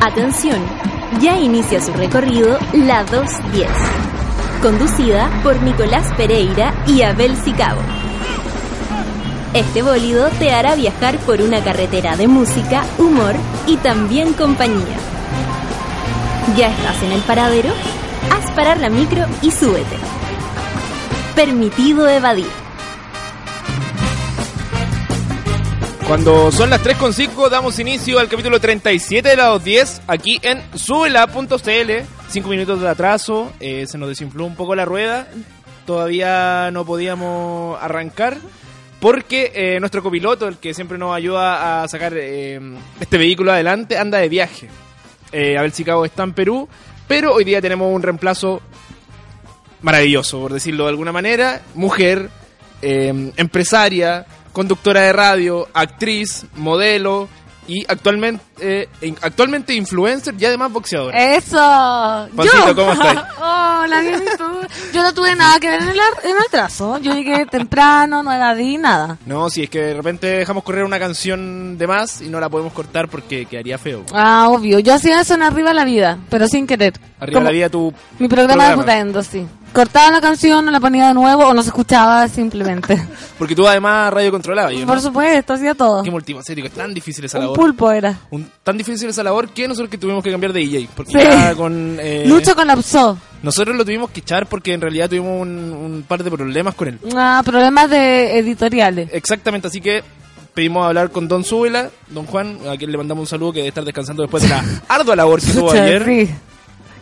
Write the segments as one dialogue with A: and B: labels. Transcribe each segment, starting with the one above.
A: Atención, ya inicia su recorrido la 210, conducida por Nicolás Pereira y Abel Sicabo. Este bólido te hará viajar por una carretera de música, humor y también compañía. ¿Ya estás en el paradero? Haz parar la micro y súbete. Permitido evadir.
B: Cuando son las 3.5 damos inicio al capítulo 37 de la 210 aquí en subela.cl. Cinco minutos de atraso, eh, se nos desinfló un poco la rueda, todavía no podíamos arrancar porque eh, nuestro copiloto, el que siempre nos ayuda a sacar eh, este vehículo adelante, anda de viaje. Eh, Abel Chicago está en Perú, pero hoy día tenemos un reemplazo maravilloso, por decirlo de alguna manera, mujer, eh, empresaria, conductora de radio, actriz, modelo y actualmente eh, in- actualmente influencer y además boxeadora.
C: Eso.
B: Pancito,
C: yo.
B: ¿cómo estáis?
C: Hola, bien, ¿y tú? Yo no tuve nada que ver en el, ar- en el trazo. Yo llegué temprano, no evadí nada.
B: No, si es que de repente dejamos correr una canción de más y no la podemos cortar porque quedaría feo.
C: Ah, obvio. Yo hacía eso en Arriba la Vida, pero sin querer.
B: Arriba
C: Como
B: la vida tu
C: Mi programa, de
B: programa.
C: Jutendo, sí. Cortaba la canción, no la ponía de nuevo o no se escuchaba simplemente.
B: Porque tú además radio controlaba. Yo, ¿no?
C: Por supuesto, hacía todo.
B: Qué multifacético, es tan difícil esa
C: Un
B: labor.
C: pulpo era.
B: Un- tan difícil esa labor que nosotros que tuvimos que cambiar de DJ. Porque
C: Sí.
B: ya con, eh,
C: Lucho colapsó.
B: Nosotros lo tuvimos que echar porque en realidad tuvimos un, un par de problemas con él.
C: Ah, problemas de editoriales.
B: Exactamente, así que pedimos hablar con Don Súbela, Don Juan, a quien le mandamos un saludo que debe estar descansando después de la ardua labor que tuvo
C: Chucha,
B: ayer.
C: sí.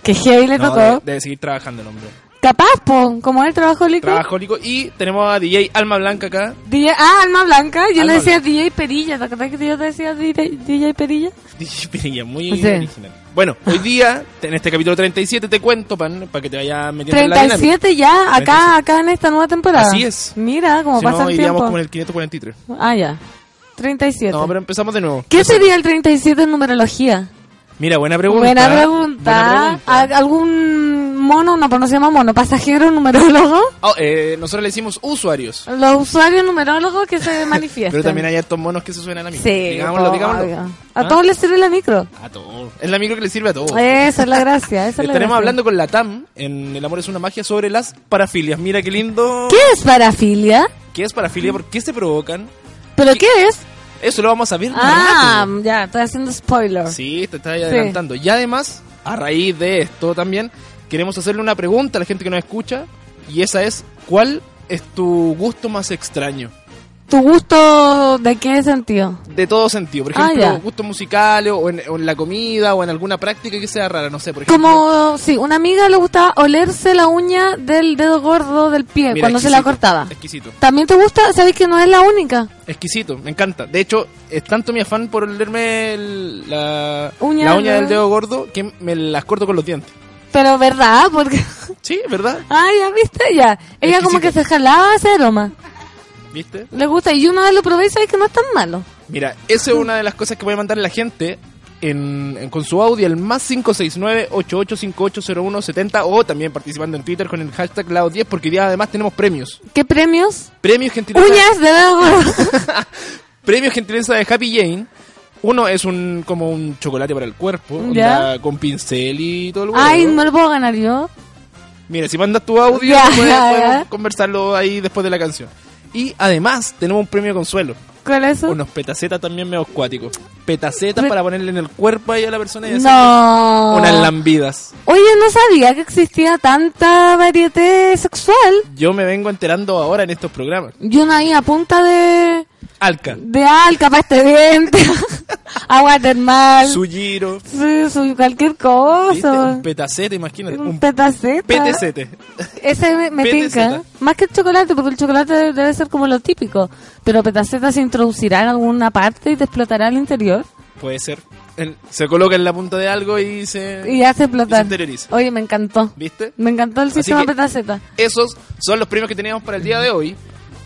C: Que heavy le
B: No,
C: tocó.
B: debe, debe seguir trabajando el hombre.
C: Capaz, po, como el trabajo lico.
B: Trabajólico. Y tenemos a DJ Alma Blanca acá.
C: DJ, ah, Alma Blanca, yo
B: Alma
C: le decía DJ Perilla, ¿te acordás que yo te decía DJ, Perilla?
B: DJ Pinilla, muy
C: Sí.
B: original. Bueno, hoy día, en este capítulo 37, te cuento, pan, para que te vayas metiendo en la dinámica.
C: 37 ya, acá, acá en esta nueva temporada.
B: Así es.
C: Mira cómo
B: Si
C: pasa
B: no,
C: el
B: iríamos
C: tiempo.
B: como en el 543.
C: Ah, ya. 37.
B: No, pero empezamos de nuevo.
C: ¿Qué sería el 37 en numerología?
B: Mira, buena pregunta. ¿eh?
C: Buena pregunta.
B: Buena pregunta.
C: ¿Al- ¿Algún mono, no, pero no se llama mono, pasajero numerólogo?
B: Oh, eh, nosotros le decimos usuarios.
C: Los usuarios numerólogos que se manifiestan.
B: Pero también hay estos monos que se suenan a mí.
C: Sí,
B: Digámoslo,
C: po,
B: digámoslo.
C: obvio.
B: ¿Ah?
C: A todos les sirve la micro.
B: A todos. Es la micro que le sirve a todos.
C: Esa es la gracia, esa es la
B: Estaremos
C: gracia.
B: hablando con la TAM en El amor es una magia sobre las parafilias. Mira qué lindo.
C: ¿Qué es parafilia?
B: ¿Qué es parafilia? ¿Por qué se provocan?
C: ¿Pero qué es?
B: Eso lo vamos a ver. más
C: Ah,
B: rato.
C: ya, estoy haciendo spoiler.
B: Sí, te estás adelantando. Y además, a raíz de esto también, queremos hacerle una pregunta a la gente que nos escucha. Y esa es, ¿cuál es tu gusto más extraño?
C: ¿Tu gusto de qué sentido?
B: De todo sentido. Por
C: Ah,
B: ejemplo,
C: ya.
B: gustos musicales o en, o en la comida o en alguna práctica que sea rara. No sé, por ejemplo.
C: Como, sí, una amiga le gustaba olerse la uña del dedo gordo del pie
B: Mira,
C: eh, cuando se la
B: exquisito,
C: cortaba.
B: Exquisito.
C: ¿También te gusta? ¿Sabes que no es la única?
B: Exquisito, me encanta. De hecho, es tanto mi afán por olerme el- la
C: Uña
B: la
C: del
B: uña del
C: dedo.
B: dedo gordo que me las corto con los dientes.
C: Pero verdad, porque...
B: Sí, ¿verdad?
C: Ah, ya viste, ya. Ella como que se
B: Exquisito.
C: jalaba ese aroma.
B: ¿Viste?
C: Le gusta. Y una vez lo probé y sabes que no es tan malo.
B: Mira, esa es una de las cosas que voy a mandar a la gente en, en- con su audio, el más 569-88580170 o también participando en Twitter con el hashtag Lao10 porque hoy día además tenemos premios.
C: ¿Qué premios?
B: Premios gentileza,
C: Uñas de dedo gordo.
B: premios gentileza de Happy Jane. Uno es un como un chocolate para el cuerpo,
C: Ya.
B: onda, con pincel y todo el
C: Ay,
B: huevo.
C: no lo puedo ganar yo.
B: Mira, si mandas tu audio,
C: Ya,
B: puedes,
C: ya,
B: podemos
C: ya.
B: conversarlo ahí después de la canción. Y además, tenemos un premio consuelo.
C: ¿Cuál es eso?
B: Unos petacetas también medio acuáticos. Petacetas para ponerle en el cuerpo ahí a la persona y hacerle
C: No.
B: unas lambidas.
C: Oye, no sabía que existía tanta variedad sexual.
B: Yo me vengo enterando ahora en estos programas.
C: Yo no ahí a punta de
B: Alca.
C: De Alca para este evento. Agua termal.
B: Su giro.
C: Sí, su- cualquier
B: ¿viste?
C: cosa.
B: Un petacete, imagínate.
C: Un
B: Un
C: petaceta.
B: petacete.
C: Ese me, me
B: Petaceta.
C: tinca. Más que el chocolate, porque el chocolate debe- debe ser como lo típico. Pero petaceta se introducirá en alguna parte y te explotará al interior.
B: Puede ser. En- Se coloca en la punta de algo y se...
C: Y hace
B: Y se
C: explotar.
B: interioriza.
C: Oye, me encantó.
B: ¿Viste?
C: Me encantó el
B: Así
C: sistema
B: que-
C: petaceta.
B: Esos son los premios que teníamos para el día de hoy.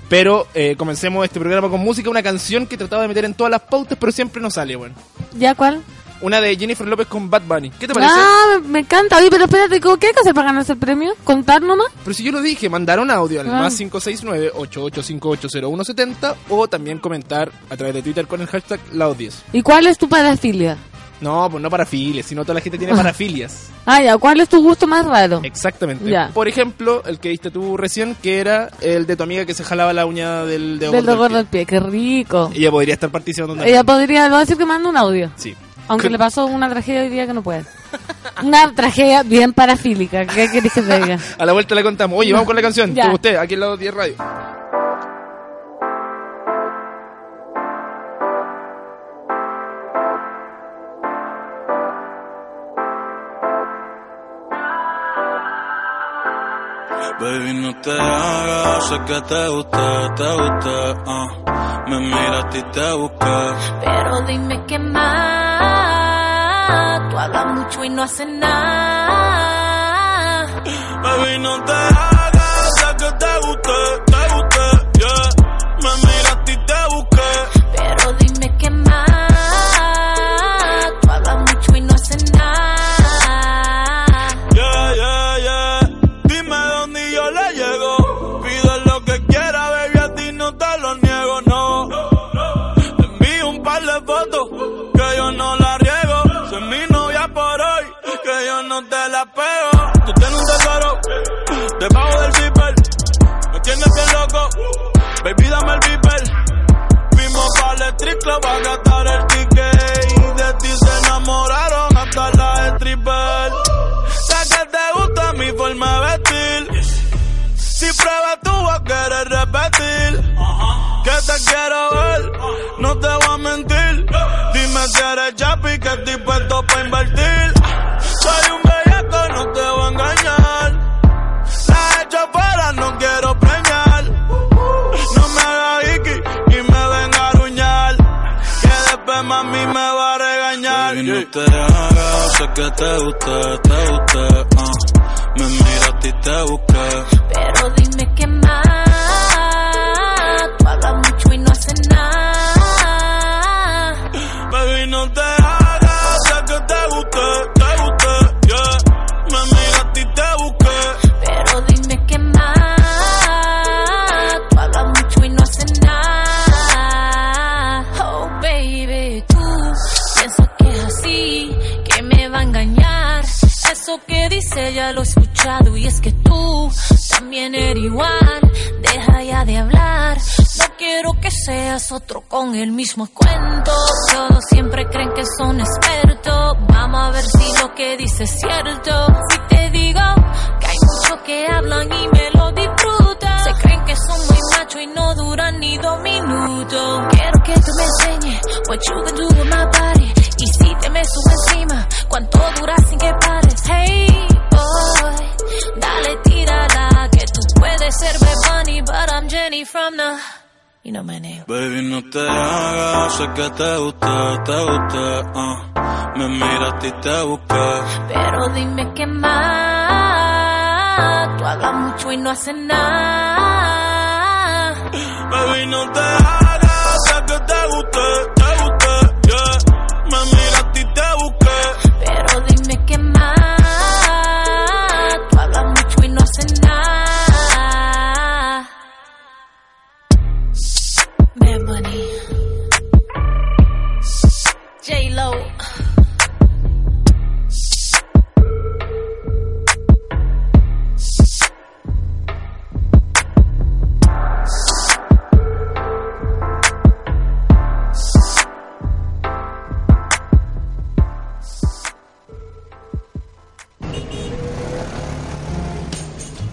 B: Pero eh, comencemos este programa con música, una canción que trataba de meter en todas las pautas, pero siempre no sale, bueno.
C: ¿Ya cuál?
B: Una de Jennifer López con Bad Bunny. ¿Qué te parece?
C: Ah, me, me encanta. Oye, pero espérate, ¿cómo- ¿qué hay que hacer para ganarse el premio? ¿Contar nomás?
B: Pero si yo lo dije, mandar un audio al
C: Ah.
B: más 569-88580170 o también comentar a través de Twitter con el hashtag Laodies.
C: ¿Y cuál es tu parafilia?
B: No, pues no parafilias, sino toda la gente tiene parafilias.
C: Ah, ya, ¿cuál es tu gusto más raro?
B: Exactamente.
C: Ya.
B: Por ejemplo, el que viste tú recién, que era el de tu amiga que se jalaba la uña del dedo
C: Del
B: gordo
C: dolor
B: del
C: del pie, qué rico.
B: pie. Ella podría estar participando también.
C: Ella podría, lo va a decir que manda un audio.
B: Sí.
C: Aunque
B: Que-
C: le pasó una tragedia hoy día que no puede. Una tragedia bien parafílica, ¿qué querés que te diga?
B: A la vuelta le contamos. Oye, vamos con la canción.
C: Ya.
B: ¿Te gusté? Aquí en lado 10 Radio.
D: Baby, no te hagas, sé que te gusta, te gusta, ah. Me miraste y te busqué.
E: Pero dime qué más. Tú hablas mucho y no haces nada.
D: Baby, no te hagas, sé que te gusta, te gusta, yeah. Me miraste y te busqué.
E: Pero dime qué más. Tú hablas mucho y no haces nada.
D: Yeah, yeah, yeah. Dime dónde y yo le llego. Pido lo que quiera, baby, a ti no te lo niego, no. Te envío un par de fotos, que yo no la riego. Soy mi novia por hoy, que yo no te la pego. Tú tienes un tesoro, debajo del zipper. Me tienes bien loco, baby, dame el viper. Fuimos para el strip club a gastar el ticket Y de ti se enamoraron hasta las strippers Sé que te gusta mi forma de vestir Si pruebas tú vas a querer repetir Que te quiero ver, no te voy a mentir Dime si eres chapi que estoy puesto para invertir Soy un bellaco, no te voy a engañar la he hecho fuera, no quiero preñar. No me haga iki y me venga a ruñar. Que después mami me va a regañar.
F: Baby, no te hagas, sé que te gusta, te gusta, ah. Me miraste y te busqué.
E: Pero dime qué más. Tú hablas mucho y no haces nada.
D: Baby, no te hagas, sé que te guste, te guste, yeah. Me miraste y te busqué.
E: Pero dime qué más. Tú hablas mucho y no haces nada. Oh, baby, tú piensas que es así, que me va a engañar. Eso que dice ya lo he escuchado y es que tú también eres igual. Deja ya de hablar. No quiero que seas otro con el mismo cuento. Todos siempre creen que son expertos. Vamos a ver si lo que dice es cierto. Si te digo que hay muchos que hablan y me lo disfrutan. Se creen que son muy machos y no duran ni dos minutos. Quiero que tú me enseñes what you can do with my body. Y si te me subo encima, cuánto dura sin que pares. Hey, boy, dale, tírala. Que tú puedes ser Bad Bunny, but I'm Jenny from the. You know my name.
F: Baby, no te hagas, sé que te gusta, te gusta, ah. Me miraste y te busqué.
E: Pero dime qué más. Tú hablas mucho y no haces nada.
D: Baby, no te hagas, sé que te guste, te guste, yeah. Me miraste y te busqué.
E: Pero dime qué más. Tú hablas mucho y no haces nada. Bad Bunny. J-Lo.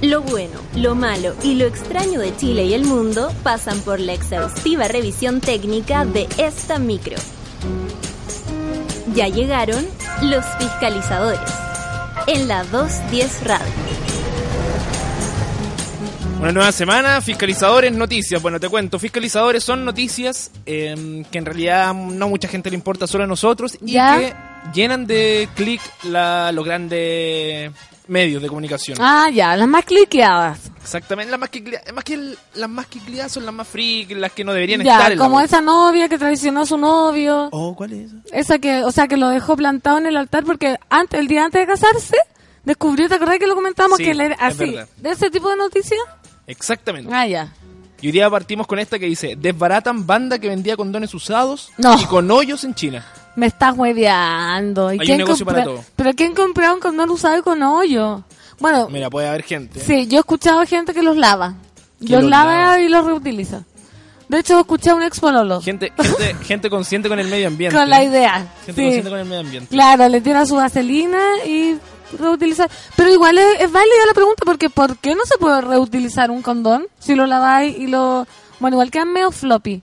A: Lo bueno, lo malo y lo extraño de Chile y el mundo pasan por la exhaustiva revisión técnica de esta micro. Ya llegaron los fiscalizadores en la 210 Radio.
B: Una nueva semana, fiscalizadores, noticias. Bueno, te cuento, fiscalizadores son noticias eh, que en realidad no mucha gente le importa, solo a nosotros, y
C: Ya.
B: que llenan de clic la- los grandes medios de comunicación.
C: Ah, ya, las más cliqueadas.
B: Exactamente, las más que, clia- más que el- las más que cliadas son las más freak, las que no deberían estar.
C: Ya,
B: en la
C: como
B: web.
C: esa novia que traicionó a su novio.
B: Oh, ¿cuál es?
C: Esa que, o sea, que lo dejó plantado en el altar porque antes, el día antes de casarse, descubrió, ¿te acordás que lo comentamos?
B: Sí,
C: que le,
B: es
C: así,
B: verdad.
C: de ese tipo de noticias.
B: Exactamente.
C: Ah, ya.
B: Y hoy día partimos con esta que dice, desbaratan banda que vendía condones usados
C: No.
B: y con hoyos en China.
C: Me estás hueveando. ¿Y
B: Hay un
C: quién
B: negocio para
C: compra-
B: todo.
C: Pero ¿quién compraba un condón usado y con hoyo? Bueno,
B: Mira, puede haber gente. ¿eh?
C: sí, yo he escuchado gente que los lava.
B: Que
C: Los
B: los
C: lava,
B: lava.
C: y los reutiliza. De hecho, escuché a un ex pololo
B: Gente, gente, gente consciente con el medio ambiente.
C: con la idea.
B: Gente
C: Sí.
B: consciente con el medio ambiente.
C: Claro, le tira su vaselina y reutilizar. Pero igual es, es válida la pregunta porque ¿por qué no se puede reutilizar un condón si lo laváis y lo... Bueno, igual quedan medio floppy.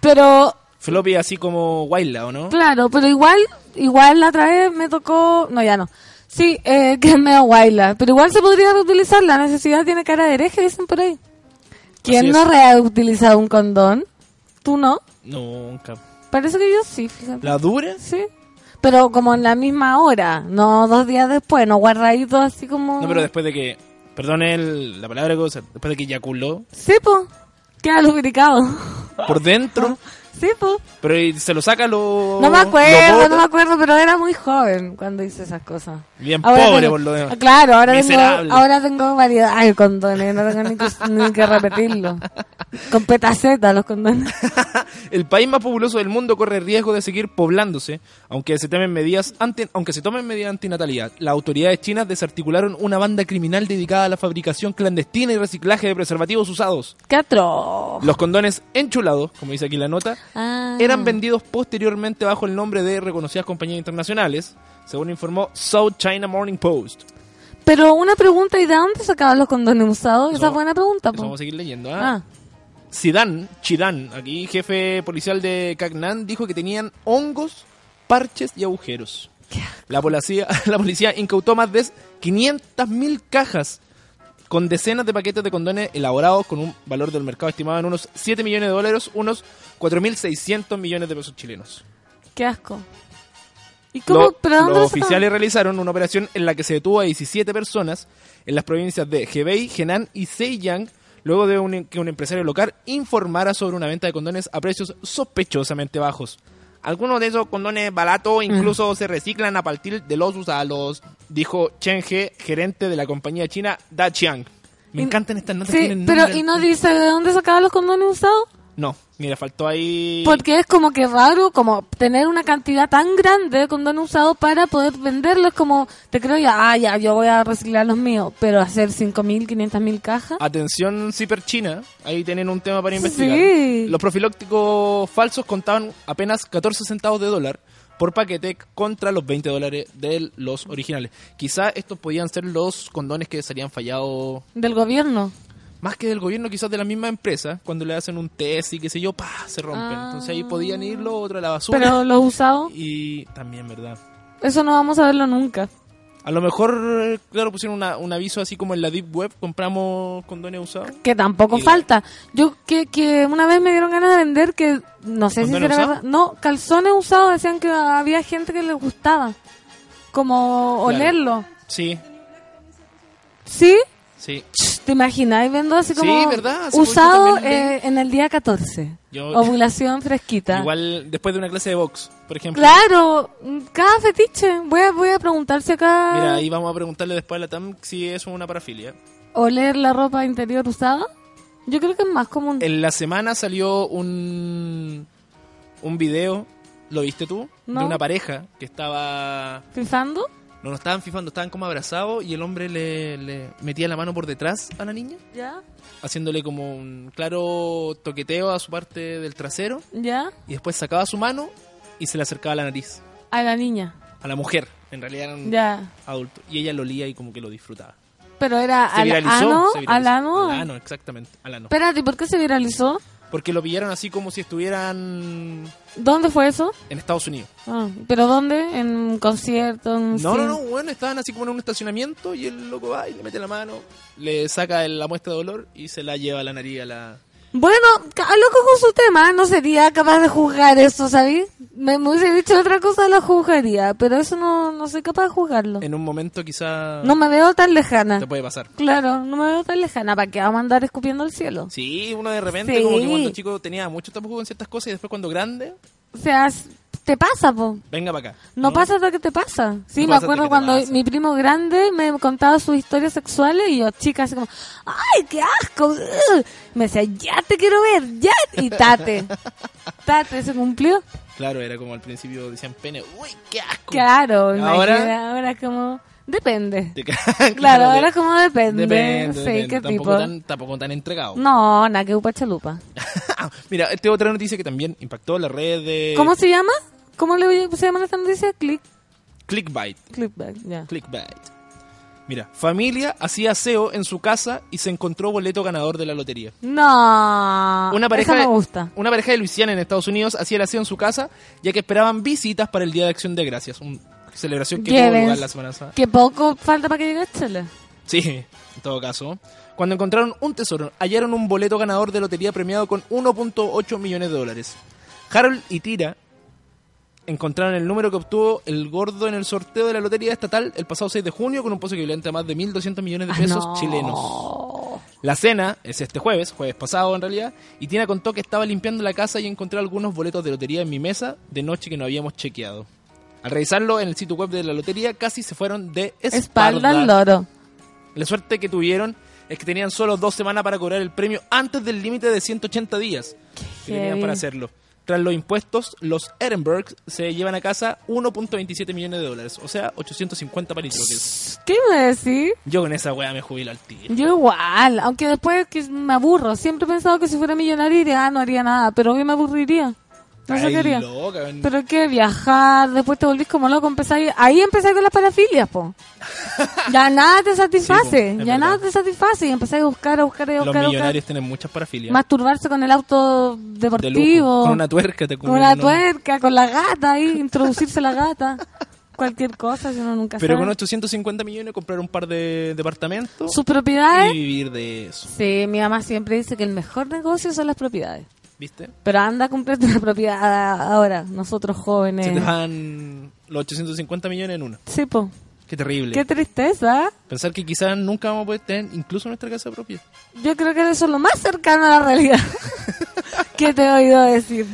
C: Pero,
B: Floppy así como Waila, ¿o no?
C: claro, pero igual, igual la otra vez me tocó... No, ya no. Sí, eh, quedan medio guayla. Pero igual se podría reutilizar. La necesidad tiene cara de hereje, dicen por ahí.
B: Así
C: ¿Quién
B: es.
C: no ha reutilizado un condón? ¿Tú no?
B: Nunca.
C: Parece que yo sí, fíjate.
B: ¿La dura?
C: Sí. Pero como en la misma hora, no dos días después, no guardadito así como...
B: No, pero después de que... Perdón el, la palabra, cosa, después de que eyaculó
C: Sí, po. Queda lubricado.
B: por dentro,
C: Sí, po.
B: pero y se lo saca lo...
C: Ah. No me
B: Oh, lo
C: acuerdo,
B: bota.
C: no me acuerdo, pero era muy joven cuando hice esas cosas.
B: Bien pobre, por lo demás.
C: Claro, ahora
B: Miserable.
C: tengo, ahora tengo variedad de condones, no tengo ni que, ni que repetirlo. Con petaceta los condones.
B: El país más populoso del mundo corre riesgo de seguir poblándose, aunque se temen medidas anti- aunque se tomen medidas antinatalidad. Las autoridades chinas desarticularon una banda criminal dedicada a la fabricación clandestina y reciclaje de preservativos usados.
C: ¡Qué atroz!
B: Los condones enchulados, como dice aquí la nota,
C: Ah.
B: eran vendidos posteriormente bajo el nombre de reconocidas compañías internacionales, según informó South China Morning Post.
C: Pero una pregunta, ¿y de dónde sacaban los condones usados? Esa
B: Eso-
C: fue una pregunta,
B: Eso
C: po.
B: pues, vamos a seguir leyendo.
C: Ah.
B: ¿ah? Sidan, Chidan, aquí jefe policial de Cagnan, dijo que tenían hongos, parches y agujeros. La policía, la policía incautó más de 500.000 cajas con decenas de paquetes de condones elaborados con un valor del mercado estimado en unos 7 millones de dólares, unos 4.600 millones de pesos chilenos.
C: Qué asco. ¿Y cómo?
B: Lo-
C: ¿Pero dónde
B: los
C: sacaban?
B: oficiales realizaron una operación en la que se detuvo a 17 personas en las provincias de Hebei, Henan y Zhejiang, luego de un- que un empresario local informara sobre una venta de condones a precios sospechosamente bajos. Algunos de esos condones baratos
C: Mm.
B: incluso se reciclan a partir de los usados, dijo Chen He, gerente de la compañía china Dachiang. Me
C: Y-
B: encantan estas notas.
C: Sí,
B: tienen
C: pero
B: nombre-
C: ¿y no dice de dónde sacaban los condones usados?
B: No, mira, faltó ahí...
C: Porque es como que raro como tener una cantidad tan grande de condones usados para poder venderlos como te creo ya, ah, ya, yo voy a reciclar los míos, pero hacer 5.000, 500.000 cajas.
B: Ah. Atención ciperchina, ahí tienen un tema para investigar.
C: ¿Ah? Sí.
B: Los profilácticos falsos contaban apenas 14 centavos de dólar por paquete contra los 20 dólares de los originales. Quizá estos podían ser los condones que serían fallados
C: Del gobierno.
B: más que del gobierno, quizás de la misma empresa, cuando le hacen un test y qué sé yo, pa, se rompen.
C: Ah.
B: Entonces ahí podían irlo, otro a la basura.
C: Pero los usados,
B: Y también, ¿verdad?
C: eso no vamos a verlo nunca.
B: A lo mejor, claro, pusieron una- un aviso así como en la Deep Web, compramos condones usados.
C: Que tampoco
B: Y-
C: falta. Yo que, que una vez me dieron ganas de vender que, no sé si
B: ¿Condones
C: será
B: usados?
C: verdad, no, calzones usados, decían que había gente que les gustaba, como
B: Claro.
C: olerlo.
B: Sí,
C: ¿Sí?
B: sí.
C: Ch, ¿Te imagináis vendo así
B: Sí,
C: como
B: ¿verdad? Hace
C: usado
B: poquito también
C: eh, en el día 14?
B: Yo-
C: Ovulación fresquita.
B: Igual después de una clase de box, por ejemplo.
C: Claro, mm, cada fetiche. Voy a, voy a preguntar si acá
B: Mira, ahí vamos a preguntarle después a la TAM si es una parafilia.
C: oler la ropa interior usada. Yo creo que es más común.
B: En la semana salió un un video, ¿lo viste tú? De
C: No.
B: una pareja que estaba
C: ¿Fifando?
B: no, no estaban fifando, estaban como abrazados y el hombre le, le metía la mano por detrás a la niña,
C: ¿Ya?
B: haciéndole como un claro toqueteo a su parte del trasero
C: ¿Ya?
B: y después sacaba su mano y se le acercaba a la nariz,
C: A la niña.
B: a la mujer, en realidad era un
C: Ya.
B: adulto y ella lo olía y como que lo disfrutaba.
C: pero era
B: Se
C: al
B: viralizó,
C: ano,
B: se viralizó.
C: al ano.
B: Al ano, exactamente. Al ano.
C: Espérate, ¿por qué se viralizó?
B: Porque lo pillaron así como si estuvieran
C: ¿Dónde fue eso?
B: en Estados Unidos.
C: Ah, ¿Pero dónde? ¿En un concierto? en un
B: No, no,
C: cine?
B: no, bueno, estaban así como en un estacionamiento y el loco va y le mete la mano, le saca el- la muestra de dolor y se la lleva a la nariz a la...
C: Bueno, ca- loco con su tema, no sería capaz de juzgar eso, ¿sabes? Me, me hubiese dicho otra cosa, lo juzgaría, pero eso no, no soy capaz de juzgarlo.
B: En un momento quizá
C: No me veo tan lejana.
B: te puede pasar.
C: Claro, no me veo tan lejana, ¿para qué vamos a andar escupiendo al cielo?
B: Sí, uno de repente
C: Sí.
B: como que cuando chico tenía mucho tampoco con ciertas cosas y después cuando grande,
C: O sea, s- te pasa, po.
B: venga para acá.
C: No, pasa hasta que te pasa. Sí, me
B: No pasa hasta que
C: acuerdo
B: te
C: cuando
B: pasa.
C: mi primo grande me contaba sus historias sexuales y yo, chica, así como, ¡ay, qué asco! ugh". Me decía, ya te quiero ver, ya. Y tate. Tate, ¿se cumplió?
B: Claro, era como al principio decían pene, uy, qué asco.
C: Claro,
B: Ahora-
C: ahora, ahora es como, depende.
B: Te-
C: Claro,
B: de-
C: ahora es como depende.
B: Depende,
C: sí,
B: depende.
C: qué
B: tampoco
C: tipo.
B: Tan, tampoco tan entregado.
C: No, na, que upa chalupa.
B: Mira, esta otra noticia que también impactó las redes.
C: ¿Cómo se llama? ¿Cómo le se llama esta noticia? Click,
B: Clickbait.
C: clickback, ya.
B: Clickbait. Mira, familia hacía aseo en su casa y se encontró boleto ganador de la lotería.
C: No,
B: Una pareja,
C: esa
B: de-
C: me gusta.
B: una pareja de Luisiana en Estados Unidos hacía el aseo en su casa ya que esperaban visitas para el Día de Acción de Gracias, una celebración que tuvo
C: Lleves.
B: lugar la semana pasada.
C: Que poco falta para que llegue a Chile.
B: Sí, en todo caso. Cuando encontraron un tesoro, hallaron un boleto ganador de lotería premiado con 1.8 millones de dólares. Harold y Tira encontraron el número que obtuvo el gordo en el sorteo de la lotería estatal el pasado 6 de junio con un pozo equivalente a más de 1.200 millones de pesos
C: Ah, no.
B: chilenos. La cena es este jueves, jueves pasado en realidad, y Tina contó que estaba limpiando la casa y encontré algunos boletos de lotería en mi mesa de noche que no habíamos chequeado. Al revisarlo en el sitio web de la lotería, casi se fueron de
C: Espalda al
B: espaldas.
C: loro.
B: La suerte que tuvieron es que tenían solo dos semanas para cobrar el premio antes del límite de 180 días que tenían
C: heavy.
B: para hacerlo. Tras los impuestos, los Ehrenberg se llevan a casa 1.27 millones de dólares, o sea, 850 palitos. que es.
C: ¿Qué me decís?
B: Yo con esa weá me jubilo al tiro.
C: Yo igual, aunque después que me aburro. Siempre he pensado que si fuera millonaria iría, ah, no haría nada, pero hoy me aburriría. No sé
B: Ay,
C: qué haría.
B: loca, ven.
C: Pero que viajar, después te volvís como loco, empezáis... Ahí empecé con las parafilias, po. Ya nada te satisface,
B: Sí, po,
C: ya
B: es
C: nada
B: verdad.
C: te satisface y empezáis a buscar, a buscar, a
B: los
C: buscar, a buscar.
B: millonarios tienen muchas parafilias.
C: Masturbarse con el auto
B: de lujo.
C: deportivo,
B: Con una tuerca te
C: con
B: cubren,
C: una
B: ¿no?
C: tuerca, con la gata ahí, introducirse la gata. Cualquier cosa, si uno nunca
B: Pero
C: sabe.
B: con 850 millones comprar un par de departamentos
C: Sus
B: y
C: propiedades.
B: vivir de eso,
C: Sí, mi mamá siempre dice que el mejor negocio son las propiedades.
B: ¿viste?
C: Pero anda a comprarte una propiedad ahora, nosotros jóvenes.
B: Se te van los 850 millones en una.
C: Sí, po.
B: Qué terrible.
C: Qué tristeza.
B: Pensar que quizás nunca vamos a poder tener incluso nuestra casa propia.
C: Yo creo que eso es lo más cercano a la realidad. ¿Qué te he oído decir?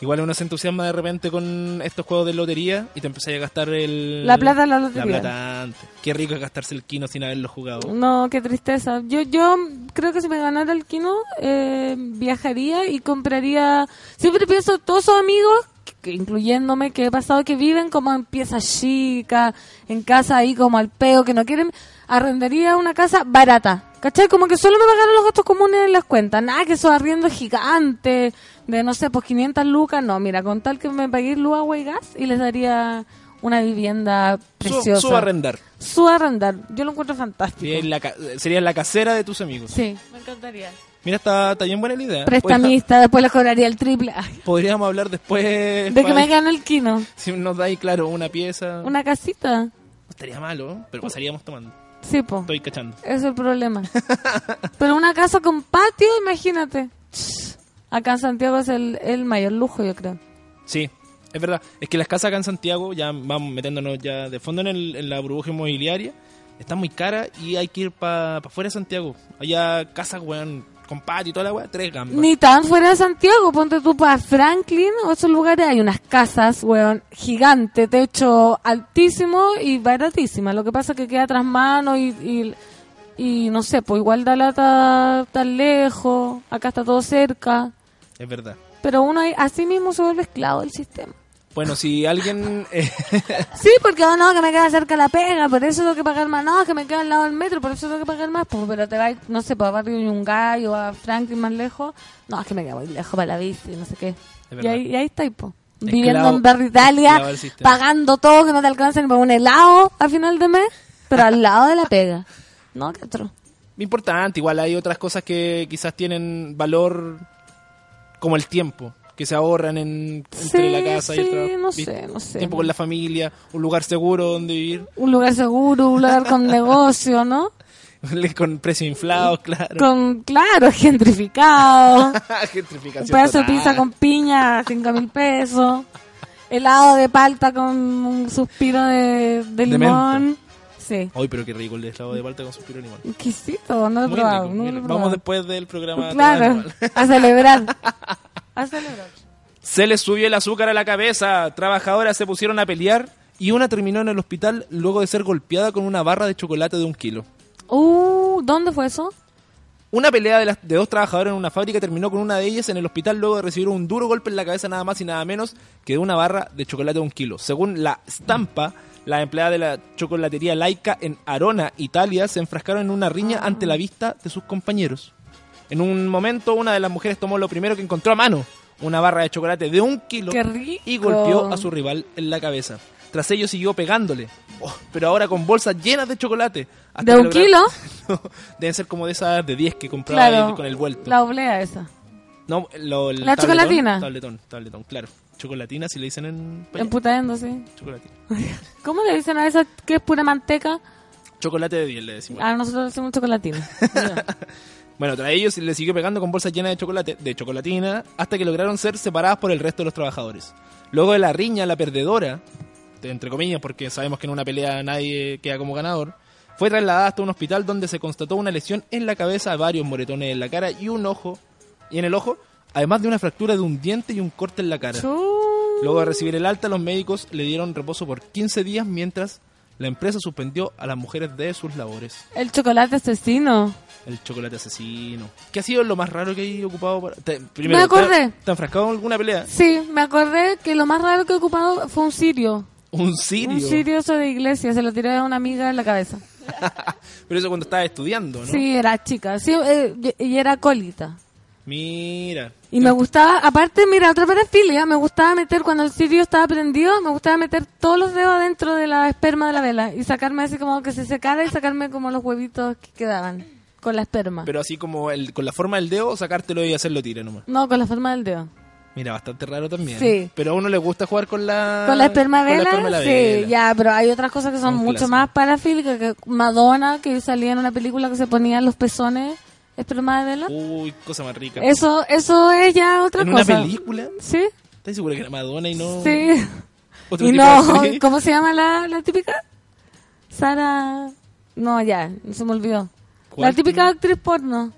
B: Igual uno se entusiasma de repente con estos juegos de lotería y te empezás a gastar el...
C: La plata en la lotería. Mm,
B: plata antes. Qué rico es gastarse el kino sin haberlo jugado.
C: No, qué tristeza. Yo yo creo que si me ganara el Kino, eh, viajaría y compraría... Siempre pienso, todos esos amigos, que- que incluyéndome, que he pasado, que viven como en piezas chicas, en casa ahí como al peo, que no quieren, arrendaría una casa barata. ¿Cachai? Como que solo me pagaron los gastos comunes en las cuentas. Nada, que esos arriendos gigantes, de no sé, pues 500 lucas. No, mira, con tal que me pagué luz, agua y gas, y les daría una vivienda preciosa.
B: Su, arrendar.
C: Subarrendar. Yo lo encuentro fantástico.
B: Sería la, ca- sería la casera de tus amigos.
C: Sí. Me encantaría.
B: Mira, está, está bien buena la idea. Podría-
C: Prestamista, después le cobraría el triple. Ay,
B: podríamos hablar después...
C: de que
B: para-
C: me ganó el kino.
B: Si nos dais, claro, una pieza.
C: Una casita.
B: No Estaría malo, pero pasaríamos tomando.
C: Sí, po.
B: Estoy cachando.
C: Ese es el problema. Pero una casa con patio, imagínate. Ch, Acá en Santiago es el, el mayor lujo, yo creo.
B: Sí, es verdad. Es que las casas acá en Santiago, ya vamos metiéndonos ya de fondo en, el- en la burbuja inmobiliaria, están muy caras y hay que ir para afuera de Santiago. Allá casas, weón, con patio y toda la weá, tres gambas.
C: Ni tan fuera de Santiago, ponte tú para Franklin o esos lugares. Hay unas casas, weón, gigante, techo altísimo y baratísima. Lo que pasa es que queda tras mano y, y, y no sé, pues igual da lata tan lejos, acá está todo cerca.
B: Es verdad.
C: Pero uno ahí, así mismo se vuelve esclavo del sistema.
B: Bueno, si alguien... eh,
C: Sí, porque oh, no, que me queda cerca la pega, por eso tengo que pagar más. No, que me queda al lado del metro, por eso tengo que pagar más. Pues, pero te vas, no sé, para Barrio Yungay o a Franklin más lejos. No, es que me queda muy lejos para la bici, no sé qué. Y
B: verdad.
C: ahí, y ahí está, po.
B: Esclavo-
C: Viviendo en Barrio Italia,
B: esclavo del sistema.
C: pagando todo, que no te alcanza ni para un helado a final de mes, pero al lado de la pega. No, Castro.
B: Importante, igual hay otras cosas que quizás tienen valor como el tiempo, que se ahorran en,
C: Sí,
B: entre la casa y el
C: sí,
B: trabajo.
C: no
B: ¿viste?
C: sé, no sé.
B: Tiempo con la familia, un lugar seguro donde vivir,
C: Un lugar seguro, un lugar con negocio, ¿no?
B: con precios inflados, claro.
C: Con, claro, gentrificado.
B: Gentrificación
C: Un pedazo de
B: total.
C: pizza con piña, cinco mil pesos. Helado de palta con un suspiro de, de
B: De
C: limón. Sí.
B: Ay, pero qué rico el helado de palta con suspiro de limón.
C: Exquisito, no lo he
B: Muy
C: probado.
B: rico,
C: no lo
B: muy
C: he
B: rico.
C: probado.
B: Vamos después del programa. a tomar
C: Claro,
B: igual.
C: a celebrar. A celebrar.
B: Se les subió el azúcar a la cabeza, trabajadoras se pusieron a pelear y una terminó en el hospital luego de ser golpeada con una barra de chocolate de un kilo.
C: Uh, ¿dónde fue eso?
B: Una pelea de, las- de dos trabajadores en una fábrica terminó con una de ellas en el hospital luego de recibir un duro golpe en la cabeza nada más y nada menos que de una barra de chocolate de un kilo. Según la estampa, la empleada de la chocolatería Laica en Arona, Italia, se enfrascaron en una riña
C: Ah.
B: ante la vista de sus compañeros. En un momento, una de las mujeres tomó lo primero que encontró a mano, una barra de chocolate de un kilo,
C: ¡Qué rico!
B: y golpeó a su rival en la cabeza. Tras ello siguió pegándole, Oh, pero ahora con bolsas llenas de chocolate. hasta
C: ¿De un
B: lograr-
C: kilo?
B: no, deben ser como de esas de 10 que compraba ahí
C: Claro.
B: con el vuelto.
C: La oblea esa.
B: No, lo- el
C: La
B: tabletón,
C: chocolatina.
B: Tabletón, tabletón, claro. Chocolatina, si le dicen en. España.
C: Emputando, sí.
B: Chocolatina.
C: ¿Cómo le dicen a esa que es pura manteca?
B: Chocolate de 10, le decimos.
C: A nosotros le decimos chocolatina.
B: Bueno, tras ellos le siguió pegando con bolsas llenas de chocolate, de chocolatina, hasta que lograron ser separadas por el resto de los trabajadores. Luego de la riña, la perdedora, de- entre comillas, porque sabemos que en una pelea nadie queda como ganador, fue trasladada hasta un hospital donde se constató una lesión en la cabeza, varios moretones en la cara y un ojo, y en el ojo, además de una fractura de un diente y un corte en la cara.
C: Chu.
B: Luego de recibir el alta, los médicos le dieron reposo por 15 días mientras la empresa suspendió a las mujeres de sus labores.
C: El chocolate asesino.
B: El chocolate asesino. ¿Qué ha sido lo más raro que he ocupado? para- Te- primero,
C: Me acordé.
B: ¿te- ¿Te han enfrascado en alguna pelea?
C: Sí, me acordé que lo más raro que he ocupado fue un sirio.
B: Un sirio.
C: Un sirio eso de iglesia, se lo tiré a una amiga en la cabeza.
B: Pero eso cuando estaba estudiando, ¿no?
C: Sí, era chica. Sí, eh, y- y era colita.
B: Mira.
C: Y me gustaba, aparte, mira, otra parafilia, me gustaba meter, cuando el sirio estaba prendido, me gustaba meter todos los dedos adentro de la esperma de la vela y sacarme así como que se secara y sacarme como los huevitos que quedaban con la esperma.
B: Pero así como el, con la forma del dedo, sacártelo y hacerlo tira nomás.
C: No, con la forma del dedo.
B: Mira, bastante raro también.
C: Sí.
B: Pero a uno le gusta jugar con la...
C: Con la esperma
B: Ah, con la
C: vela,
B: esperma de
C: sí,
B: la vela.
C: ya, pero hay otras cosas que son
B: Un
C: mucho
B: clásico.
C: más parafílicas que Madonna, que salía en una película que se ponía en los pezones esperma de vela.
B: Uy, cosa más rica.
C: Eso, eso es ya otra
B: ¿En una
C: cosa.
B: película?
C: Sí,
B: ¿Estás segura que era Madonna y no...?
C: sí.
B: otro
C: Y
B: tipo
C: no,
B: de-
C: ¿cómo se llama la, la típica? Sara. No, ya, se me olvidó.
B: ¿Cuál?
C: La típica actriz porno.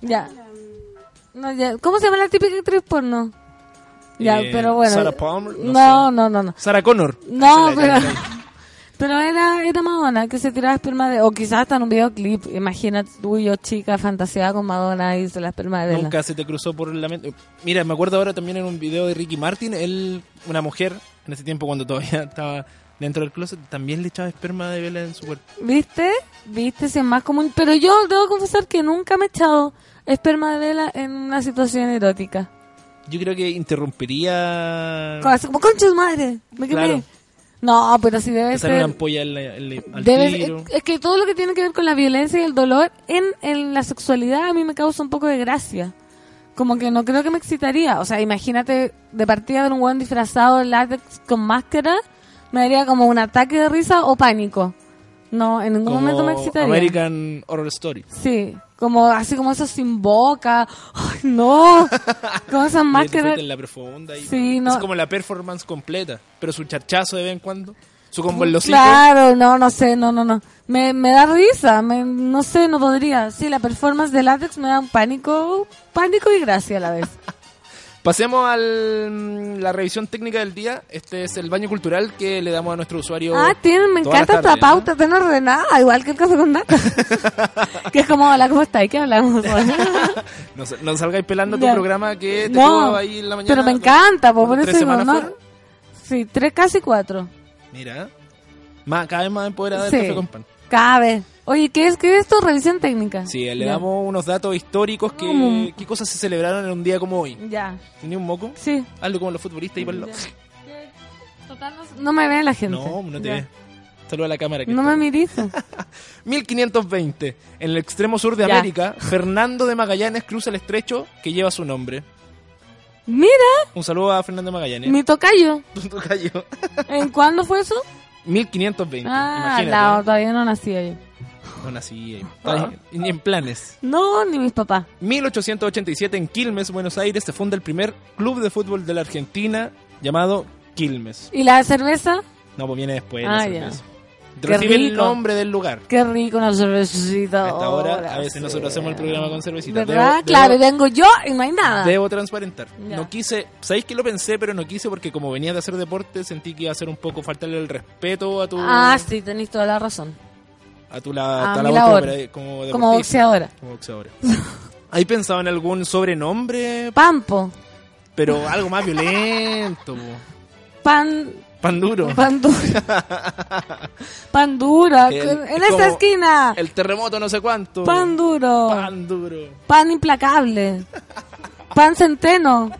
C: Ya. No, ya. ¿Cómo se llama la típica actriz porno? Ya,
B: Eh,
C: pero bueno.
B: Sarah Palmer, no
C: No,
B: sé.
C: no, no, no.
B: Sarah Connor.
C: No,
B: Esa es
C: pero.
B: la que-
C: Pero era, era Madonna que se tiraba esperma de. O quizás hasta en un videoclip. Imagínate tú y yo, chica, fantaseada con Madonna y se la esperma de.
B: Nunca se te cruzó por la mente. Mira, me acuerdo ahora también en un video de Ricky Martin, él, una mujer, en ese tiempo cuando todavía estaba dentro del closet, también le echaba esperma de vela en su cuerpo.
C: ¿Viste? ¿Viste? Si es más común. Pero yo debo confesar que nunca me he echado esperma de vela en una situación erótica.
B: Yo creo que interrumpiría
C: Como Así como, concha de madre, me quemé.
B: Claro.
C: No, pero si debe
B: que sale una
C: ser...
B: ampolla en la- en la- al
C: debe-
B: tiro.
C: es que todo lo que tiene que ver con la violencia y el dolor en, en la sexualidad a mí me causa un poco de gracia. Como que no creo que me excitaría. O sea, imagínate de partida ver un buen disfrazado de látex con máscara, me daría como un ataque de risa o pánico. No, en ningún
B: Como
C: momento me excitaría.
B: American Horror Story.
C: Sí, como así como eso sin boca. ¡Ay, no! Con esas
B: Y te fuiste
C: máscaras.
B: en la profunda. y-
C: Sí, no.
B: Es como la performance completa, pero su charchazo de vez en cuando, su combo en los hijos.
C: Claro, no, no sé, no, no, no. Me, me da risa, me, no sé, no podría. Sí, la performance de látex me da un pánico, pánico y gracia a la vez.
B: Pasemos a la revisión técnica del día. Este es el baño cultural que le damos a nuestro usuario.
C: ah, tienen, me
B: todas las
C: encanta esta
B: tardes,
C: pauta tan ordenada, igual que el café con nata. que es como, hola, ¿cómo estáis? ¿Qué hablamos?
B: No, sa- no salgáis pelando tu
C: Ya.
B: programa que te tuvo
C: no,
B: ahí en la mañana.
C: pero me encanta, po,
B: ¿Con
C: por
B: tres
C: eso digo,
B: semanas
C: no.
B: fuera?
C: Sí, tres, casi cuatro.
B: Mira, más, cada vez más empoderada
C: Sí.
B: del café con pan.
C: Cada vez. Oye, ¿qué es, qué es esto? Revisión técnica.
B: Sí, le
C: Ya.
B: damos unos datos históricos que
C: Mm.
B: qué cosas se celebraron en un día como hoy.
C: Ya,
B: ¿Tenía un moco?
C: sí.
B: Algo como los futbolistas y para
C: Ya. Total, no, no me ve la gente.
B: No, no te
C: Ya.
B: ve. Saluda a la cámara.
C: No me
B: Cristóbal.
C: miriste.
B: 1520. En el extremo sur de
C: Ya.
B: América, Fernando de Magallanes cruza el estrecho que lleva su nombre.
C: Mira,
B: Un saludo a Fernando de Magallanes.
C: mi tocayo.
B: Tu gallo.
C: ¿En cuándo fue eso?
B: 1520.
C: Ah,
B: imagínate. ¿eh?
C: no, todavía no nacía yo.
B: No nací ahí. Ni en planes.
C: No, ni mis papás.
B: 1887 en Quilmes, Buenos Aires, se funda el primer club de fútbol de la Argentina llamado Quilmes.
C: ¿Y la cerveza?
B: No, pues viene después.
C: Ah,
B: la
C: ya.
B: cerveza.
C: Qué
B: Recibe el
C: rico.
B: nombre del lugar.
C: Qué rico una cervecita.
B: A esta hora,
C: ahora,
B: a veces
C: sí.
B: nosotros hacemos el programa con cervecita.
C: ¿Verdad?
B: Debo-
C: claro,
B: debo-
C: y vengo yo y no hay nada.
B: Debo transparentar.
C: Ah. Ya.
B: No quise, sabéis que lo pensé, pero no quise porque como venía de hacer deporte, sentí que iba a ser un poco faltarle el respeto a tu
C: Ah, sí, tenéis toda la razón.
B: a tu la,
C: A
B: a tu
C: mi
B: labor
C: labor.
B: como- como,
C: Como
B: deportista,
C: boxeadora.
B: como boxeadora. ¿Hay pensado en algún sobrenombre,
C: Pampo.
B: pero algo más violento? po.
C: Pan.
B: Pan duro.
C: Pan dura. pan dura.
B: El-
C: con- en
B: es
C: esta
B: como
C: esquina.
B: El terremoto no sé cuánto.
C: Pan duro. Pan.
B: Pan duro.
C: implacable. pan centeno.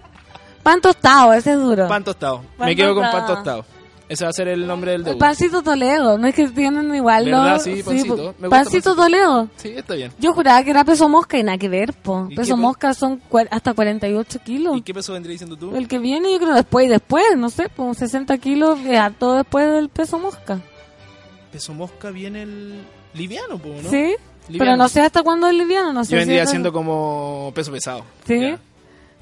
C: Pan tostado, ese es duro.
B: Pan tostado.
C: Pan
B: Me quedo con pan
C: tostado.
B: tostado. Ese va a ser el nombre del
C: El
B: debut.
C: pancito Toledo. No es que tienen igual, ¿no?
B: ¿Verdad? Sí, pancito.
C: po-
B: Me gusta
C: pancito
B: pancito.
C: Toledo.
B: Sí, está bien.
C: Yo juraba que era peso mosca y nada que ver, po.
B: ¿Y
C: Peso
B: qué pe-
C: mosca son cua- hasta 48 kilos.
B: ¿Y qué peso vendría diciendo tú?
C: El que viene yo creo después y después, no sé, pues 60 kilos de harto después del peso mosca.
B: Peso mosca viene el liviano, po, ¿no?
C: ¿Sí?
B: Liviano.
C: Pero no sé hasta cuándo es liviano, no sé.
B: Yo vendría
C: si-
B: siendo como peso pesado.
C: ¿Sí?
B: Ya.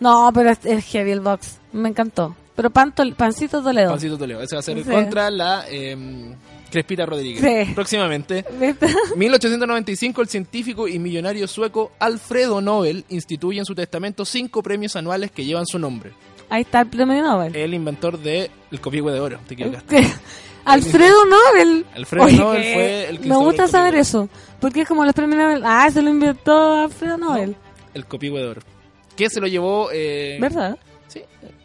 C: No, pero es, es heavy el box. Me encantó. Pero pan tol- pancito Toledo.
B: Pancito Toledo. Ese va a ser
C: Sí.
B: contra la em, Crespita Rodríguez.
C: Sí.
B: Próximamente.
C: ¿Viste?
B: 1895, el científico y millonario sueco Alfredo Nobel instituye en su testamento cinco premios anuales que llevan su nombre.
C: Ahí está el premio Nobel.
B: El inventor de el copihue de oro. Te equivocaste.
C: Alfredo Nobel.
B: Alfredo
C: Oye,
B: Nobel fue el que
C: Me
B: instauró
C: gusta
B: el
C: saber
B: copihue.
C: eso. Porque es como los premios Nobel. Ah, se lo inventó Alfredo Nobel.
B: El copihue de oro. Que se lo llevó... eh,
C: ¿Verdad?
B: Sí,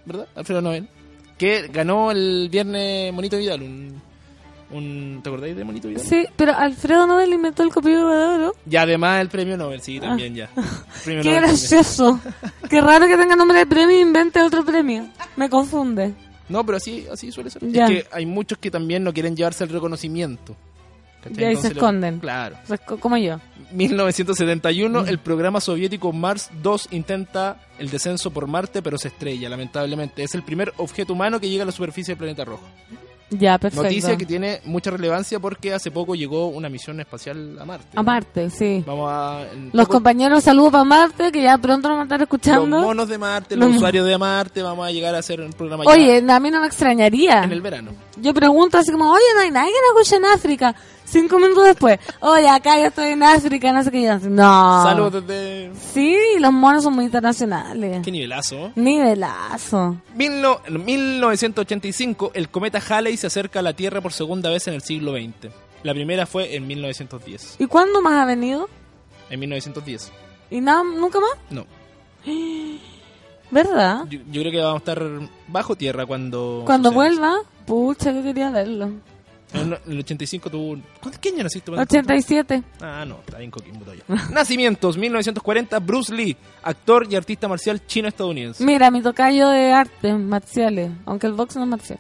B: ¿verdad? Alfredo Nobel. Que ganó el viernes Monito Vidal. Un, un- ¿Te acordáis de Monito Vidal?
C: Sí, pero Alfredo Nobel inventó el copio de oro.
B: Y además el premio Nobel, sí, también ya. Premio
C: Ah. Qué
B: Nobel también.
C: gracioso. Qué raro que tenga nombre de premio e invente otro premio. Me confunde.
B: No, pero así, así suele ser.
C: Ya.
B: Es que hay muchos que también no quieren llevarse el reconocimiento. ¿Cachai?
C: Y ahí se
B: le-
C: esconden. Mm.
B: Claro.
C: Pues, co- Como yo.
B: 1971, el programa soviético Mars 2 intenta el descenso por Marte, pero se estrella, lamentablemente. Es el primer objeto humano que llega a la superficie del planeta rojo.
C: Ya, perfecto.
B: Noticia que tiene mucha relevancia porque hace poco llegó una misión espacial a Marte.
C: A Marte, sí.
B: Vamos a... en
C: Los
B: poco-
C: compañeros, saludos para Marte, que ya pronto nos van a estar
B: los
C: escuchando.
B: monos de Marte,
C: Los
B: los,
C: mon-
B: usuarios de Marte, vamos a llegar a hacer un programa ya
C: Oye, a mí no me extrañaría.
B: en el verano.
C: Yo pregunto así como, oye, no hay nadie que nos escuche en África. Cinco minutos después, oye, acá yo estoy en África, no sé qué. yo- No.
B: Saludos desde...
C: Sí, los monos son muy internacionales.
B: Qué nivelazo.
C: Nivelazo.
B: Mil no- 1985, el cometa Halley se acerca a la Tierra por segunda vez en el siglo XX. La primera fue en 1910.
C: ¿Y cuándo más ha venido?
B: En 1910.
C: ¿Y nada, nunca más?
B: No,
C: ¿Verdad?
B: yo, yo creo que vamos a estar bajo tierra cuando...
C: Ah. Cuando
B: suceda eso.
C: vuelva, pucha, yo quería verlo.
B: En, en el 85 tuvo... ¿Cuánto- ¿Qué año naciste? Valentín?
C: 87.
B: Ah, no, está bien Coquimbo todavía. Nacimientos, 1940, Bruce Lee, actor y artista marcial chino-estadounidense.
C: Mira, mi tocayo de artes marciales, aunque el box no es marcial.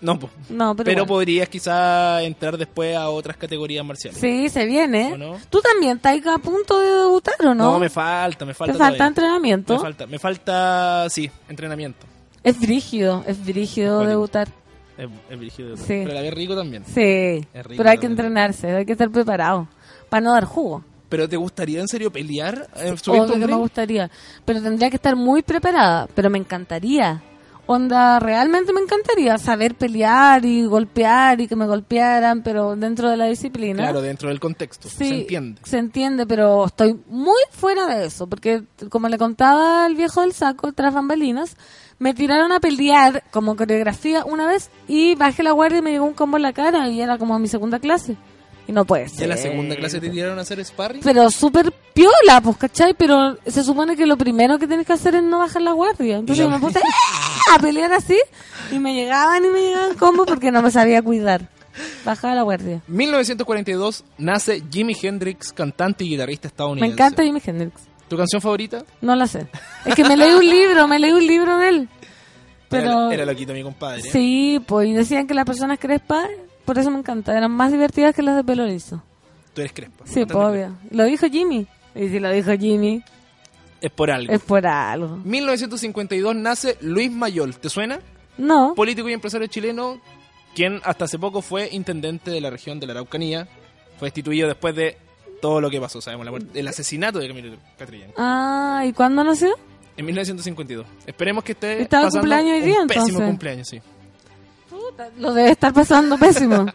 B: No, po.
C: No, pero,
B: pero
C: bueno.
B: podrías quizá entrar después a otras categorías marciales.
C: Sí, se viene.
B: ¿O no?
C: Tú también estás a punto de debutar, ¿o no?
B: No, me falta, me falta
C: Te falta
B: todavía.
C: entrenamiento.
B: Me falta, me falta, sí, entrenamiento.
C: Es brígido, es brígido
B: Acuático.
C: debutar.
B: Es, es brígido.
C: Sí.
B: Pero la ve rico también.
C: Sí,
B: Es rico
C: pero hay que
B: también.
C: entrenarse, hay que estar preparado para no dar jugo.
B: Pero ¿te gustaría en serio pelear? Eh, subirte a un
C: Obvio que me
B: ring?
C: gustaría, pero tendría que estar muy preparada, pero me encantaría. Onda, realmente me encantaría saber pelear y golpear y que me golpearan, pero dentro de la disciplina.
B: Claro, dentro del contexto.
C: Sí,
B: Se entiende.
C: Se entiende, pero estoy muy fuera de eso, porque como le contaba al viejo del saco, tras bambalinas, me tiraron a pelear como coreografía una vez y bajé la guardia y me llegó un combo en la cara y era como mi segunda clase. Y no puede
B: ¿Ya
C: ser.
B: en la segunda clase te tiraron a hacer sparring?
C: Pero súper piola, pues, ¿cachai? Pero se supone que lo primero que tenés que hacer es no bajar la guardia. Entonces
B: Ya.
C: me puse ¡ah! a pelear así y me llegaban y me llegaban combos porque no me sabía cuidar. Bajaba la guardia.
B: 1942 nace Jimi Hendrix, cantante y guitarrista
C: Me
B: estadounidense.
C: encanta Jimi Hendrix.
B: ¿Tu canción favorita?
C: No la sé. Es que me leí un libro, me leí un libro de él. Pero
B: Era, era loquito mi compadre. ¿eh?
C: sí, pues y decían que las personas crespas por eso me encanta. Eran más divertidas que las de pelo liso.
B: Tú eres crespa.
C: Sí,
B: Bastante
C: pues, obvio. Lo dijo Jimmy. Y si lo dijo Jimmy,
B: crespa. Es por algo.
C: es por algo.
B: 1952 nace Luis Mayol. ¿Te suena?
C: No.
B: Político y empresario chileno, quien hasta hace poco fue intendente de la región de la Araucanía. Fue destituido después de todo lo que pasó, sabemos, la muerte- el asesinato de Camilo Catrillan.
C: Ah, ¿y cuándo nació?
B: En 1952. Esperemos que esté
C: Estaba de
B: pasando
C: cumpleaños hoy
B: un
C: día,
B: pésimo
C: entonces.
B: cumpleaños, sí.
C: Lo debe estar pasando pésimo.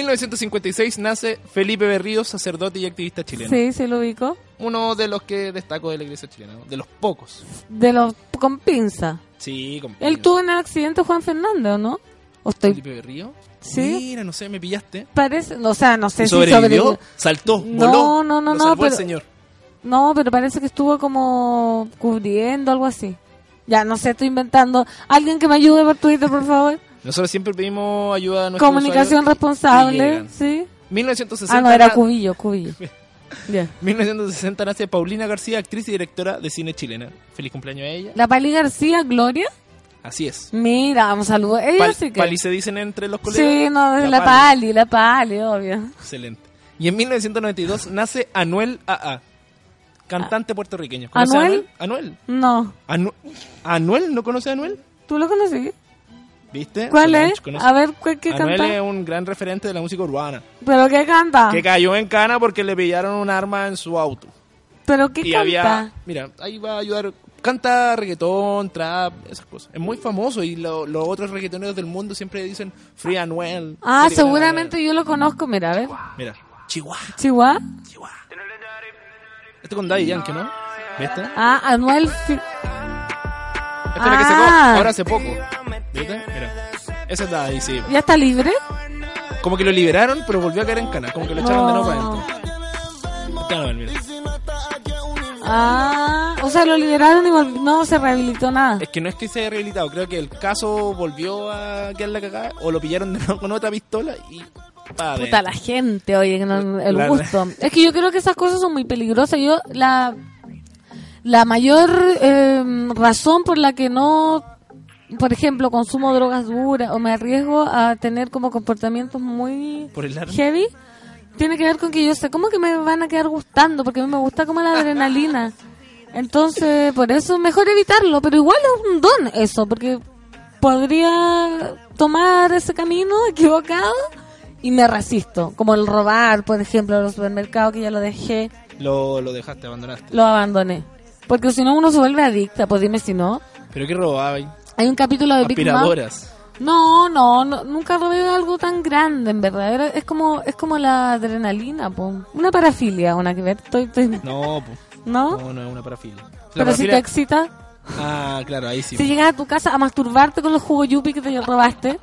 B: 1956 nace Felipe Berríos, sacerdote y activista chileno.
C: sí, sí lo ubicó.
B: Uno de los que destaco de la iglesia chilena, ¿no? de los pocos.
C: De los con pinza.
B: Sí, con
C: Él tuvo en el accidente Juan Fernández, ¿o no? O estoy...
B: Felipe Berrío.
C: Sí.
B: Mira, no sé, me pillaste.
C: Parece, o sea, no sé si
B: sobrevivió,
C: sobrevivió.
B: saltó,
C: No,
B: voló.
C: no, no,
B: lo
C: no,
B: salvó el
C: pero-
B: señor.
C: No, pero parece que estuvo como cubriendo algo así. Ya, no sé, estoy inventando. Alguien que me ayude por Twitter, por favor.
B: Nosotros siempre pedimos ayuda a nuestros
C: Comunicación
B: usuarios y
C: responsable,
B: llegan.
C: ¿sí?
B: 1960,
C: Ah, no, era
B: na-
C: Cubillo, Cubillo. Ya.
B: 1960 nace Paulina García, actriz y directora de cine chilena. Feliz cumpleaños a ella.
C: La Pali García, Gloria.
B: Así es.
C: Mira, un saludo. Ella
B: Pal-
C: sí que...
B: Pali se dicen entre los colegas.
C: Sí, no, la,
B: Pali.
C: Pali, la Pali, obvio.
B: Excelente. Y en 1992 nace Anuel AA, cantante puertorriqueño. a
C: ¿Anuel?
B: Anuel.
C: No,
B: Anu- ¿Anuel? ¿No conoce a Anuel?
C: ¿tú lo conocí?
B: ¿Viste?
C: ¿Cuál
B: Eh, Solange
C: es?
B: conoce-
C: A ver, ¿cuál- ¿qué
B: Anuel
C: canta?
B: es un gran referente de la música urbana.
C: ¿Pero qué canta?
B: Que cayó en cana porque le pillaron un arma en su auto.
C: ¿Pero qué
B: y
C: canta?
B: había. Mira, ahí va a ayudar. Canta reggaetón, trap, esas cosas. Es muy famoso y lo- los otros reggaetoneros del mundo siempre dicen Free Anuel.
C: Ah,
B: Free
C: seguramente yo lo conozco, mira, a ver.
B: Anuel. Mira, Chihuahua,
C: ¿Chihuahua?
B: Chihuahua. Este con Daddy Yankee, ¿no? ¿Viste?
C: Ah, Anuel... Fi-
B: Esta es la que sacó
C: Ah.
B: ahora hace poco. ¿Viste? Mira. Esa es la sí.
C: ¿Ya está libre?
B: Como que lo liberaron, pero volvió a caer en cana. Como que lo echaron de nuevo para
C: Oh.
B: adentro. Este Anuel, mira.
C: Ah, o sea, lo liberaron y volv- no se rehabilitó nada.
B: Es que no es que se haya rehabilitado. Creo que el caso volvió a quedar la cagada. O lo pillaron de nuevo con otra pistola y. pa'
C: Puta,
B: adentro.
C: la gente, oye, que no- el
B: La-
C: gusto. Es que yo creo que esas cosas son muy peligrosas. Yo, la, la mayor eh, razón por la que no, por ejemplo, consumo drogas duras o me arriesgo a tener como comportamientos muy
B: Por el arma.
C: heavy, tiene que ver con que yo sé cómo que me van a quedar gustando, porque a mí me gusta como la adrenalina. Entonces, por eso mejor evitarlo, pero igual es un don eso, porque podría tomar ese camino equivocado y me resisto, como el robar, por ejemplo, a los supermercados que ya lo dejé,
B: Lo, lo dejaste, abandonaste.
C: lo abandoné. Porque si no uno se vuelve adicta, pues dime si no.
B: Pero que robaba. ahí?
C: Hay un capítulo de Big Mouth
B: Aspiradoras.
C: no, no, no, nunca robé algo tan grande, en verdad. Era- es como es como la adrenalina, po. Una parafilia, una que ver. Estoy, estoy- ¿no?
B: No, po. no, no es una parafilia. La
C: Pero si te
B: parafilia-
C: excita,
B: Ah, claro, ahí sí.
C: si llegas a tu casa a masturbarte con los jugos yupi que te robaste,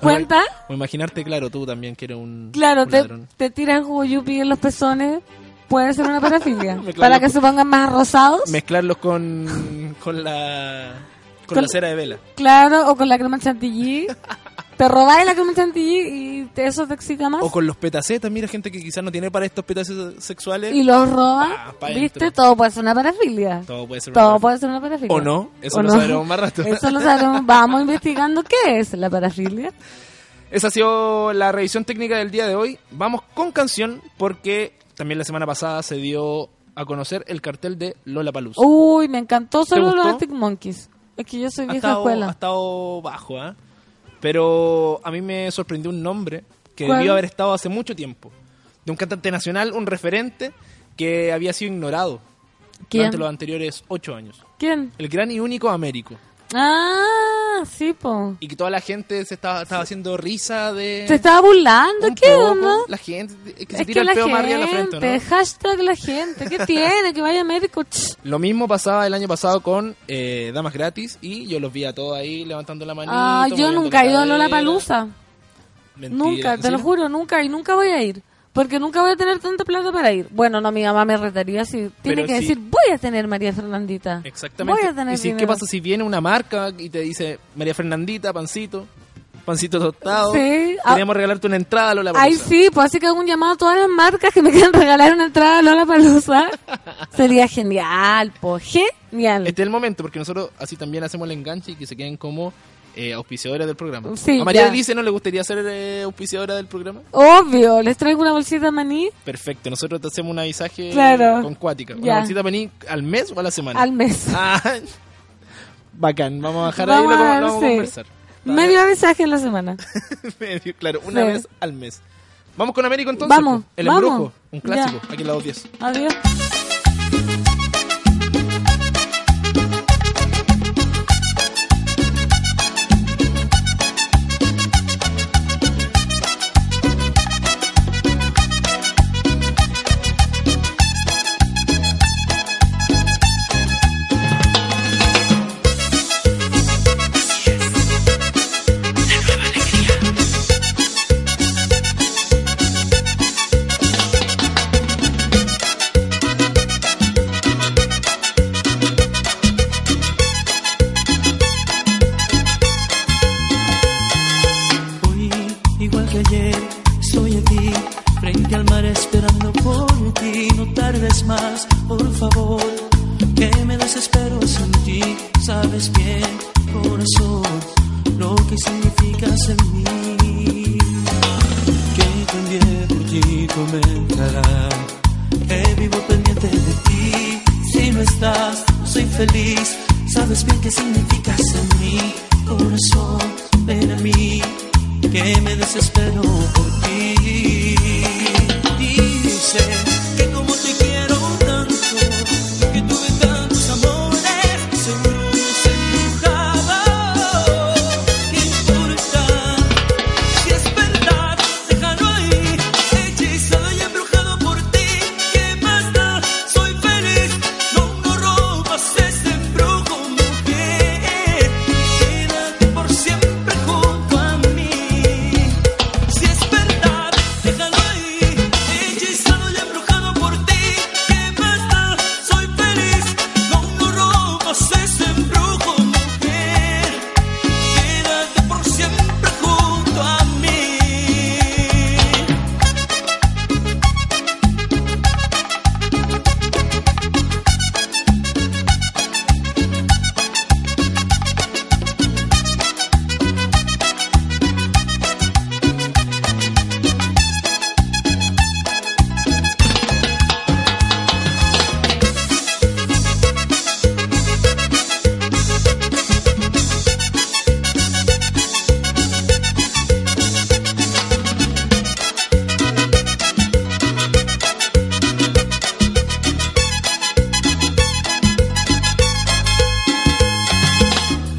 C: ¿cuenta?
B: O imaginarte, claro, tú también que eres un.
C: claro,
B: un
C: te,
B: ladrón.
C: te tiras jugo yupi en los pezones, puede ser una parafilia.
B: Me clavo
C: para
B: los
C: que
B: ju-
C: se pongan más rosados,
B: Mezclarlos con. con la. con,
C: Con-
B: la cera de vela.
C: claro, o con la crema chantilly. te robáis la crema chantilly y te- eso te excita más.
B: O con los petacetas, mira, gente que quizás no tiene para estos petacetas sexuales.
C: y los roba,
B: Ah, pa'
C: ¿viste?
B: dentro.
C: Todo puede ser una parafilia.
B: Todo puede ser.
C: Todo
B: una-
C: puede ser una parafilia.
B: O no, eso lo sabremos más rato.
C: Eso lo sabremos. Vamos investigando qué es la parafilia.
B: Esa ha sido la revisión técnica del día de hoy. Vamos con canción, porque también la semana pasada se dio a conocer el cartel de Lola Paluz.
C: Uy, me encantó solo los
B: gustó?
C: Arctic Monkeys. Es que yo soy
B: ha
C: Uh, vieja
B: estado,
C: escuela.
B: ha estado bajo, ¿ah? Pero a mí me sorprendió un nombre que
C: ¿Cuál?
B: debió haber estado hace mucho tiempo. De un cantante nacional, un referente que había sido ignorado durante
C: ¿Quién?
B: los anteriores ocho años.
C: ¿Quién?
B: El gran y único Américo.
C: Ah, sí, po.
B: Y que toda la gente se estaba, estaba haciendo risa de...
C: Se estaba burlando,
B: Eh, un
C: ¿qué
B: poco.
C: onda?
B: La gente es que se
C: Es que
B: tira el
C: la
B: peo más
C: gente,
B: arriba de la frente, ¿no?
C: hashtag la gente, ¿qué tiene? Que vaya médico. Ch.
B: Lo mismo pasaba el año pasado con eh, Damas Gratis y yo los vi a todos ahí levantando la manita.
C: Ah, yo nunca he ido a Lola Palusa. Nunca, te lo juro, nunca y nunca voy a ir. Porque nunca voy a tener tanta plata para ir. Bueno, no, mi mamá me retaría si tiene
B: Pero
C: que
B: sí.
C: decir, voy a tener María Fernandita.
B: Exactamente.
C: Voy a tener
B: y si, ¿Qué
C: dinero.
B: pasa si viene una marca y te dice María Fernandita, pancito, pancito tostado?
C: Sí, ah-
B: Queremos regalarte una entrada a Lola
C: Ay, sí, pues así que hago un llamado a todas las marcas que me quieran regalar una entrada a Lola Palusa. Sería genial, po, genial.
B: Este es el momento porque nosotros así también hacemos el enganche y que se queden como eh, auspiciadora del programa.
C: Sí,
B: ¿A María
C: ya.
B: Elise no le gustaría ser eh, auspiciadora del programa?
C: Obvio, les traigo una bolsita de maní
B: Perfecto, nosotros te hacemos un avisaje
C: Claro.
B: con cuática. ¿Una
C: Ya.
B: bolsita maní al mes o a la semana?
C: al mes.
B: Ah, bacán, vamos a dejar
C: Vamos
B: ahí lo,
C: a
B: lo
C: ver,
B: vamos
C: sí.
B: a conversar.
C: Medio avisaje en la semana.
B: Medio, claro, una
C: Sí.
B: vez al mes. Vamos con Américo entonces.
C: Vamos,
B: El
C: vamos.
B: embrujo, un clásico,
C: Ya.
B: aquí en la 10.
C: Adiós.
G: Hoy, igual que ayer, estoy aquí, frente al mar esperando por ti. No tardes más, por favor, que me desespero sin ti. Sabes bien, corazón, lo que significas en mí. Que cambié por ti, comentará. Que vivo pendiente de ti. Si no estás, no soy feliz. Sabes bien qué significas en mí, corazón, ven a mí, que me desespero por ti. Dice que como te quiero tanto, que tuve tantos amores, seguro se enojaba. ¿Qué importa? Si es verdad, déjalo ahí, hechizado y embrujado por ti. ¿Qué más da? Soy feliz, no, no robas ese embrujo, mujer. Quédate por siempre junto a mí. Si es verdad, déjalo ahí, hechizado y embrujado por ti. ¿Qué más da? Soy feliz, no, no robas ese embrujo, mujer. Quédate por siempre junto a mí.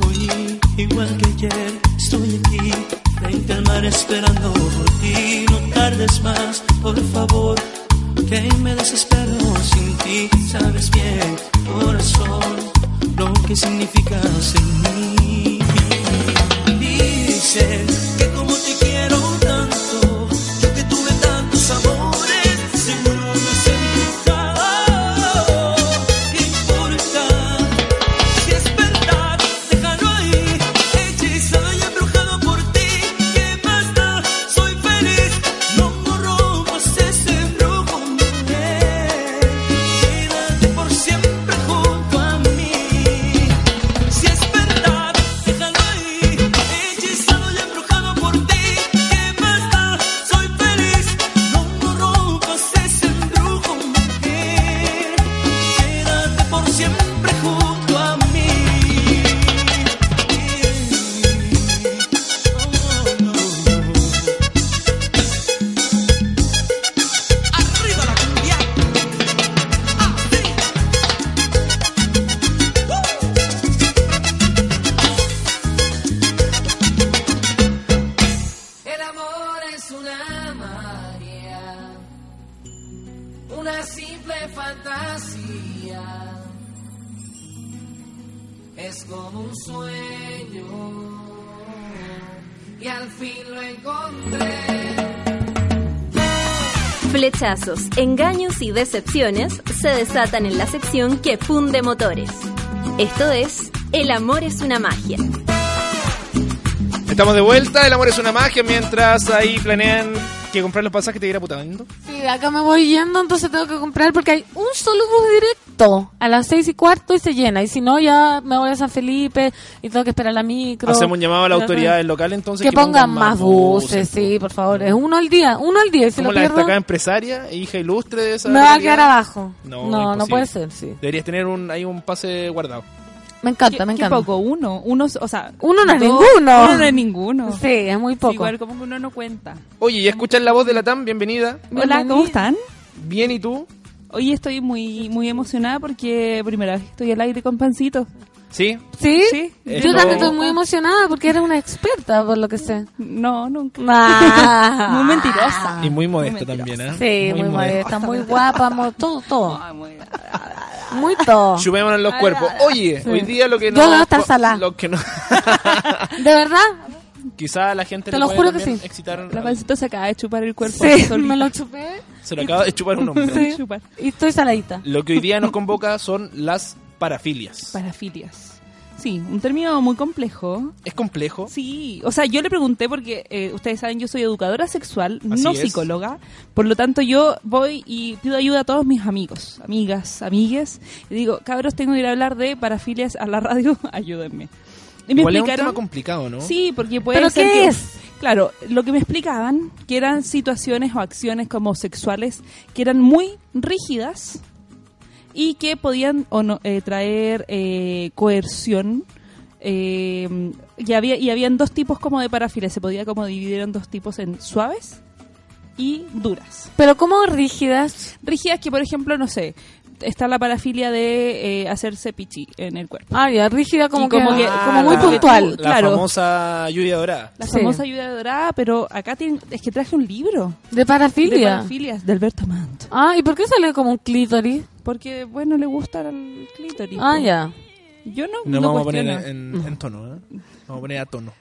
G: Hoy, igual que ayer, estoy aquí, frente al mar esperando por ti. No tardes más, por favor, que me desespero sin ti. Sabes bien, corazón, lo que significas en mí. Dice que como te quiero tanto, yo que tuve tantos amores, seguro no se equivocaba. ¿Qué importa? Si es verdad, déjalo ahí, hechizado y embrujado por ti. ¿Qué más da? Soy feliz, no robas ese embrujo, mujer. Quédate por siempre junto a mí. Si es verdad, déjalo ahí, hechizado y embrujado por ti. ¿Qué más da? Soy feliz, no robas ese embrujo, mujer. Quédate por siempre junto a mí. Oh, no. Arriba la cumbia.
H: El amor es una magia, una simple fantasía. Es como un sueño y al fin lo encontré.
A: Flechazos, engaños y decepciones se desatan en la sección que funde motores. Esto es El amor es una magia.
B: Estamos de vuelta, el amor es una magia, mientras ahí planean que comprar los pasajes te ir a Putaendo.
C: Sí, acá me voy yendo, entonces tengo que comprar porque hay un solo bus directo a las seis y cuarto y se llena. Y si no, ya me voy a San Felipe y tengo que esperar la micro.
B: Hacemos un llamado a las autoridades locales entonces.
C: Que, pongan, más buses, sí, por favor. Es uno al día, uno al día. Y si lo
B: Como pues. la
C: pierdo,
B: destacada empresaria e hija ilustre de esa.
C: me va a
B: localidad.
C: quedar abajo.
B: No,
C: No, no,
B: imposible.
C: puede ser, sí.
B: Deberías tener un, ahí un pase guardado.
C: Me encanta,
I: Qué-
C: me
I: qué
C: encanta.
I: poco, uno. Uno, o sea,
C: Uno no es
I: dos,
C: ninguno.
I: Uno no es ninguno.
C: Sí, es muy poco.
I: Igual como que uno no cuenta.
B: Oye, y escuchar la voz de la TAM, bienvenida.
I: Hola, ¿cómo están?
B: Bien, ¿y tú?
I: Hoy estoy muy muy emocionada porque primera vez estoy al aire con Pancito.
B: ¿Sí?
C: ¿Sí?
I: Sí.
C: Yo
B: Esto-
C: también estoy muy emocionada porque eres una experta, por lo que Ah. sé.
I: No, nunca.
C: muy
I: Muy mentirosa.
B: Ah, Y muy modesta
I: Muy
B: también, ¿eh?
C: Sí, muy, modesta, muy guapa, mo- todo, todo.
I: Ay, muy-
C: Muy todo.
I: Ah,
B: Chupémonos los cuerpos. Oye, hoy día lo
C: Yo
B: que no.
C: debo estar salá.
B: Lo que no.
C: ¿De verdad?
B: Quizá la gente
C: Te
B: le
C: lo
B: puede
C: juro que
B: también
C: sí.
B: excitar.
I: La Pancito se acaba de chupar el cuerpo.
C: Sí,
I: solita.
C: me lo chupé
B: Se lo acaba de chupar un hombre.
C: Sí.
I: Chupar.
C: y estoy saladita.
B: Lo que hoy día nos convoca son las parafilias.
I: Parafilias. Sí, un término muy complejo.
B: ¿Es complejo?
I: Sí, o sea, yo le pregunté porque eh, ustedes saben, yo soy educadora sexual,
B: Así
I: no
B: es.
I: psicóloga, por lo tanto yo voy y pido ayuda a todos mis amigos, amigas, amigues, y digo, cabros, tengo que ir a hablar de parafilias a la radio, ayúdenme. Y me
B: Igual es un
I: explicaron,
B: tema complicado, ¿no?
I: Sí, porque puede
C: ¿Pero
I: ser
C: qué
I: que-
C: es?
I: Claro, lo que me explicaban, que eran situaciones o acciones como sexuales que eran muy rígidas y que podían o no, eh, traer eh, coerción. eh, y, había, y habían dos tipos como de parafilias, se podía como dividir en dos tipos en suaves y duras.
C: Pero como rígidas.
I: Rígidas que, por ejemplo, no sé, está la parafilia de eh, hacerse pichi en el cuerpo.
C: Ah, ya, rígida como
I: Y
C: que,
I: como
C: como,
I: que-
C: muy
B: Ah, la-
C: puntual.
B: La
I: claro.
B: famosa lluvia dorada.
I: La
C: Sí.
I: famosa ayuda dorada, pero acá tienen, es que traje un libro.
C: De
I: De
C: parafilia.
I: parafilias, de Alberto Manto.
C: Ah, ¿y por qué sale como un clítoris?
I: Porque, bueno, le gusta el clítoris.
C: Ah,
I: po.
C: ya.
I: Yo no,
B: Nos
I: no
B: vamos
I: cuestiono.
B: a poner en, en tono, ¿eh? Nos Vamos a poner a tono.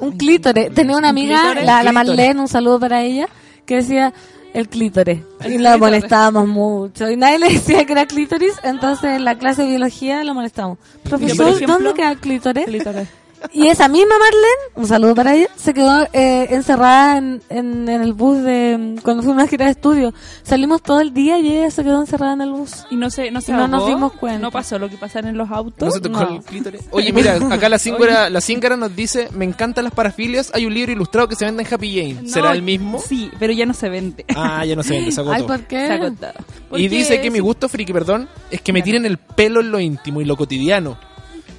C: Un clítoris. Tenía una amiga,
I: clítoris?
C: la, la
B: Clítoris.
C: Marlene, un saludo para ella, que decía el clítoris. Y la
I: clítoris.
C: molestábamos mucho. Y nadie le decía que era clítoris, entonces en la clase de biología la molestábamos. Profesor,
I: ejemplo,
C: ¿dónde queda el clítoris?
I: Clítoris.
C: Y esa misma Marlene, un saludo para ella, se quedó eh, encerrada en, en- en el bus de mm, cuando fuimos a una gira de estudio. Salimos todo el día y ella se quedó encerrada en el bus.
I: Y no, se, no, se
C: No nos
I: ahogó,
C: dimos cuenta.
I: No pasó lo que pasan en los autos.
B: No se tocó
C: No.
B: el clítoris. Oye, mira, acá la cíngara, la cíngara nos dice, me encantan las parafilias, hay un libro ilustrado que se vende en Happy Jane.
I: No,
B: ¿Será el mismo?
I: Sí, pero ya no se vende.
B: Ah, ya no se vende, se agotó.
C: Ay, ¿por qué?
I: Se ha contado.
B: Y
I: Porque
B: dice que mi
I: sí,
B: gusto, friki, perdón, es que me tiren el pelo en lo íntimo y lo cotidiano.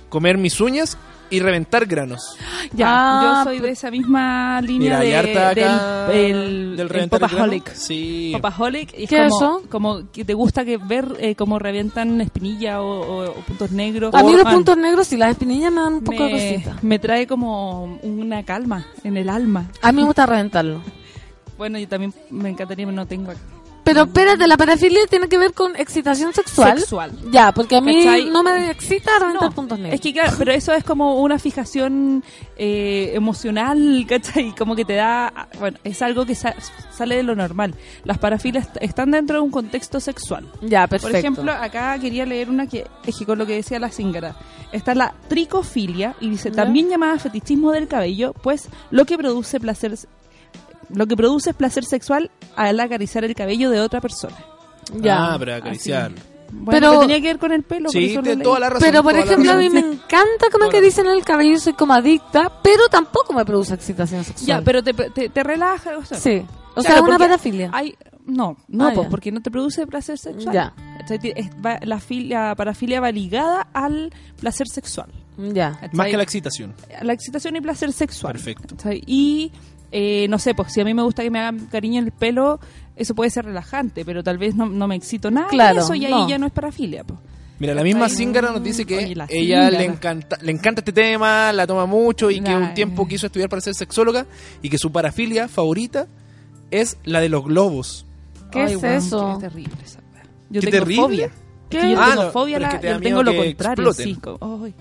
B: Comer mis uñas y reventar granos.
I: Ya,
C: Ah,
I: yo soy de esa misma línea
B: Mira, hay harta
I: de,
B: acá
I: del, el,
B: del
I: el
B: reventar el
I: popaholic.
B: grano. Sí.
I: Papaholic es
C: ¿Qué
I: como,
C: es eso?
I: como que te gusta que ver eh, cómo revientan espinilla o, o- o puntos negros.
C: A mí los
I: Ah,
C: puntos negros y las espinillas me dan un poco de
I: me,
C: cosita.
I: me trae como una calma en el alma.
C: A mí me gusta reventarlo.
I: Bueno, yo también me encantaría, pero no tengo acá.
C: Pero espérate, la parafilia tiene que ver con excitación sexual.
I: Sexual.
C: Ya, porque a mí
I: ¿Cachai?
C: no me excita reventar
I: No,
C: puntos negros.
I: Es que, claro, pero eso es como una fijación eh, emocional, ¿cachai? Como que te da. Bueno, es algo que sa- sale de lo normal. Las parafilas t- están dentro de un contexto sexual.
C: ya, perfecto.
I: Por ejemplo, acá quería leer una que es que con lo que decía la cíngara. Está la tricofilia y dice,
C: Ya.
I: también llamada fetichismo del cabello, pues lo que produce placer lo que produce es placer sexual al acariciar el cabello de otra persona.
C: ya.
B: Ah, para acariciar.
I: Bueno,
C: Pero-
I: pero tenía que ver con el pelo, por
B: Sí,
I: eso lo
B: tiene
I: leí.
B: toda la razón.
C: Pero por
B: toda la
C: ejemplo, a mí
B: razón.
C: me encanta que me
B: Toda la
C: acaricien el cabello, soy como adicta, pero tampoco me produce excitación sexual.
I: Ya, pero te, te, te relaja, o sea,
C: Sí.
I: Claro,
C: O sea, una
I: porque
C: parafilia.
I: hay- no, no,
C: Ah,
I: pues,
C: ya.
I: porque no te produce placer sexual.
C: Ya.
I: Entonces, ti- es- va- la, filia, la parafilia va ligada al placer sexual.
C: Ya.
B: Más
I: ¿cachai?
B: que la excitación.
I: la excitación y placer sexual.
B: Perfecto.
I: ¿Cachai? Y eh, no sé, pues si a mí me gusta que me hagan cariño en el pelo, eso puede ser relajante, pero tal vez no, no me excito nada. de
C: Claro,
I: eso y ahí
C: no.
I: ya no es parafilia. pues. po.
B: Mira, la misma
I: Ay,
B: Zingara nos dice que
I: oye, la
B: ella le
I: Zingara.
B: encanta, le encanta este tema, la toma mucho y que
I: Ay.
B: un tiempo quiso estudiar para ser sexóloga y que su parafilia favorita es la de los globos.
C: ¿Qué
I: Ay,
C: es
I: weón,
C: eso?
I: Qué terrible esa weá. Yo
B: Qué
I: tengo
B: terrible.
I: fobia.
C: ¿Qué?
I: Es que Yo
B: Ah,
I: tengo
B: no,
I: fobia,
B: pero es
I: la-
B: que te da
I: yo tengo
B: miedo
I: lo
B: que
I: contrario.
B: exploten.
I: sí, como, ay,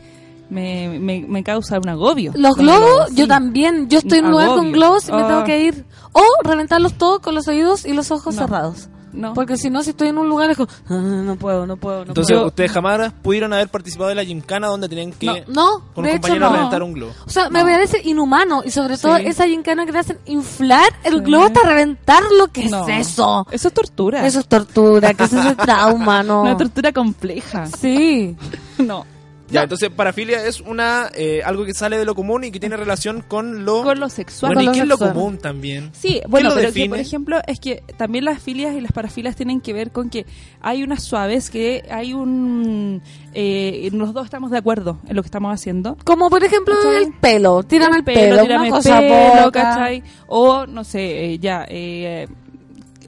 I: me, me, me causa un agobio.
C: Los globos, yo
I: sí.
C: también. Yo estoy en un lugar con
I: Agobio.
C: globos y me
I: Ah.
C: tengo que ir. O reventarlos todos con los oídos y los ojos
I: No.
C: cerrados.
I: No.
C: Porque si no, si estoy en un lugar es como, "Ah, no puedo, no puedo, no
B: Entonces,
C: puedo".
B: ustedes jamás pudieron haber participado de la gimcana donde tenían que
C: No, no,
B: con
C: de
B: un
C: hecho,
B: compañero
C: no.
B: reventar un globo.
C: O sea, me parece inhumano y sobre todo
I: Sí.
C: esa gincana que te hacen inflar el globo hasta reventarlo. ¿Qué
I: No.
C: es eso?
I: Eso es tortura.
C: Eso es tortura, que es ese trauma, no.
I: Una tortura compleja.
C: sí.
I: No.
B: Ya, entonces parafilia es una eh, algo que sale de lo común y que tiene relación con lo
I: Con lo sexual.
B: bueno,
C: Con
B: y
C: lo
B: qué es lo
C: sexual.
B: común también.
I: Sí, bueno,
B: lo
I: pero que,
B: define?
I: por ejemplo, es que también las filias y las parafilas tienen que ver con que hay unas suaves, que hay un... Eh, los dos estamos de acuerdo en lo que estamos haciendo.
C: Como por ejemplo
I: ¿Cachai?
C: el pelo, tírame el pelo,
I: tírame
C: una cosa
I: pelo,
C: poca.
I: ¿cachai? O, no sé, eh, ya, eh,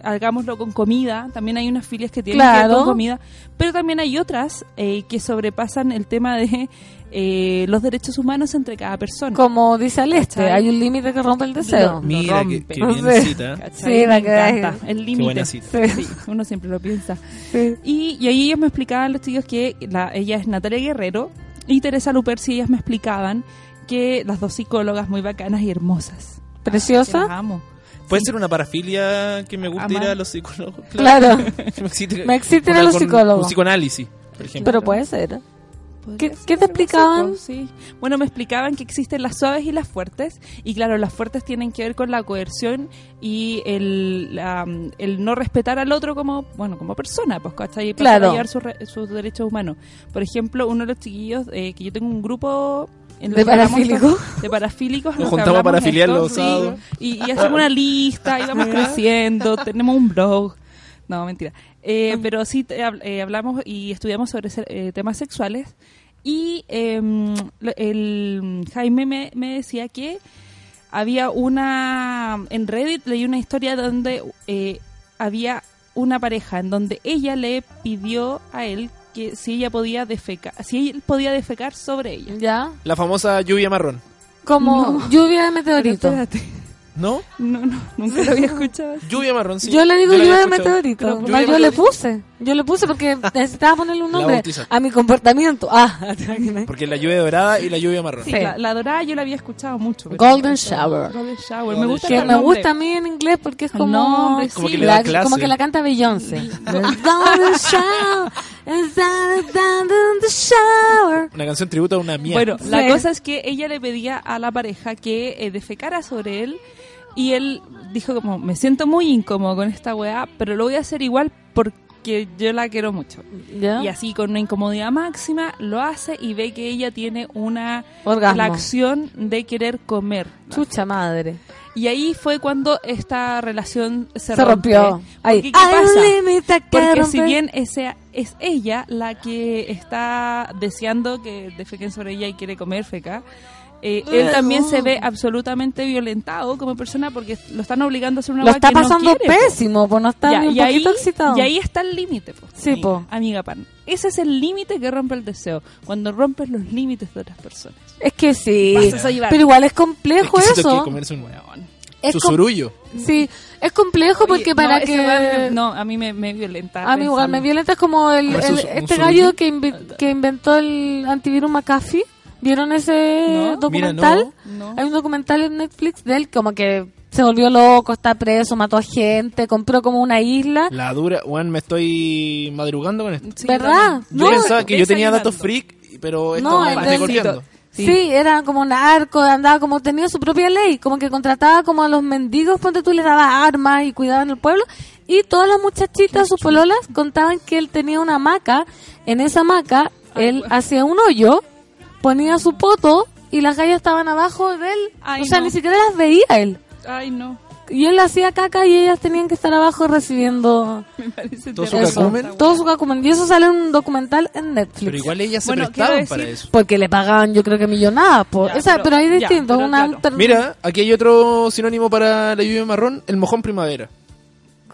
I: hagámoslo con comida. También hay unas filias que tienen que ver
C: Claro.
I: con comida. Pero también hay otras eh, que sobrepasan el tema de eh, los derechos humanos entre cada persona.
C: Como dice Aleste,
I: ¿Cachai?
C: hay un límite que rompe el deseo.
I: No.
B: Mira,
I: lo
B: que,
I: rompe.
B: que bien
C: Sí.
B: cita.
I: ¿cachai?
C: Sí, la
I: Me
C: que hay.
I: encanta, El
B: Qué
I: límite.
B: buena cita.
I: Sí, uno siempre lo piensa.
C: Sí.
I: Y, y ahí ellos me explicaban los tíos que la- ella es Natalia Guerrero y Teresa Luperci, ellas me explicaban que las dos psicólogas muy bacanas y hermosas. Las
C: Preciosa.
I: amo.
B: Puede ser una parafilia que me guste
I: Amar.
B: ir a los psicólogos.
C: Claro,
B: me existe,
C: Me excite ir a los psicólogos.
B: Un psicoanálisis, por ejemplo.
C: pero pues. puede ser. ¿eh? ¿Qué-
I: Podría
C: qué
I: ser
C: te
I: algo así,
C: explicaban?
I: pues, sí. Bueno, me explicaban que existen las suaves y las fuertes. Y claro, las fuertes tienen que ver con la coerción y el, la, mm, el no respetar al otro como bueno como persona, pues, ¿cachai? Para
C: Claro.
I: llevar sus re- sus derechos humanos. Por ejemplo, uno de los chiquillos, eh, que yo tengo un grupo... en el
C: ¿De
I: que hablamos
C: parafílicos?
I: esto- De parafílicos. en
B: Nos
I: el que
B: juntamos
I: hablamos
B: para afiliar
I: esto,
B: los
I: sí.
B: sábados.
I: Y, y hacemos una lista y vamos creciendo, tenemos un blog. No, mentira.
C: Ah.
I: Eh, pero sí te habl- eh, hablamos y estudiamos sobre se- eh, temas sexuales. Y eh, lo- el Jaime me, me decía que había una. En Reddit leí una historia donde eh, había una pareja en donde ella le pidió a él que si ella podía defecar, si él podía defecar sobre ella.
C: Ya.
B: La famosa lluvia marrón.
C: Como lluvia de
I: Pero
C: meteorito.
I: espérate.
B: ¿no?
I: No, no, nunca lo había escuchado.
B: Lluvia marrón, sí.
C: Yo le digo
B: Yo la
C: lluvia de
B: había escuchado.
C: meteorito.
B: Pero-
C: No,
B: ¿Lluvia
C: yo le
B: meteorito?
C: puse. Yo le puse porque necesitaba ponerle un
B: La
C: nombre
B: bautizaste.
C: a mi comportamiento. Ah,
B: Porque la lluvia dorada y la lluvia marrón.
I: Sí,
C: Sí.
I: La, la dorada yo la había escuchado mucho. pero-
C: Golden Shower.
I: Golden Shower.
B: Golden
I: me gusta
C: que
I: el
C: me
I: nombre.
C: gusta a mí en inglés porque es
I: El
C: como
I: nombre,
B: Como
I: sí.
B: que le da
C: la,
B: clase.
C: como que la canta Beyoncé. Golden Shower. is down, down in the shower.
B: Una canción tributa a una mía.
I: Bueno, la
C: Sí.
I: cosa es que ella le pedía a la pareja que eh, defecara sobre él y él dijo como, me siento muy incómodo con esta weá, pero lo voy a hacer igual porque yo la quiero mucho.
C: ¿Ya?
I: Y así, con una incomodidad máxima, lo hace y ve que ella tiene una...
C: Orgasmo.
I: La acción de querer comer.
C: Chucha madre.
I: Y ahí fue cuando esta relación se,
C: Se, rompió.
I: rompe.
C: Ahí.
I: Porque, ¿Qué
C: Hay un
I: pasa?
C: límite que
I: Porque si
C: romper.
I: bien ese- es ella la que está deseando que defequen sobre ella y quiere comer feca, eh, él también se ve absolutamente violentado como persona porque lo están obligando a hacer una
C: lo
I: hueá
C: está
I: que no
C: pasando
I: quiere, po.
C: pésimo, pues no está
I: Ya,
C: ni un
I: y, ahí,
C: poquito excitado.
I: y ahí está el límite, po,
C: Sí,
I: amiga-
C: po.
I: amiga pan. Ese es el límite que rompe el deseo, cuando rompes los límites de otras personas.
C: Es que sí.
I: Vas a sobrevivir.
C: Pero igual es
B: es
C: complejo
B: exquisito
C: eso.
B: que comerse un hueón.
C: Es
B: Su
C: com-
B: surullo.
C: Sí, es complejo porque
I: Oye,
C: para
I: no, esa hueá
C: que...
I: me- no, a mí me, me violenta.
C: A mí igual me
I: pensarlo.
C: violenta es como el,
B: Comerse
C: el-
B: un- un
C: este
B: surullo.
C: gallo que, invi- que inventó el antivirus McAfee. ¿Vieron ese
I: No,
C: documental?
I: No.
C: Hay un documental en Netflix de él como que se volvió loco, está preso, mató a gente, compró como una isla.
B: La dura. Weón, me estoy madrugando con esto.
I: Sí,
C: ¿Verdad?
I: también.
B: Yo
C: No,
B: pensaba que yo tenía
I: desayunando.
B: datos freak, pero esto
C: No,
B: me
C: el
B: está
C: del-
B: golpeando.
C: Sí. era como narco, andaba como tenía su propia ley, como que contrataba como a los mendigos, ponte tú les daba armas y cuidaban el pueblo. Y todas las muchachitas, sus pololas, contaban que él tenía una hamaca. En esa hamaca, él hacía un hoyo, ponía su poto y las gallas estaban abajo de él.
I: Ay,
C: o sea,
I: no.
C: ni siquiera las veía él.
I: Ay, no.
C: Y él hacía caca y ellas tenían que estar abajo recibiendo
I: Me parece
B: Todo su
I: terrible.
C: eso.
B: cacumen.
C: Todo su cacumen. Y eso sale en un documental en Netflix.
B: Pero igual ellas se
I: Bueno,
B: prestaban
I: quiero
B: para
I: decir-
B: eso.
C: Porque le pagaban, yo creo que millonadas. Por...
I: Ya,
C: Esa,
I: pero-
C: pero, hay
I: ya,
C: distinto.
I: pero
C: una
I: claro.
C: ter-
B: Mira, aquí hay otro sinónimo para la lluvia marrón, el mojón primavera.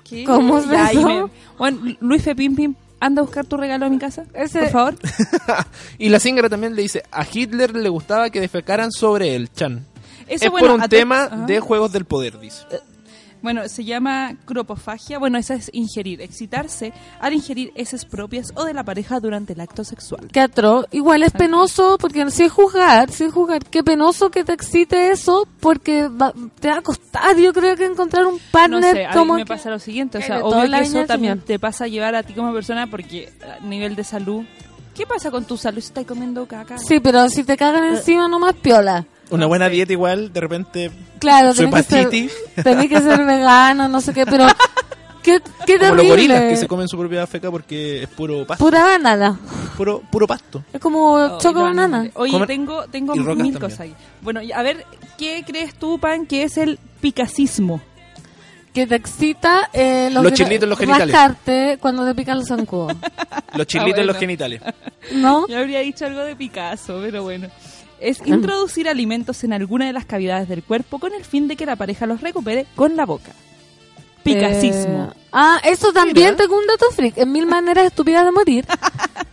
I: ¿Qué?
C: ¿Cómo es
I: Ya, ahí
C: eso?
I: me- Bueno, Luis Pepín Pim, anda a buscar tu regalo a mi casa,
C: Ese-
I: por favor.
B: y la síngara también le dice, a Hitler le gustaba que defecaran sobre él, Chan.
I: Eso,
B: es
I: bueno,
B: por un
I: a to-
B: tema
I: Ajá.
B: de juegos del poder, dice.
I: Bueno, se llama cropofagia. Bueno, esa es ingerir, excitarse al ingerir heces propias o de la pareja durante el acto sexual.
C: Qué atroz. Igual es penoso, porque si es juzgar, si es juzgar, qué penoso que te excite eso, porque va- te va a costar, yo creo que encontrar un
I: No
C: partner
I: sé, a mí
C: como
I: me
C: que-
I: pasa lo siguiente, o
C: que
I: sea,
C: de toda
I: obvio
C: la
I: que
C: viña
I: eso
C: del
I: también
C: Señor.
I: te pasa a llevar a ti como persona porque a nivel de salud, ¿qué pasa con tu salud si estás comiendo caca? Eh,
C: Sí, pero si te cagan encima nomás piola.
G: Una buena dieta igual, de repente...
C: Claro,
G: su
C: tenés que, ser,
G: hepatitis.
C: tenés que ser vegano, no sé qué, pero qué, qué
G: Como los gorilas
C: terrible.
G: que se comen su propia feca porque es puro pasto.
C: Pura banana.
G: Puro, puro pasto.
C: Es como choco
I: Iván,
C: banana.
I: Oh, Oye,
G: Comer-
I: tengo, tengo
G: y
I: mil
G: rocas también.
I: cosas ahí. Bueno, y a ver, ¿qué crees tú, Pan, que es el picacismo?
C: Que te excita eh,
G: Los
C: gra-
G: chilitos en los genitales.
C: rascarte cuando te pican los zancudos.
G: Los chilitos en los
I: bueno.
G: genitales.
C: ¿No? Em.
I: Yo habría dicho algo de Picasso, pero bueno. Es introducir alimentos en alguna de las cavidades del cuerpo con el fin de que la pareja los recupere con la boca. Picacismo.
C: Eh, ah, eso también tengo un dato freak. En Mil Maneras Estúpidas de Morir.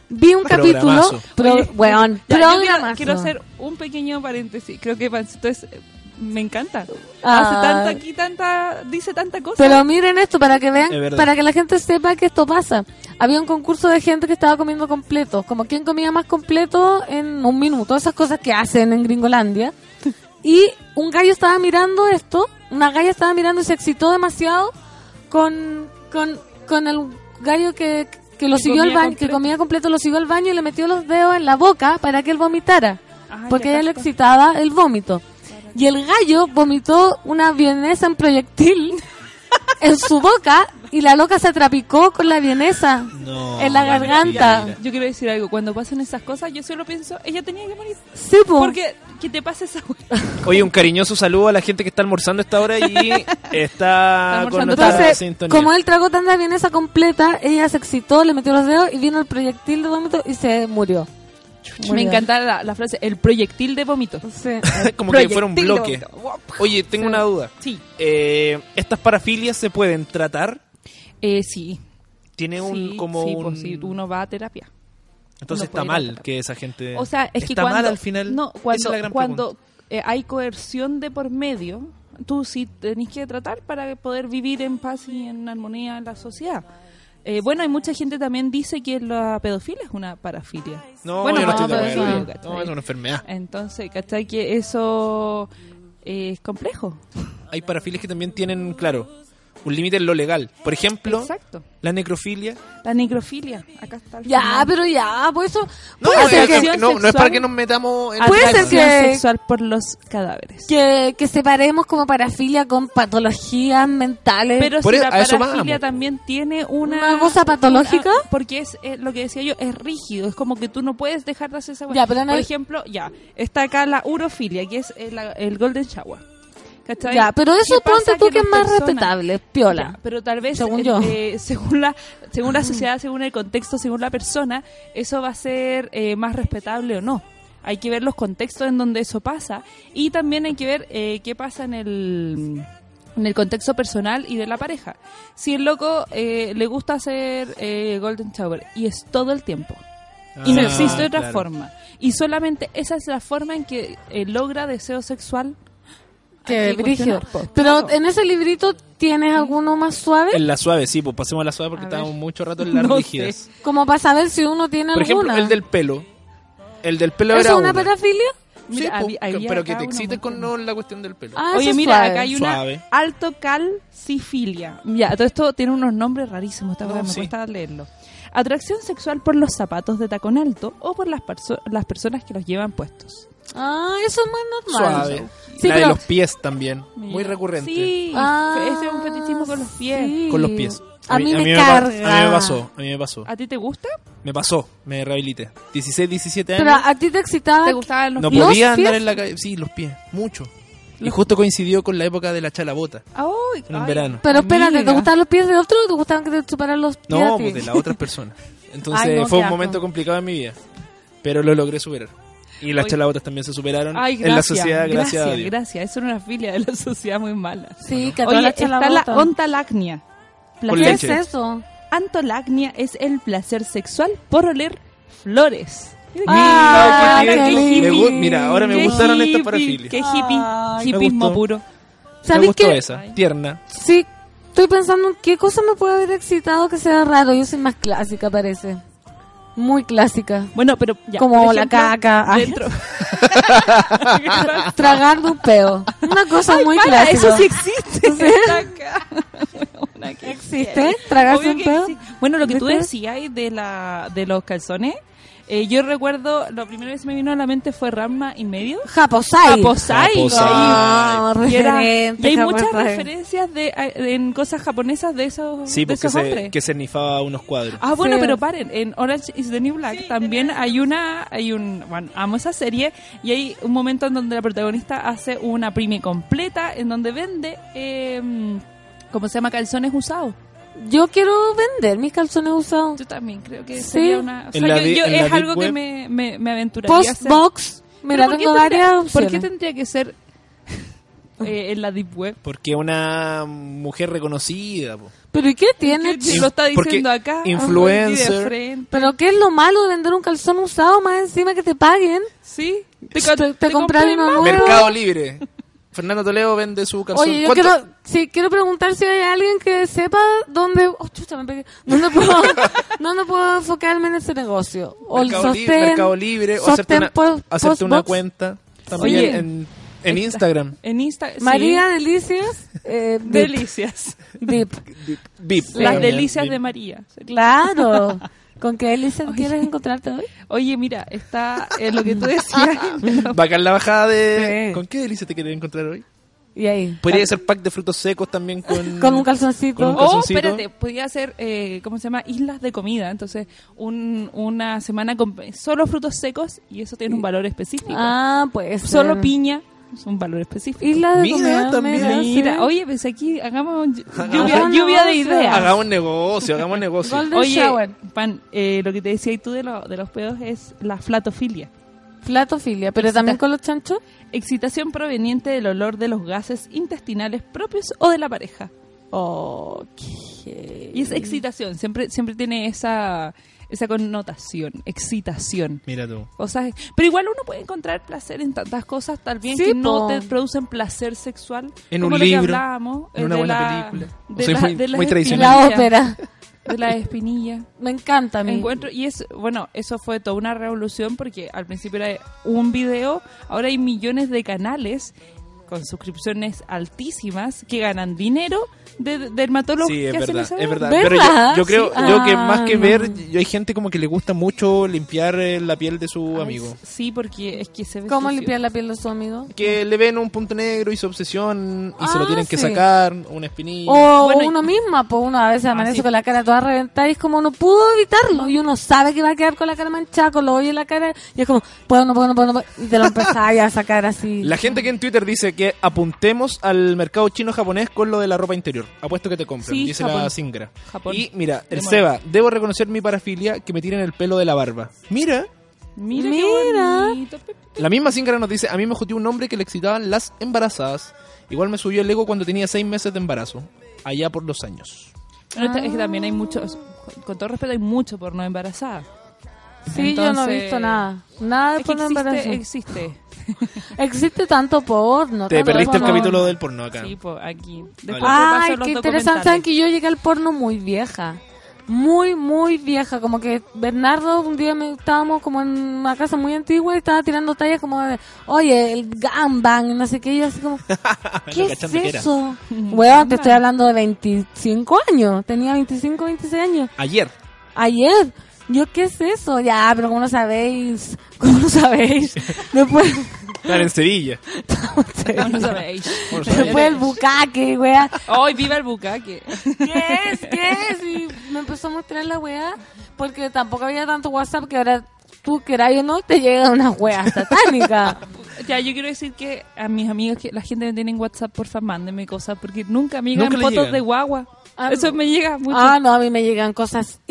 C: Vi un capítulo.
G: Programazo.
C: Pero,
I: Oye,
C: weón,
I: Ya, yo quiero,
C: programazo.
I: quiero hacer un pequeño paréntesis. Creo que Pancito es... Me encanta.
C: Ah.
I: Hace tanta aquí, tanta... Dice tanta cosa.
C: Pero miren esto para que vean,
G: Es verdad.
C: para que la gente sepa que esto pasa. Había un concurso de gente que estaba comiendo completos, como quién comía más completo en un minuto, esas cosas que hacen en Gringolandia. Y un gallo estaba mirando esto, una galla estaba mirando y se excitó demasiado con, con, con el gallo que, que lo
I: Que
C: siguió al
I: comía
C: baño, que
I: completo.
C: comía completo, lo siguió al baño y le metió los dedos en la boca para que él vomitara
I: Ay,
C: porque
I: acá
C: ella le
I: está.
C: excitaba el vómito. Y el gallo vomitó una vienesa en proyectil en su boca y la loca se atrapicó con la vienesa
G: No.
C: en la garganta.
I: Yo quiero decir algo. Cuando pasan esas cosas, yo solo pienso, ella tenía que morir.
C: Sí, po.
I: Porque que te pase esa wea.
B: Oye, un cariñoso saludo a la gente que está almorzando a esta hora y está con
I: almorzando.
B: nuestra
C: Entonces,
B: sintonía.
C: como él tragó tanta vienesa completa, ella se excitó, le metió los dedos y vino el proyectil de vómito y se murió.
I: Me
C: Murió.
I: encanta la, la frase, el proyectil de vómito.
C: Sí.
B: como que fuera un bloque.
I: Proyectil de
B: Oye, tengo una duda.
I: Sí.
B: Eh, ¿Estas parafilias se pueden tratar?
I: Eh, sí.
B: Tiene un
I: sí,
B: como
I: sí,
B: un-
I: pues, sí, uno va a terapia.
G: Entonces
I: uno
G: está
I: puede
G: mal
I: tratar.
G: que esa gente...
I: O sea, es que
G: está
I: cuando,
G: mal al final.
I: No,
G: Esa es
I: cuando,
G: la gran
I: cuando
G: pregunta.
I: eh, hay coerción de por medio, tú sí tenés que tratar para poder vivir en paz y en armonía en la sociedad. Eh, bueno, hay mucha gente también dice que la pedofilia es una parafilia.
G: No,
I: bueno,
G: yo no estoy
I: cuando
G: de
C: pero
G: acuerdo.
C: eso-
I: ¿cachai?
G: No, es una enfermedad.
I: Entonces, ¿cachai? Que eso eh, es complejo.
B: Hay parafilias que también tienen, claro, un límite en lo legal. Por ejemplo,
I: Exacto.
B: la necrofilia.
I: La necrofilia. Acá está el
C: Ya,
I: final.
C: pero ya, pues eso...
G: No,
C: puede
G: no,
C: ser
G: es-
C: que-
I: acción
G: no, no es
I: sexual.
G: para que nos metamos en...
C: Puede ser
I: Atracción
C: que-
I: sexual por los cadáveres.
C: que, que separemos como parafilia con patologías mentales.
I: Pero
G: Por
I: si
G: eso-
I: la
G: a eso
I: parafilia
G: vamos.
I: también tiene una...
C: ¿Una cosa patológica?
I: una- porque es eh, lo que decía yo, es rígido. Es como que tú no puedes dejar de hacer esa...
C: Ya, pero no
I: Por
C: hay-
I: ejemplo, ya, está acá la urofilia, que es el, el golden shower. ¿Cachai?
C: Ya, pero eso
I: ¿Qué pasa
C: ponte tú que es
I: las
C: más
I: personas-
C: respetable, piola.
I: Ya, pero tal vez,
C: Según
I: eh,
C: yo.
I: eh, según, la, según la sociedad, según el contexto, según la persona, eso va a ser eh, más respetable o no. Hay que ver los contextos en donde eso pasa y también hay que ver eh, qué pasa en el, en el contexto personal y de la pareja. Si el loco eh, le gusta hacer eh, Golden Shower y es todo el tiempo y no
G: Ah,
I: existe otra
G: claro.
I: forma y solamente esa es la forma en que eh, logra deseo sexual.
C: Que
I: Hay que
C: brígido.
I: cuestionar, po.
C: Pero
I: Claro.
C: en ese librito tienes alguno más suave,
B: En la suave, sí, pues pasemos a la suave porque
I: A ver.
B: estábamos mucho rato en las
I: No
B: rígidas.
I: sé.
C: como para saber si uno tiene
B: Por ejemplo,
C: alguna.
B: el del pelo. El del pelo
C: ¿Eso
B: era
C: es una
B: una.
C: parafilia?
I: Mira,
G: sí,
I: había-
G: po,
I: había
G: pero que
I: acá
G: te
I: una
G: excites con
I: cuestión.
G: no, la cuestión del pelo.
C: Ah, eso
I: Oye,
C: es
I: mira,
C: suave.
I: acá hay una
G: Suave.
I: alto calcifilia. Ya, todo esto tiene unos nombres rarísimos, esta
G: No,
I: weá, me
G: sí.
I: cuesta leerlo. Atracción sexual por los zapatos de tacón alto o por las, perso- las personas que los llevan puestos.
C: Ah, eso es más normal.
G: Suave.
C: Sí,
G: la
C: pero-
G: de los pies también. Muy
I: Mira.
G: recurrente.
I: Sí,
C: Ah,
I: ese es un fetichismo con los pies.
C: sí.
G: Con los pies.
C: A mí, me
B: pa-
C: carga.
B: a mí me pasó, a mí me pasó.
I: ¿A ti te gusta?
B: Me pasó, me rehabilité. 16, 17 años.
C: Pero a ti te excitaba.
I: ¿Te gustaban los
G: No
I: pies?
C: ¿Los
G: podía
C: pies?
G: andar en la calle. Sí, los pies, mucho. Y justo coincidió con la época de la chalabota,
I: Ay,
G: en
I: ay,
G: verano.
C: Pero espérate, ¿te
I: amiga.
C: gustaban los pies de otro o te gustaban que te chuparan los pies? a
G: No,
C: ti?
G: pues de la otra persona. Entonces
C: Ay, no,
B: Fue
C: qué
B: un
C: asco.
B: momento complicado en mi vida, pero lo logré superar. Y las
I: Oye.
B: chalabotas también se superaron
I: Ay,
B: en la
I: gracias,
B: sociedad, gracias,
I: gracias,
B: a Dios.
I: gracias. Eso era una filia de la sociedad muy mala.
C: Sí, que a todas
I: Oye,
C: las
I: está la
C: chalabotas.
I: ontalacnia.
B: Con
C: ¿Qué es
B: leche.
C: eso?
I: Antolacnia es el placer sexual por oler flores. Ah,
C: Ah,
B: Mira, qué
C: qué
B: hippie. Me
C: lindo.
B: gu- Mira, ahora me
I: Qué
B: gustaron
I: hippie,
B: estas parafilias.
I: Qué hippie,
C: Ay,
I: hippismo
B: me gustó.
I: puro.
B: Me
C: ¿Sabes
B: gustó
C: qué?
B: esa, tierna.
C: Sí, estoy pensando en qué cosa me puede haber excitado que sea raro. Yo soy más clásica, parece. Muy clásica.
I: Bueno, pero ya,
C: Como
I: por
C: la
I: ejemplo,
C: caca. ah, Ay,
I: dentro-
C: Tragar de un peo. Una cosa muy
I: Para,
C: clásica.
I: Eso sí existe.
C: Sí.
I: Está acá. Huevona, ¿qué
C: ¿Existe?
I: quieres?
C: ¿Tragarse
I: Obvio
C: un
I: que
C: pedo?
I: sí. Bueno, lo que tú
C: ¿Viste?
I: decías de, la, de los calzones, eh, yo recuerdo, lo primero que se me vino a la mente fue Rama y medio.
C: Japosai.
I: Japosai.
B: Japosai.
C: Ah,
I: Y, era-
C: referente,
I: y hay muchas
C: Japosai.
I: referencias de, en cosas japonesas de esos,
B: Sí,
I: de
B: porque
I: esos
B: se,
I: hombres.
B: que se nifaba unos cuadros.
I: Ah, bueno,
C: Sí.
I: pero paren, en Orange is the New Black también hay una, hay un, bueno, amo esa serie y hay un momento en donde la protagonista hace una prime completa en donde vende, eh, ¿cómo se llama? Calzones usados.
C: Yo quiero vender mis calzones usados.
I: Yo también creo que
C: Sí.
I: sería una, o sea,
B: En la
I: yo-
B: di-
I: yo-
B: en la
I: es
B: deep
I: algo que
B: web.
I: me, me, me aventuraría a hacer.
C: Postbox.
I: Pero
C: Mira,
I: ¿por qué
C: tengo
I: tendría-
C: varias
I: ¿Por qué
C: opciones.
I: tendría que ser eh, en la Deep Web?
B: Porque una mujer reconocida. po.
C: ¿Pero y qué tiene?
I: Si lo está
B: Porque
I: diciendo acá.
C: Ah,
B: influencer.
I: de frente.
C: ¿Pero qué es lo malo de vender un calzón usado más encima que te paguen?
I: Sí.
C: Te, te compran uno nuevo.
G: Mercado Libre. Fernando Toledo vende su calzón.
C: Oye, yo
G: ¿Cuánto?
C: quiero, sí, quiero preguntar si hay alguien que sepa dónde, oh, chucha, me pegué. dónde puedo, dónde puedo enfocarme en ese negocio. O el
B: Mercado, Li-
C: sostén,
B: Mercado Libre. O
C: sostén
B: hacerte una,
C: post-
B: hacerte una
C: postbox.
B: cuenta también
I: Oye,
B: en, en
I: esta-
B: Instagram.
I: En Instagram.
C: María Delicias, eh, Dip.
I: Delicias.
C: Dip.
B: Vip.
I: Las
B: También,
I: delicias
B: Vip.
I: de María.
C: Claro. ¿Con qué delicias quieres encontrarte hoy?
I: Oye, mira, está eh, lo que tú decías. me lo-
B: Bacán la bajada de...
C: Sí.
B: ¿Con qué delicia te querés encontrar hoy?
C: Y ahí.
B: Podría ser pack de frutos secos también con...
C: Con un calzoncito.
B: Con un
I: Oh,
B: calzoncito.
I: espérate, podía ser, eh, ¿cómo se llama? Islas de comida. Entonces, un- una semana con solo frutos secos y eso tiene un valor específico.
C: Ah, pues.
I: solo piña es un valor específico.
C: Isla de
B: Mira,
C: comida,
B: también.
C: mira, sí.
I: Mira, oye, pues aquí hagamos ll- lluvia,
C: Hagamos
I: lluvia de
C: negocio.
I: ideas.
B: Hagamos negocio, hagamos negocio.
C: Golden
I: Oh, Oye,
C: shower.
I: Pan, eh, lo que te decía y tú de, lo- de los pedos es la flatofilia.
C: Flatofilia, pero también con los chanchos.
I: Excitación proveniente del olor de los gases intestinales propios o de la pareja. Y
C: Eh.
I: es excitación, siempre, siempre tiene esa, esa connotación, excitación.
B: Mira tú.
I: Cosas, pero igual uno puede encontrar placer en tantas cosas, tal vez
C: Sí,
I: que no
C: po.
I: te producen placer sexual.
B: En
I: como lo
B: un
I: que
B: libro,
I: hablábamos,
B: en
I: eh,
B: una
I: de
B: buena
I: la-
B: película.
I: De
B: Soy
I: la-
B: muy-
I: de las
B: muy tradicional.
C: La
I: espinillas,
C: ópera.
I: De las espinillas.
C: Me encanta a mí.
I: Encuentro, y es, bueno, eso fue toda una revolución porque al principio era un video, ahora hay millones de canales con suscripciones altísimas que ganan dinero de, de dermatólogos
B: Sí,
I: que
B: es
I: hacen
B: verdad,
I: esa
B: es
I: weá.
B: verdad.
C: ¿Verdad?
B: Pero yo, yo creo
C: Sí.
B: yo que
C: Ah,
B: más que
C: no.
B: ver, yo hay gente como que le gusta mucho limpiar eh, la piel de su
I: Ay,
B: amigo.
I: Sí, porque es que se ve
C: ¿Cómo
I: sucio.
C: limpiar la piel de su amigo?
B: Que le ven un punto negro y se obsesionan y se lo
C: Ah,
B: tienen que
C: sí.
B: sacar, una espinilla.
C: O
I: Oh, Bueno, y-
C: uno misma, pues uno a veces amanece
I: sí.
C: con la cara toda reventada y es como no pudo evitarlo y uno sabe que va a quedar con la cara manchada, con los hoyos en la cara y es como, puedo, no puedo, no puedo, no puedo, y te lo empezás a sacar así.
B: La gente que en Twitter dice que apuntemos al mercado chino-japonés con lo de la ropa interior. Apuesto que te compran,
I: Sí,
B: dice la
I: Japón.
B: Singra.
I: Japón.
B: Y mira, el
I: Demonios.
B: Seba, debo reconocer mi parafilia que me tiren el pelo de la barba. Mira,
I: Mira,
C: Mira.
I: Qué bonito.
B: la misma Singra nos dice, a mí me jodió un hombre que le excitaban las embarazadas. Igual me subió el ego cuando tenía seis meses de embarazo, allá por los años.
I: Bueno, esta- es que también hay muchos, con todo respeto, hay mucho por no embarazada.
C: sí, yo no he
I: Entonces-
C: visto nada. Nada de
I: Es que
C: porno embarazo.
I: existe, existe.
C: Existe tanto porno.
B: Te
C: tanto
B: perdiste el
C: porno.
B: capítulo del porno acá. Ah.
I: Sí, po, pues, aquí. Después te paso
C: Ay,
I: los
C: qué interesante.
I: documentales.
C: Saben que yo llegué al porno muy vieja. Muy, muy vieja. Como que Bernardo, un día me, estábamos como en una casa muy antigua y estaba tirando tallas como de, oye, el gangbang, no sé qué. Y yo así como, ¿qué es
B: cachante que era.
C: eso?
I: Mm,
C: Weón, te
I: gangbang.
C: estoy hablando de 25 años. Tenía 25, 26 años.
B: Ayer.
C: Ayer. Yo, ¿qué es eso? Ya, pero ¿cómo lo sabéis? ¿Cómo lo sabéis? Después...
B: Claro, en Sevilla.
I: No sabéis.
C: Después el bucaque, weá.
I: Hoy viva el bucaque.
C: ¿Qué es? ¿Qué es? Y me empezó a mostrar la weá, porque tampoco había tanto WhatsApp que ahora tú queráis o no, te llega una weá satánica.
I: Ya, yo quiero decir que a mis amigas, que la gente me tiene en WhatsApp, porfa, mándenme cosas, porque nunca me llegan
B: Nunca le
I: fotos
B: llegan.
I: de guagua.
C: Ah,
I: Eso me llega mucho.
C: ah, no, a mí me llegan cosas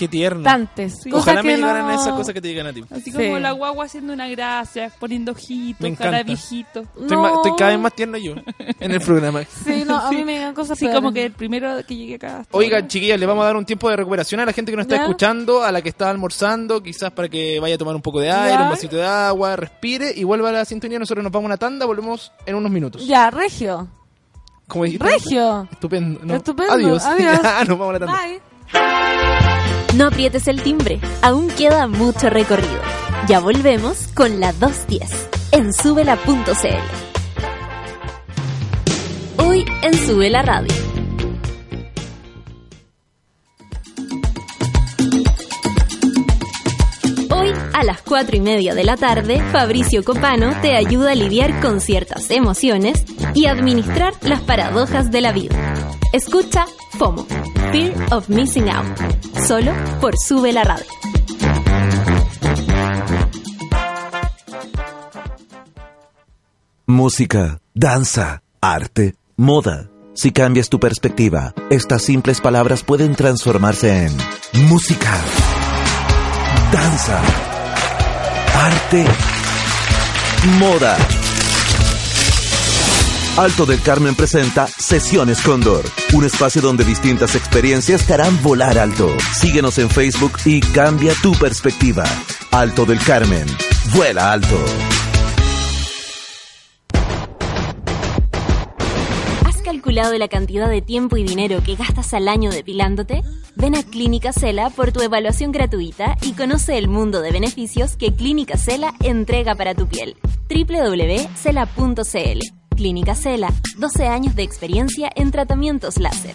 B: Qué tierno.
C: impactantes. cosas
B: Ojalá
C: que
B: me llegaran
C: no-
B: esas cosas que te llegan a ti.
I: Así
C: sí.
I: como la guagua haciendo una gracia, poniendo ojitos,
B: Me
I: cara de
B: encanta.
I: viejito.
B: Estoy,
C: No.
B: ma- estoy cada vez más tierno yo en el programa.
C: Sí, no, a mí me llegan cosas
I: Así
C: peores.
I: como que el primero que llegue acá. hasta
B: Oigan,
I: ahora.
B: chiquillas, le vamos a dar un tiempo de recuperación a la gente que nos está
C: Ya.
B: escuchando, a la que está almorzando, quizás para que vaya a tomar un poco de aire,
C: Ya.
B: un vasito de agua, respire y vuelva a la sintonía. Nosotros nos vamos a una tanda, volvemos en unos minutos.
C: Ya, Regio.
B: como dijiste.
C: Regio.
B: Estupendo. no.
C: Estupendo.
B: Adiós.
C: Adiós.
B: Ah, Nos vamos a la tanda.
C: Bye.
A: No aprietes el timbre, aún queda mucho recorrido. Ya volvemos con la 210 en subela.cl. Hoy en Subela Radio. Hoy a las 4 y media de la tarde, Fabricio Copano te ayuda a lidiar con ciertas emociones y administrar las paradojas de la vida. Escucha FOMO, Fear of Missing Out, solo por Sube la Radio.
J: Música, danza, arte, moda. Si cambias tu perspectiva, estas simples palabras pueden transformarse en música, danza, arte, moda. Alto del Carmen presenta Sesiones Cóndor, un espacio donde distintas experiencias te harán volar alto. Síguenos en Facebook y cambia tu perspectiva. Alto del Carmen, vuela alto.
A: ¿Has calculado la cantidad de tiempo y dinero que gastas al año depilándote? Ven a Clínica Cela por tu evaluación gratuita y conoce el mundo de beneficios que Clínica Cela entrega para tu piel. www.cela.cl Clínica Cela, 12 años de experiencia en tratamientos láser.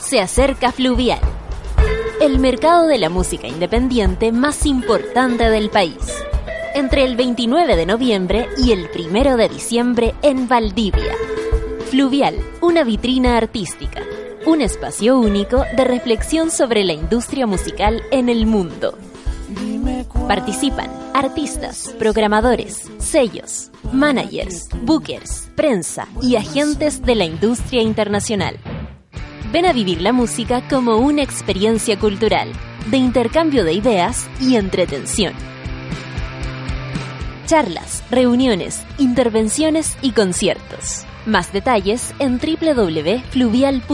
A: Se acerca Fluvial, el mercado de la música independiente más importante del país. Entre el 29 de noviembre y el 1 de diciembre en Valdivia. Fluvial, una vitrina artística, un espacio único de reflexión sobre la industria musical en el mundo. Participan artistas, programadores, sellos, managers, bookers, prensa y agentes de la industria internacional. Ven a vivir la música como una experiencia cultural, de intercambio de ideas y entretención. Charlas, reuniones, intervenciones y conciertos. Más detalles en www.fluvial.cl.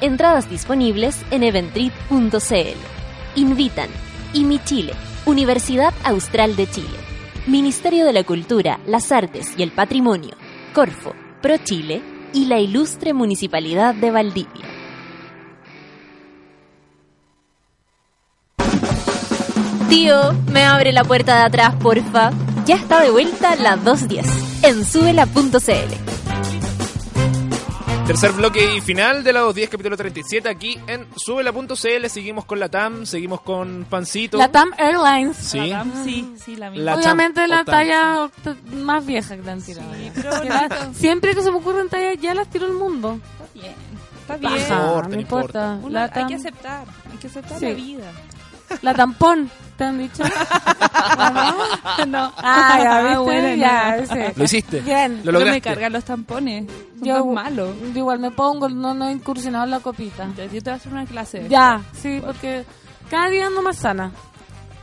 A: Entradas disponibles en eventrit.cl. Invitan IMI Chile, Universidad Austral de Chile, Ministerio de la Cultura, las Artes y el Patrimonio, Corfo, ProChile y la Ilustre Municipalidad de Valdivia. Tío, me abre la puerta de atrás, porfa. Ya está de vuelta la 210 en subela.cl.
B: Tercer bloque y final de la 210, capítulo 37, aquí en Subela.cl. Seguimos con la TAM, seguimos con Pancito.
C: La TAM Airlines.
B: Sí. La TAM,
I: sí, sí, la
B: La
C: Obviamente
B: Cham-
C: la
B: o Tam.
C: talla oct- más vieja que la han tirado. Que la- Siempre que se me ocurren tallas, ya las tiro al mundo.
I: Bien, está
C: Pasa,
I: bien.
B: importa,
C: no
B: no
C: importa.
I: Uno-
C: La,
I: hay
C: tam-
I: que aceptar, hay que aceptar
C: Sí.
I: la vida.
C: la tampón, ¿te han dicho? ¿No?
I: No.
C: Ah, ya, ¿viste?
I: Bueno,
C: ya,
I: no.
C: ese.
B: Lo hiciste.
C: Bien.
B: Lo
I: No me
B: lograste.
I: cargan los tampones. Son
C: Yo-
I: tan malos.
C: Yo igual me pongo, no, no he incursionado en la copita.
I: Ya, Yo te voy a hacer una clase.
C: Ya, sí, porque cada día ando más sana.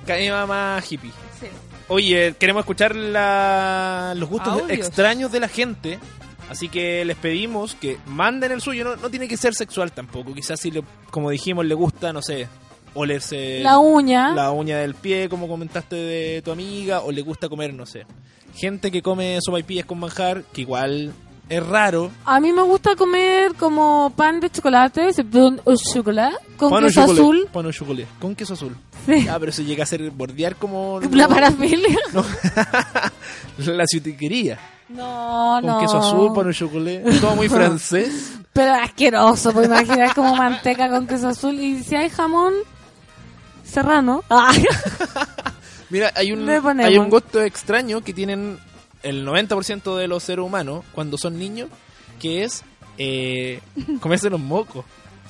B: Cadena más hippie.
I: Sí.
B: Oye, queremos escuchar la- los gustos
I: Audios.
B: extraños de la gente. Así que les pedimos que manden el suyo. No, no tiene que ser sexual tampoco. Quizás si, le- como dijimos, le gusta, no sé, olerse
C: La uña.
B: la uña del pie, como comentaste de tu amiga, o le gusta comer, no sé. Gente que come sopaipillas con manjar, que igual es raro.
C: A mí me gusta comer como pan de chocolate, ese pan au chocolat, con
B: Pan au
C: queso
B: chocolate,
C: azul.
B: pan au chocolate, con queso azul.
C: Sí.
B: Ah, pero eso llega a ser bordear como...
C: La parafilia.
B: No. la ciutiquería.
C: No,
B: Con
C: no.
B: queso azul, pan au chocolate. Todo muy francés.
C: Pero es asqueroso, pues imagina es como manteca con queso azul. Y si hay jamón serrano.
B: Mira, hay un,
C: Le ponemos.
B: hay un gusto extraño que tienen el 90% de los seres humanos cuando son niños, que es eh, comerse los mocos.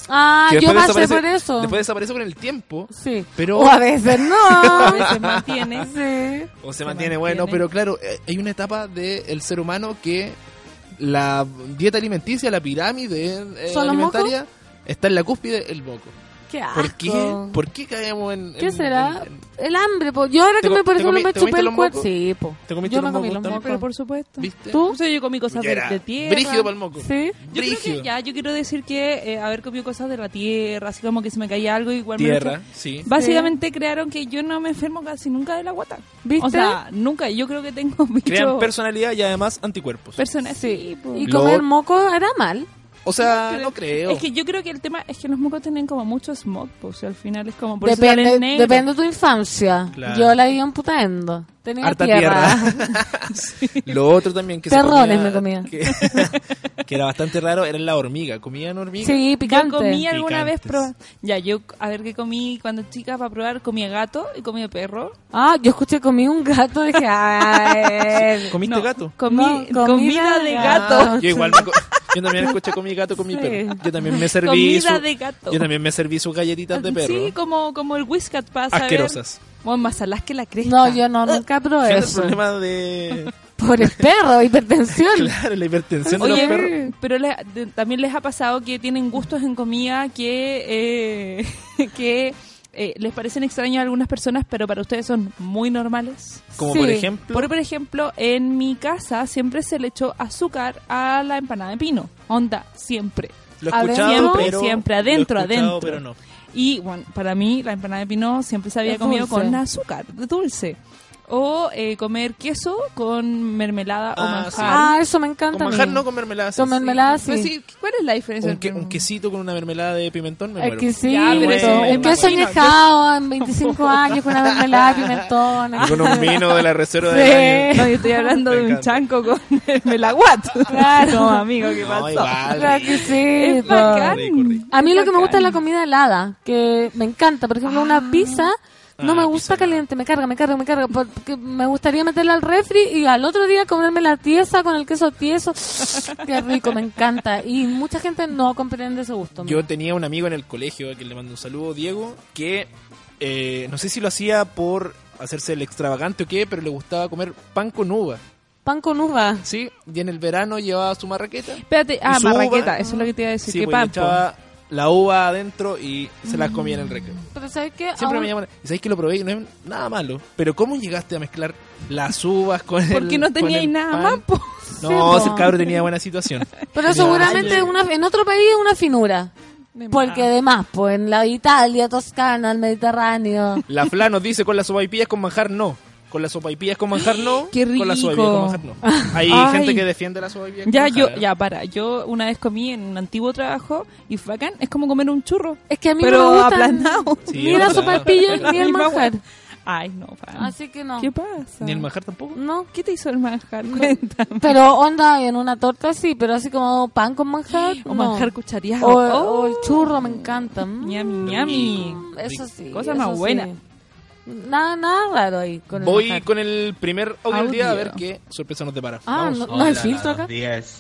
C: Ah,
B: que
C: yo
B: después
C: pasé
B: desaparece-
C: por eso.
B: Después desaparece con el tiempo.
C: Sí.
B: Pero-
C: O a veces no.
G: A
I: veces mantiene.
C: Sí.
B: O se,
G: Se
B: mantiene,
G: mantiene.
B: bueno, pero
G: pero claro, eh, hay una etapa del ser humano que la dieta alimenticia, la pirámide eh,
C: ¿Son los
G: alimentaria, está en la cúspide el moco.
C: Qué asco.
G: ¿Por qué? ¿Por qué caemos en,
C: ¿Qué
G: en-
C: será? El hambre, po. Yo ahora
G: ¿Te
C: que
G: co-
C: me, por
G: te
C: ejemplo,
G: comi-
C: me chupé
G: te comiste
C: el
G: los
C: cuerpo.
G: mocos?
C: Sí, po.
G: ¿Te comiste
C: Yo
G: los
C: me comí
G: mocos
C: los
G: también?
C: mocos.
I: Pero por supuesto.
G: ¿Viste?
I: ¿Tú? yo comí cosas de,
G: Era
I: de tierra.
G: brígido pa'l moco.
C: Sí.
I: Yo creo que
G: Brígido.
I: ya, yo quiero decir que eh, haber comido cosas de la tierra, así como que se me caía algo igual me lo
G: Tierra,
I: eché.
G: sí.
I: Básicamente crearon que yo no me enfermo casi nunca de la guata.
C: ¿Viste?
I: O sea, nunca. Yo creo que tengo
B: crean
I: bicho
B: personalidad y además anticuerpos.
I: personas sí. po.
C: Y
B: Lo-
C: comer moco era mal.
B: o sea, no creo.
I: Es que yo creo que el tema es que los mocos tienen como mucho smog, pues al final es como por eso
C: Depende,
I: salen negros.
C: depende de tu infancia.
B: Claro.
C: Yo la iba amputando. Tenía
B: Harta
C: tierra.
B: Lo otro también que se
C: Terrones
B: comía-
C: me comía.
B: Que, que era bastante raro, era la hormiga. ¿Comían hormiga?
C: Sí, picante.
I: Yo comí alguna vez,
B: Picantes.
I: proba- ya, yo a ver qué comí cuando chica para probar, comía gato y comía perro.
C: Ah, yo escuché, comí un gato. Dije, ay.
B: ¿Comiste
I: No,
B: gato?
I: Comí comida,
C: No, comida
I: de
C: de
I: gato.
C: gato.
B: Yo igual me co- yo también escuché con mi gato, con mi
C: Sí.
B: perro. Yo también me serví
I: Comida
B: su-
I: de gato.
B: Yo también me serví sus galletitas de perro.
I: Sí, como, como el Whiskat pasa.
B: Asquerosas.
I: Bueno, más alas que la cresta.
C: No, yo no, nunca probé
B: Fíjate el
C: eso.
B: problema de
C: Por el perro, hipertensión.
B: claro, la hipertensión de
I: Oye,
B: los perros.
I: pero le- de- también les ha pasado que tienen gustos en comida que, eh, que eh, les parecen extraños a algunas personas, pero para ustedes son muy normales.
B: Como
C: Sí.
B: por ejemplo,
I: Por, por ejemplo, en mi casa siempre se le echó azúcar a la empanada de pino. Onda, siempre.
B: lo he escuchado,
I: Adentro,
B: pero
I: siempre,
B: lo he
I: adentro,
B: escuchado,
I: adentro.
B: pero no.
I: Y bueno, para mí la empanada de pino siempre se había
C: Es
I: comido
C: dulce.
I: con azúcar, dulce. O eh, comer queso con mermelada o
B: Ah,
I: manjar.
B: sí.
C: Ah, eso me encanta.
B: Con
C: a mí.
B: manjar no con mermelada. sí.
C: Con mermelada, sí.
I: Pues sí, ¿cuál es la diferencia?
B: Un, que- un quesito con una mermelada de pimentón me muero.
C: Exquisito.
I: Ya, pero eso me
C: un queso
I: imagino.
C: añejado en 25 años con una mermelada de pimentón.
B: Y con un vino de la reserva
C: Sí.
B: de
I: No, yo estoy hablando
B: Me
I: de un
B: encanta.
I: chanco con melaguat.
C: Claro.
I: No, amigo, ¿qué
B: No,
I: pasó?
B: igual.
C: Claro que sí,
I: Es
C: po.
I: bacán.
B: Rico, rico.
C: A mí
I: Es
C: lo que me gusta es la
I: bacán.
C: comida helada, que me encanta. Por ejemplo, una pizza no
B: Ah,
C: me
B: pizza
C: gusta
B: helada.
C: caliente, me carga, me carga, me carga. Porque me gustaría meterla al refri y al otro día comerme la tiesa con el queso tieso. Qué rico, me encanta. Y mucha gente no comprende ese gusto.
B: Yo tenía un amigo en el colegio, a quien le mando un saludo, Diego, que eh, no sé si lo hacía por hacerse el extravagante o qué, pero le gustaba comer pan con uva,
C: Pan con uva.
B: ¿sí? Y en el verano llevaba su marraqueta.
I: Espérate, ah,
B: su uva.
I: marraqueta, eso es lo que te iba a decir.
B: Sí,
I: ¿Qué
B: pues, le
I: pan? po. Mm.
B: echaba la uva adentro y se las comía en el recreo.
C: Pero ¿sabes qué?
B: Siempre
C: Aún-
B: me llaman, y sabéis que lo probé y no es nada malo, pero ¿cómo llegaste a mezclar las uvas con el
I: Porque no
B: con
I: teníais
B: el
I: nada
B: pan?
I: más, po.
B: No,
C: Sí,
B: ese
C: po.
B: cabro tenía buena situación.
C: Pero
B: Tenía-
C: seguramente una, en otro país es una finura. Porque además, pues en la Italia, Toscana, el Mediterráneo.
B: La Fla nos dice con las sopaipillas con manjar no. Con las sopaipillas con manjar no.
I: Qué
B: Con las sopaipillas con manjar
I: rico.
B: no. Hay
I: Ay.
B: gente que defiende las sopaipillas con
I: Ya,
B: manjar,
I: yo,
B: ¿eh?
I: ya, para. Yo una vez comí en un antiguo trabajo y fue bacán. Es como comer un churro.
C: Es que a mí
I: Pero
C: no me gustan
I: aplanado.
B: Sí,
C: ni la
B: aplanado.
C: sopapilla ni el
I: Y pa-
C: manjar.
I: Ay, no, pan.
C: Así que no.
I: ¿Qué pasa?
B: Ni el manjar tampoco.
C: No.
I: ¿Qué te hizo el manjar? Cuéntame.
C: Pero onda en una torta sí, pero así como pan con manjar.
I: O
C: no.
I: manjar cuchareado.
C: O,
I: Oh,
C: o el churro, me encanta. Mm,
I: ñami, ñami.
C: Eso sí.
I: Cosa
C: eso
I: más buena.
C: sí. Nada, nada raro ahí con el
B: Voy
C: manjar.
B: con el primer audio del día a ver
I: Audio.
B: qué sorpresa nos depara.
C: Ah,
B: Vamos.
C: no, no hay filtro acá.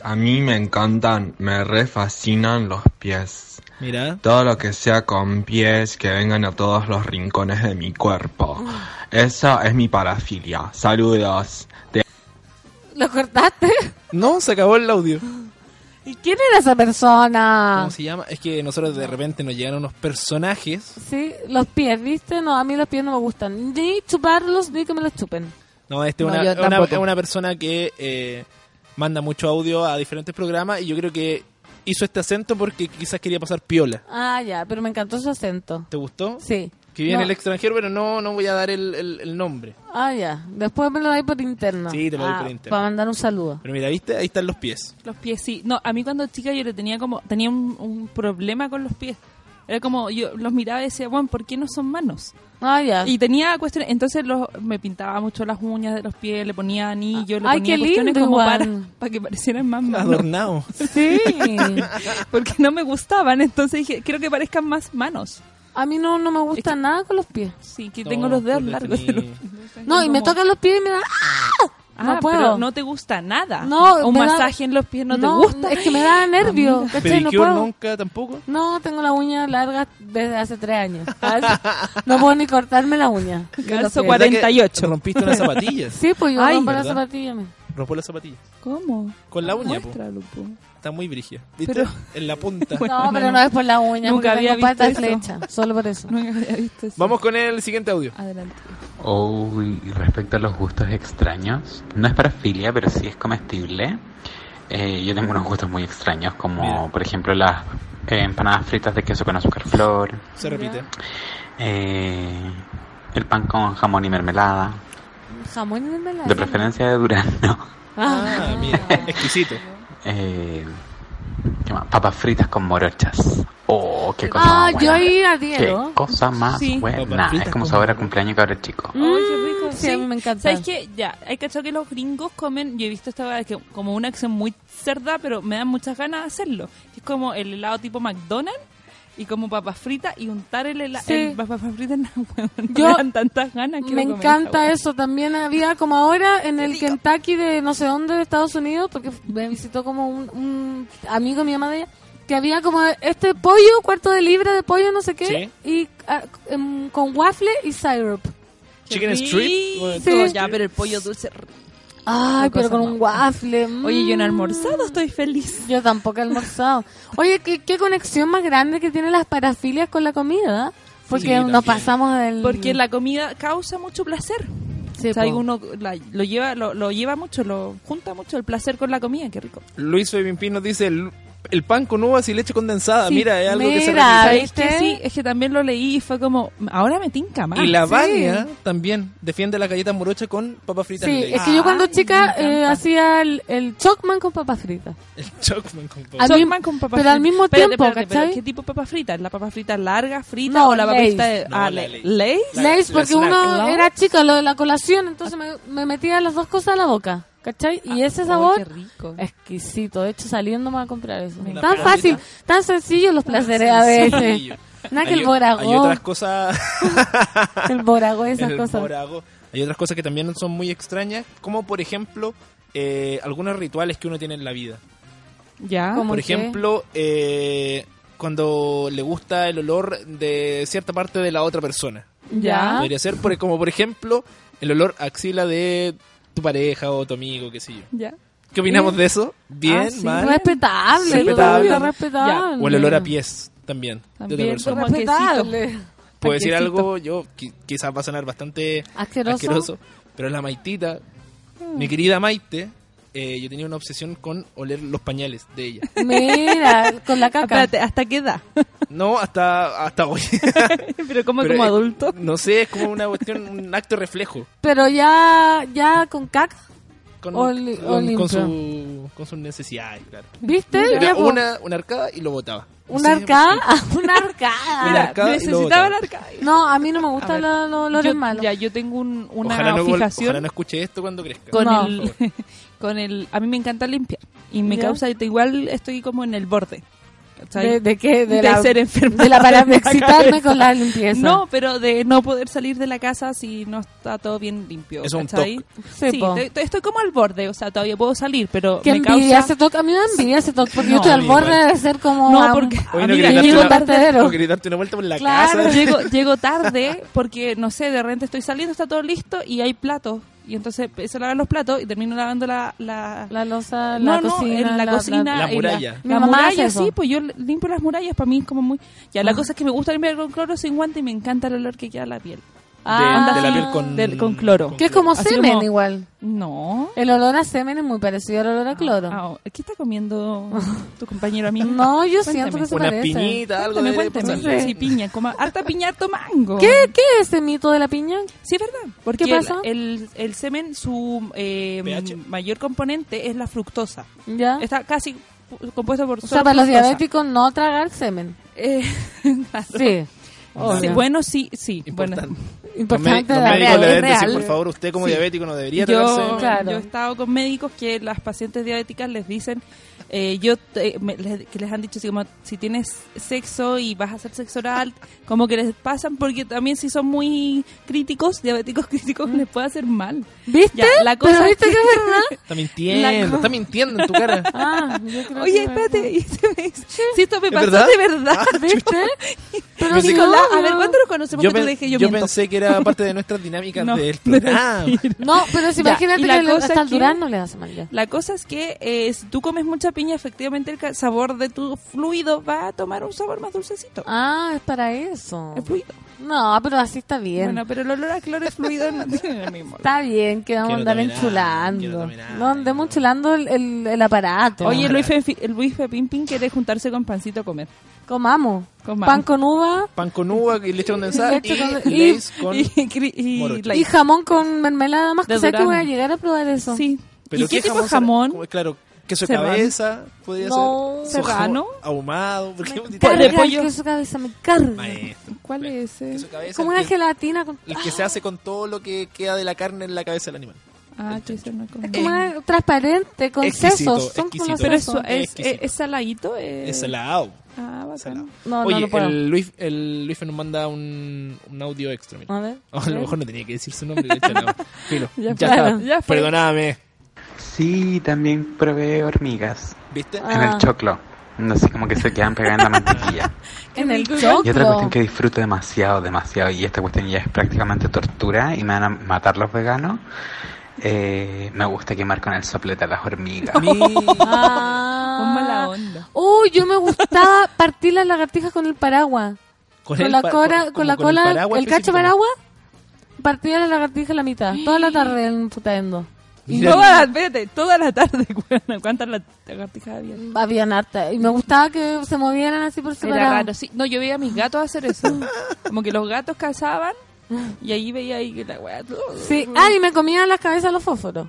K: A mí me encantan, me refascinan los pies.
B: Mira.
K: Todo lo que sea con pies que vengan a todos los rincones de mi cuerpo. Esa es mi parafilia. Saludos. Te
C: ¿Lo cortaste?
B: No, se acabó el audio.
C: Ah. ¿Y quién era esa persona?
B: ¿Cómo se llama? Es que nosotros de repente nos llegan unos personajes.
C: Sí, los pies, ¿viste? No, a mí los pies no me gustan. Ni chuparlos, ni que me los chupen.
B: No, este es
C: No,
B: una-
C: yo
B: es una,
C: tampoco.
B: es una persona que eh, manda mucho audio a diferentes programas y yo creo que hizo este acento porque quizás quería pasar piola.
C: Ah, ya, pero me encantó su acento.
B: ¿Te gustó?
C: Sí.
B: Que viene
C: No.
B: el extranjero, pero no, no voy a dar el, el- el nombre.
C: Ah, ya. Después me lo dais por interno.
B: Sí, te lo doy
C: Ah,
B: por interno.
C: Para mandar un saludo.
B: Pero mira, ¿viste? Ahí están los pies.
I: Los pies, sí. No, a mí cuando chica yo le tenía como, tenía un, un problema con los pies. Era como, yo los miraba y decía, bueno, ¿por qué no son manos?
C: Ah, ya.
I: Y tenía cuestiones, entonces los, me pintaba mucho las uñas de los pies, le ponía anillos, le
C: Ah, Ay,
I: ponía
C: qué
I: cuestiones
C: lindo
I: como para,
C: igual.
I: para que parecieran más manos.
B: Adornado.
C: Sí.
I: Porque no me gustaban, entonces dije, quiero que parezcan más manos.
C: A mí no, no me gusta nada con los pies.
I: Sí, que
B: No,
I: tengo los dedos
B: tú le
I: largos.
B: tení-
I: pero-
C: No, y me
I: como-
C: tocan los pies y me dan... ¡Ah!
I: Ah,
C: no puedo.
I: pero no te gusta nada.
C: No,
I: un
C: me da-
I: masaje en los pies no,
C: no,
I: te gusta.
C: es que me da nervio,
I: Amiga.
C: ¿cachai? No
G: Pedicure
C: puedo.
G: nunca tampoco.
C: No, tengo la uña larga desde hace tres años. ¿sabes? No puedo ni cortarme la uña. de los
I: Calzo
C: pies.
I: 48.
G: Rompiste unas zapatillas.
C: Sí, pues yo
I: Ay,
C: rompo las
G: ¿verdad?
C: zapatillas. me-
G: Rompo las zapatillas.
I: ¿Cómo?
G: Con la uña, po.
I: Muéstralo, po.
G: Está muy brígida. ¿Viste?
I: Pero-
G: En la punta.
C: no, pero no es por la
I: Nunca
C: uña. Nunca
I: había visto
C: había pata de
I: eso.
C: flecha, solo por eso.
I: Nunca había visto eso.
B: Vamos con el siguiente audio.
I: Adelante.
L: Oh, y respecto a los gustos extraños, no es parafilia, pero sí es comestible. Eh, yo tengo unos gustos muy extraños, como por ejemplo las eh, empanadas fritas de queso con azúcar flor,
G: Se repite.
L: eh, el pan con jamón y mermelada,
C: Jamón y mermelada.
L: de preferencia de durazno,
C: Ah,
B: mira, exquisito.
L: eh, ¿qué más? papas fritas con morochas. Oh, qué cosa
C: Ah,
L: más
C: yo
L: buena.
C: ahí
L: Qué
C: adhiero.
L: cosa más
I: Sí.
L: buena.
I: Papas fritas
L: Es como
I: con
L: saber a cumpleaños que ahora chico.
C: Mm, Sí, a mí me encanta.
I: ¿Sabes qué? Ya, hay cachado que los gringos comen, yo he visto esta weá que como una acción muy cerda, pero me dan muchas ganas de hacerlo. Es como el helado tipo McDonald's y como papas fritas y untar el helado.
C: Sí.
I: papas fritas en la hueá. No
C: Yo-
I: me dan tantas ganas. quiero
C: Me
I: comer esa
C: encanta
I: hueá.
C: eso. También había como ahora en el Kentucky de no sé dónde de Estados Unidos, porque me visitó como un, un amigo, mi mamá de ella, que había como este pollo, cuarto de libra de pollo, no sé qué, y ah, em, con waffle y syrup.
B: Chicken Street. Bueno,
C: Sí.
I: Ya, pero el pollo dulce.
C: Ay,
I: Qué
C: pero
I: cosa
C: con un waffle.
I: Oye, yo no he
C: mm.
I: almorzado, estoy feliz.
C: Yo tampoco he almorzado. Oye, ¿qué, qué conexión más grande que tienen las parafilias con la comida. Porque
I: Sí, también.
C: nos pasamos del...
I: Porque la comida causa mucho placer.
C: Sí,
I: o sea,
C: po.
I: uno la- lo lleva lo, lo lleva mucho, lo junta mucho el placer con la comida, qué rico.
B: Luis Pimpín nos dice el, el pan con uvas y leche condensada.
I: Sí,
B: mira, es algo que se
C: mira,
B: repite.
I: Es que sí, es que también lo leí y fue como, ahora me tinca más.
B: Y la
I: Sí.
B: Vania también defiende la galleta morocha con papas fritas.
C: Sí,
B: Lay.
C: es que yo cuando
B: Ah,
C: chica eh, hacía el, el chocman con papas fritas.
B: El Chocman con papas.
C: A mí-
I: Chocman con papas
C: pero al mismo
I: Espérate,
C: tiempo,
I: espérate, pero
C: ¿cachai?
I: ¿Qué tipo de papas fritas? ¿La papa frita larga, frita
C: No,
I: o la papa
C: Lay's.
I: frita de
C: No,
I: ah,
C: la
I: le-
C: Lay's.
I: Lay's?
C: Lays, porque uno
I: Lays.
C: era chica, lo de la colación, entonces me, me metía las dos cosas a la boca, ¿cachai?
B: Ah,
C: Y
B: oh,
C: ese sabor,
I: qué rico.
C: exquisito. De hecho, saliendo me voy a comprar eso.
I: Una
C: Tan
I: perolita.
C: fácil, tan sencillo
B: Ah,
C: los placeres a veces.
B: Sencillo.
C: Nada que
B: Hay
C: el
B: o- Hay
C: boragó,
B: otras cosas.
C: el boragó, esas
B: el
C: cosas.
B: morago. Hay otras cosas que también son muy extrañas, como por ejemplo eh, algunos rituales que uno tiene en la vida.
I: Ya.
C: ¿Cómo
B: Por
C: Ah, qué?
B: ejemplo, eh, cuando le gusta el olor de cierta parte de la otra persona.
I: Ya.
B: Podría ser por- como por ejemplo el olor a axila de tu pareja o tu amigo, qué sé yo.
I: Ya.
B: ¿Qué opinamos de eso? Bien,
I: Ah, sí.
B: mal.
C: Respetable,
B: Respetable.
C: todo respetable.
B: O el olor a pies también. de otra
I: También
B: persona.
I: como a quesito.
C: Respetable.
B: Puedo decir
I: Panquecito.
B: algo, yo qui- quizás va a sonar bastante
C: Asqueroso.
B: pero la maitita,
I: Mm.
B: mi querida Maite, eh, yo tenía una obsesión con oler los pañales de ella.
C: Mira, con la caca.
I: Espérate, ¿hasta qué edad?
B: No, hasta, hasta hoy.
I: pero como
B: Pero,
I: como
B: eh,
I: adulto.
B: No sé, es como una cuestión, un acto reflejo.
C: Pero ya, ya con caca,
B: Con,
C: Oli-
B: con-
C: Olimpio.
B: con su, con sus necesidades, claro.
C: ¿viste? Ya,
B: Era
C: po.
B: una, una arcada y lo botaba. No
C: ¿Una
B: sé,
C: arcada? Ah, una arcada.
B: Mira, arcada y lo
I: Necesitaba el
B: botaba.
I: arcade.
C: No, a mí no me
I: A ver,
C: gustan los los olores
I: Yo-
C: malos.
I: Ya, yo tengo un- una
B: ojalá, no, vol-
I: fijación
B: ojalá no escuche esto cuando crezca.
I: con
C: No.
I: el con el a mí me encanta limpiar y me
C: Ya.
I: causa igual estoy como en el borde. ¿cachai?
C: ¿De, de qué? De,
I: De
C: la,
I: ser enferma
C: De la para
I: de la
C: excitarme
I: cabeza.
C: con la limpieza.
I: No, pero de no poder salir de la casa si no está todo bien limpio.
B: Es un
I: ¿cachai?
C: Sí,
I: Sí,
C: po.
I: te- te- estoy como al borde, o sea, todavía puedo salir, pero
C: Que
I: me
C: envidia
I: causa...
C: ese toque. A mí me da envidia ese toque. Porque yo
I: No,
C: estoy al
B: a mí igual.
C: borde de ser como.
I: No,
C: am-
I: porque
B: Oye, no
I: amiga,
B: quería
C: llego
B: darte,
C: tarde.
B: una, no quería darte una vuelta por la
C: Claro.
B: casa.
I: llego, llego tarde porque, no sé, de repente estoy saliendo, está todo listo y hay platos. Y entonces empiezo a lavar los platos y termino lavando la... la-
C: La losa,
I: no,
C: la
I: no,
C: cocina.
I: en la, cocina.
B: La
I: en
B: muralla.
I: La,
C: Mi mamá hace
I: muralla,
C: eso.
I: sí, pues yo limpio las murallas, para mí es como muy... Ya,
B: Ah.
I: la cosa es que me gusta limpiar con cloro sin guante y me encanta el olor que queda a la piel.
C: Ah.
B: de, de la piel con,
I: Del- con cloro.
C: Que es como
I: Así
C: semen
I: como-
C: igual.
I: No.
C: El olor a semen es muy parecido al olor a cloro.
I: Ah, oh, ¿Qué está comiendo tu compañero a mí?
C: No, yo siento que se
B: Una
C: parece.
B: piñita, algo
I: Cuéntame,
B: de pues,
I: cuéntame.
B: pasarle.
I: Sí, piña, coma harta piña, harto mango.
C: ¿Qué, ¿Qué es ese mito de la piña?
I: Sí, es verdad. Porque
C: ¿Qué pasa?
I: El, el, el semen, su eh,
B: pH.
I: mayor componente es la fructosa.
C: ¿Ya?
I: Está casi pu- compuesto por
C: o
I: solo
C: sea, para los
I: fructosa.
C: diabéticos no tragar semen.
I: Eh, claro.
C: Sí.
I: Sí,
C: obvio.
I: bueno, sí, sí. Bueno,
B: Importante. Los me-
C: Importante
B: los
C: la
B: médicos
C: real,
B: le
C: es
B: deben decir,
C: real.
B: por favor, usted como
I: Sí.
B: diabético no debería
I: yo,
B: tragarse.
C: Claro.
I: yo he estado con médicos que las pacientes diabéticas les dicen eh, yo eh, me- les, que les han dicho así como si tienes sexo y vas a hacer sexo oral, como que les pasan porque también si son muy críticos, diabéticos críticos, les puede hacer mal.
C: Mm. ¿Viste?
I: la
C: ¿Pero
I: cosa
C: viste
I: es
C: que es verdad?
B: Está mintiendo,
I: co-
B: está mintiendo en tu cara.
C: Ah,
I: Oye, espérate, y se me dice, si esto me
B: ¿Es
I: pasó
B: verdad?
I: de verdad, Ah,
C: ¿viste?
I: Pero
B: Pensé que-
I: Nicolás, a ver, ¿cuándo nos conocemos
B: Yo,
I: que tú
B: pen-
I: le dije yo,
B: yo
I: miento?
B: pensé que era parte de nuestras dinámicas
I: No.
B: del programa.
C: No, pero si
I: Ya,
C: imagínate
I: y la
C: que le-
I: cosa
C: hasta el
I: que-
C: Durán no le hace mal ya.
I: La cosa es que eh, si tú comes mucha piña, efectivamente el ca- sabor de tu fluido va a tomar un sabor más dulcecito.
C: Ah, es para eso.
I: El fluido.
C: No, pero así está bien.
I: Bueno, pero el olor a cloro y fluido no tiene el mismo.
C: Está bien, que vamos a
I: Quiero
C: andar
I: dominar,
C: enchulando. No andemos enchulando el, el- el aparato.
I: Oye, Luis, Fe- el Luis Fepimpin quiere juntarse con Pancito a comer.
C: Comamos.
I: Comamos.
C: Pan con uva.
B: Ah, Pan con uva y leche condensada
C: Leche
B: y
C: con- y-
B: Lay's con...
I: y, cri- y
B: morocho.
I: la-
C: Y jamón con mermelada más.
I: De
C: ¿Sabes que
I: durazno.
C: voy a llegar a probar eso?
I: Sí.
B: Pero
I: ¿Y qué tipo de
B: será?
I: jamón?
B: Como- Claro, queso de
I: Serrano.
B: cabeza, podría
I: No.
B: ser. Su jamón
I: Serrano.
B: Ahumado. ¿Por qué?
C: Carga
B: Tal-
C: el queso cabeza, me carga.
B: Maestro.
I: ¿Cuál es ese?
C: Como una
B: el que-
C: gelatina con...
B: El que se hace con todo lo que queda de la carne en la cabeza del animal.
I: Ah, que eso no es
C: Es como una transparente, con
B: Exquisito,
C: sesos. Son como
B: exquisito.
I: Pero es,
C: sesos.
I: es, es, es saladito. eh.
B: Es salado.
I: Ah, bacán.
C: No,
B: Oye,
C: no, no puedo.
B: el Luis, el Luis nos manda un, un audio extra. mira.
C: A ver.
B: Oh, a lo mejor no tenía que decir su nombre. de hecho, no. Filo,
C: Ya
B: ya,
C: fue.
B: está.
C: Ya fue.
B: Perdóname.
L: Sí, también probé hormigas.
B: ¿Viste?
L: En
C: Ah.
L: el choclo. No sé, como que se quedan pegadas en la mantequilla.
C: En el
L: Y otra
C: choclo.
L: cuestión que disfruto demasiado, demasiado, y esta cuestión ya es prácticamente tortura y me van a matar los veganos. eh, me gusta quemar con el soplete a las hormigas.
C: Ah.
I: Un mala onda.
C: Uy, yo me gustaba partir las lagartijas con el paraguas.
B: Con
C: Con,
B: el
C: la,
B: pa-
C: cora-
B: con-
C: con la
B: como con el
C: cola,
B: paraguas
C: el, cacho
B: específicamente.
C: paraguas, partía las lagartijas a la mitad. Toda la tarde en putaendo.
I: Y
C: Mira.
I: toda la, espérate, toda la tarde, weón, ¿cuántas la- lagartijas había?
C: Había harta. Y me gustaba que se movieran así por
I: Era
C: separado.
I: raro, sí. No, yo veía a mis gatos hacer eso. Como que los gatos cazaban y ahí veía ahí que la weá.
C: Sí. Ah, y me comían las cabezas los fósforos.